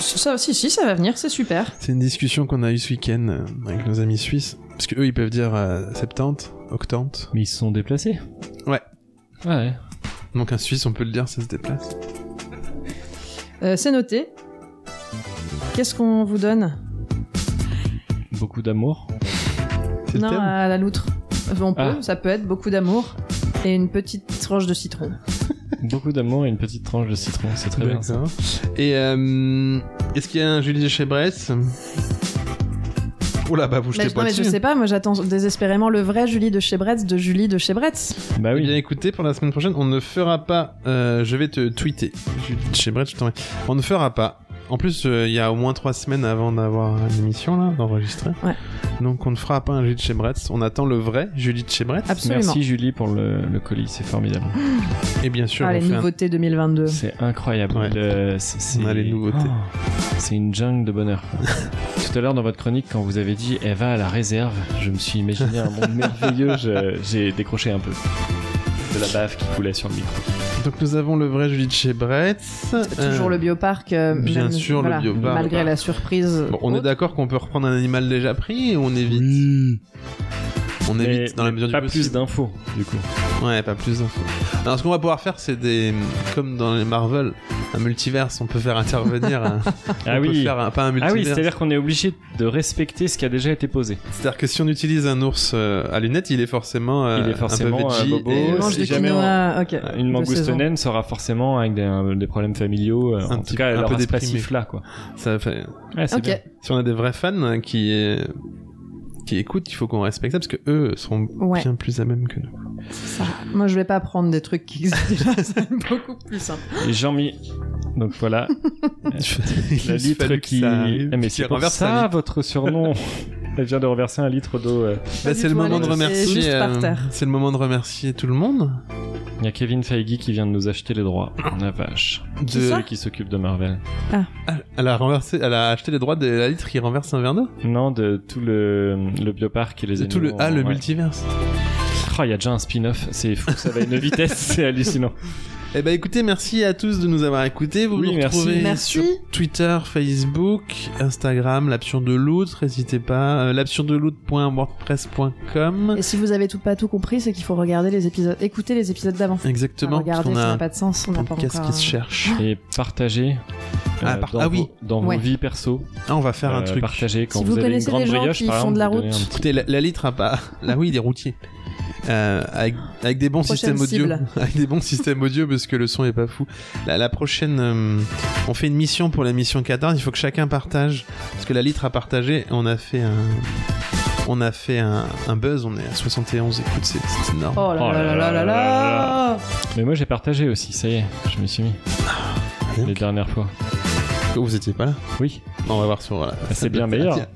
S5: Ça, si, si, ça va venir, c'est super.
S1: C'est une discussion qu'on a eue ce week-end euh, avec nos amis suisses. Parce qu'eux, ils peuvent dire euh, septante, octante.
S6: Mais ils se sont déplacés.
S1: Ouais.
S6: Ouais.
S1: Donc un Suisse, on peut le dire, ça se déplace.
S5: Euh, c'est noté. Qu'est-ce qu'on vous donne
S6: Beaucoup d'amour.
S1: C'est le
S5: Non,
S1: thème
S5: à la loutre. Euh, On peut,
S6: Ah.
S5: ça peut être beaucoup d'amour et une petite tranche de citron.
S6: Beaucoup d'amour et une petite tranche de citron. C'est très bien ça.
S1: D'accord. Et euh, est-ce qu'il y a un Julie chez Brest Oula, bah vous jetez
S5: Mais,
S1: pas
S5: non, mais je
S1: dessus.
S5: sais pas, moi j'attends désespérément le vrai Julie de chez Bretz de Julie de chez Bretz.
S6: Bah
S1: Eh
S6: oui.
S1: bien écoutez, pour la semaine prochaine, on ne fera pas. euh, je vais te tweeter. Julie de Chez Brett, je t'envoie. On ne fera pas. En plus, euh, il y a au moins trois semaines avant d'avoir une émission là, d'enregistrer.
S5: Ouais.
S1: Donc on ne fera pas un Julie de chez Brett. On attend le vrai Julie de chez Brett.
S5: Absolument.
S6: Merci Julie pour le, le colis, c'est formidable.
S1: Et bien sûr,
S5: Ah,
S1: on
S5: les
S1: fait un-
S5: nouveautés 2022.
S6: C'est incroyable.
S1: Ouais.
S6: Le- c'est- c'est-
S1: On a les nouveautés.
S6: Oh, c'est une jungle de bonheur. Tout à l'heure dans votre chronique, quand vous avez dit elle va à la réserve, je me suis imaginé un monde merveilleux. je- J'ai décroché un peu de la baffe qui coulait sur le micro.
S1: Donc nous avons le vrai Julie de chez Brett.
S5: Toujours le bioparc. euh,
S1: bien
S5: même-
S1: sûr, le
S5: voilà,
S1: bioparc.
S5: Malgré la surprise.
S1: Bon, on est
S5: autre.
S1: d'accord qu'on peut reprendre un animal déjà pris et on évite. On
S6: Mais-
S1: évite dans la
S6: mais
S1: mesure du
S6: pas
S1: possible.
S6: plus d'infos du coup.
S1: Ouais, pas plus d'infos. Alors, ce qu'on va pouvoir faire, c'est des. Comme dans les Marvel, un multiverse, on peut faire intervenir. un-
S6: Ah
S1: on peut
S6: oui.
S1: faire un- pas un
S6: Ah
S1: multiverse.
S6: oui, c'est-à-dire qu'on est obligé de respecter ce qui a déjà été posé.
S1: C'est-à-dire que si on utilise un ours euh, à lunettes, il est forcément. euh,
S6: Il est forcément
S1: un, peu
S6: un
S1: veggie
S6: bobo,
S1: et-
S6: c'est-
S5: Mange
S6: si
S5: des
S6: jamais
S5: quinoa, ok.
S6: Une
S5: de
S6: mangouste
S5: saison.
S6: naine sera forcément avec des, un- des problèmes familiaux, euh,
S1: Un
S6: en
S1: petit-
S6: tout cas
S1: un
S6: elle
S1: peu
S6: aura ce
S1: déprimé.
S6: passif-là. quoi.
S1: Ça fait...
S6: Ouais, c'est
S5: Ok.
S6: bien.
S1: Si on a des vrais fans euh, qui. euh, Qui écoutent, il faut qu'on respecte ça parce que eux seront
S5: Ouais.
S1: bien plus à même que nous.
S5: Ça va. Moi, je vais pas prendre des trucs qui existent déjà, c'est beaucoup plus simple.
S6: Et Jean-Mi, donc voilà,
S1: Il
S6: la
S1: a
S6: litre
S1: fallu que
S6: qui...
S1: ça
S6: Ah,
S1: arrive,
S6: mais
S1: qu'il
S6: c'est pour
S1: renverse sa
S6: ça
S1: litre.
S6: votre surnom Elle vient de renverser un litre d'eau. euh.
S1: Bah,
S5: du
S1: c'est le
S5: tout,
S1: moment de
S5: Alex, c'est
S1: remercier.
S5: juste par
S1: euh,
S5: terre.
S1: C'est le moment de remercier tout le monde.
S6: Il y a Kevin Feige qui vient de nous acheter les droits.
S1: Ah.
S6: La vache.
S1: De-
S6: Celui qui s'occupe de Marvel.
S1: Ah, Elle a renversé, elle a acheté les droits de la litre qui renverse un verre d'eau.
S6: Non, de tout le, le bioparc et les
S1: C'est tout le
S6: animaux
S1: ah
S6: en-
S1: le
S6: ouais.
S1: multiverse.
S6: Oh, il y a déjà un spin-off, c'est fou, ça va à une vitesse, c'est hallucinant.
S1: Eh ben écoutez, merci à tous de nous avoir écoutés. Vous
S6: Oui,
S1: nous
S6: merci.
S1: retrouvez
S5: Merci.
S1: sur Twitter, Facebook, Instagram, l'absurde de l'autre. N'hésitez pas. euh, l'absurde de
S5: Et si vous avez tout pas tout compris, c'est qu'il faut regarder les épisodes, écouter les épisodes d'avant.
S1: Exactement.
S5: Enfin, regarder,
S1: parce qu'on
S5: Ah, ça
S1: a
S5: n'a
S1: un
S5: pas de sens. On n'a pas
S1: podcast
S5: encore,
S1: qui se
S5: euh,
S1: cherche.
S6: Et partagez euh,
S1: Ah, par-
S6: dans,
S1: ah
S6: vos,
S1: oui.
S6: dans
S5: Ouais.
S6: vos vies perso.
S1: Ah, on va faire un
S6: Euh,
S1: truc.
S6: Partagez quand
S5: Si
S6: vous,
S5: vous
S6: avez une
S5: connaissez
S6: grande
S5: des gens
S6: brioche,
S5: qui
S6: par
S5: font
S6: exemple,
S5: de la
S6: vous donnez
S5: route.
S6: un petit-
S1: Écoutez, la, la litre a pas. Là oui, il est routier. Euh, avec, avec des bons
S5: Prochaine
S1: systèmes audio,
S5: cible.
S1: avec des bons systèmes audio parce que le son est pas fou. La, la prochaine, euh, on fait une mission pour la mission 14. Il faut que chacun partage parce que la litre a partagé. On a fait un, on a fait un, un buzz. On est à 71 écoutes, c'est c'est énorme.
S5: Oh là
S6: Oh
S5: là là là là là
S6: Mais moi j'ai partagé aussi, ça y est, je me suis mis.
S1: Ah, donc.
S6: Les dernières fois.
S1: Oh, Vous étiez pas là
S6: Oui,
S1: Non, On va voir sur. Voilà.
S6: Ah, c'est bien meilleur.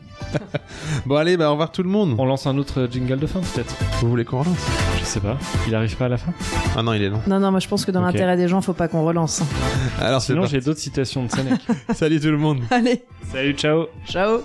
S1: Bon allez, bah au revoir tout le monde.
S6: On lance un autre jingle de fin peut-être
S1: Vous voulez qu'on relance
S6: Je sais pas. Il arrive pas à la fin
S1: Ah non, il est long.
S5: Non, non, moi je pense que dans
S6: Ok.
S5: l'intérêt des gens, faut pas qu'on relance.
S1: Alors c'est
S6: Ah, Sinon
S1: parti.
S6: j'ai d'autres citations de Sénèque.
S1: Salut tout le monde.
S5: Allez,
S6: Salut, ciao
S5: ciao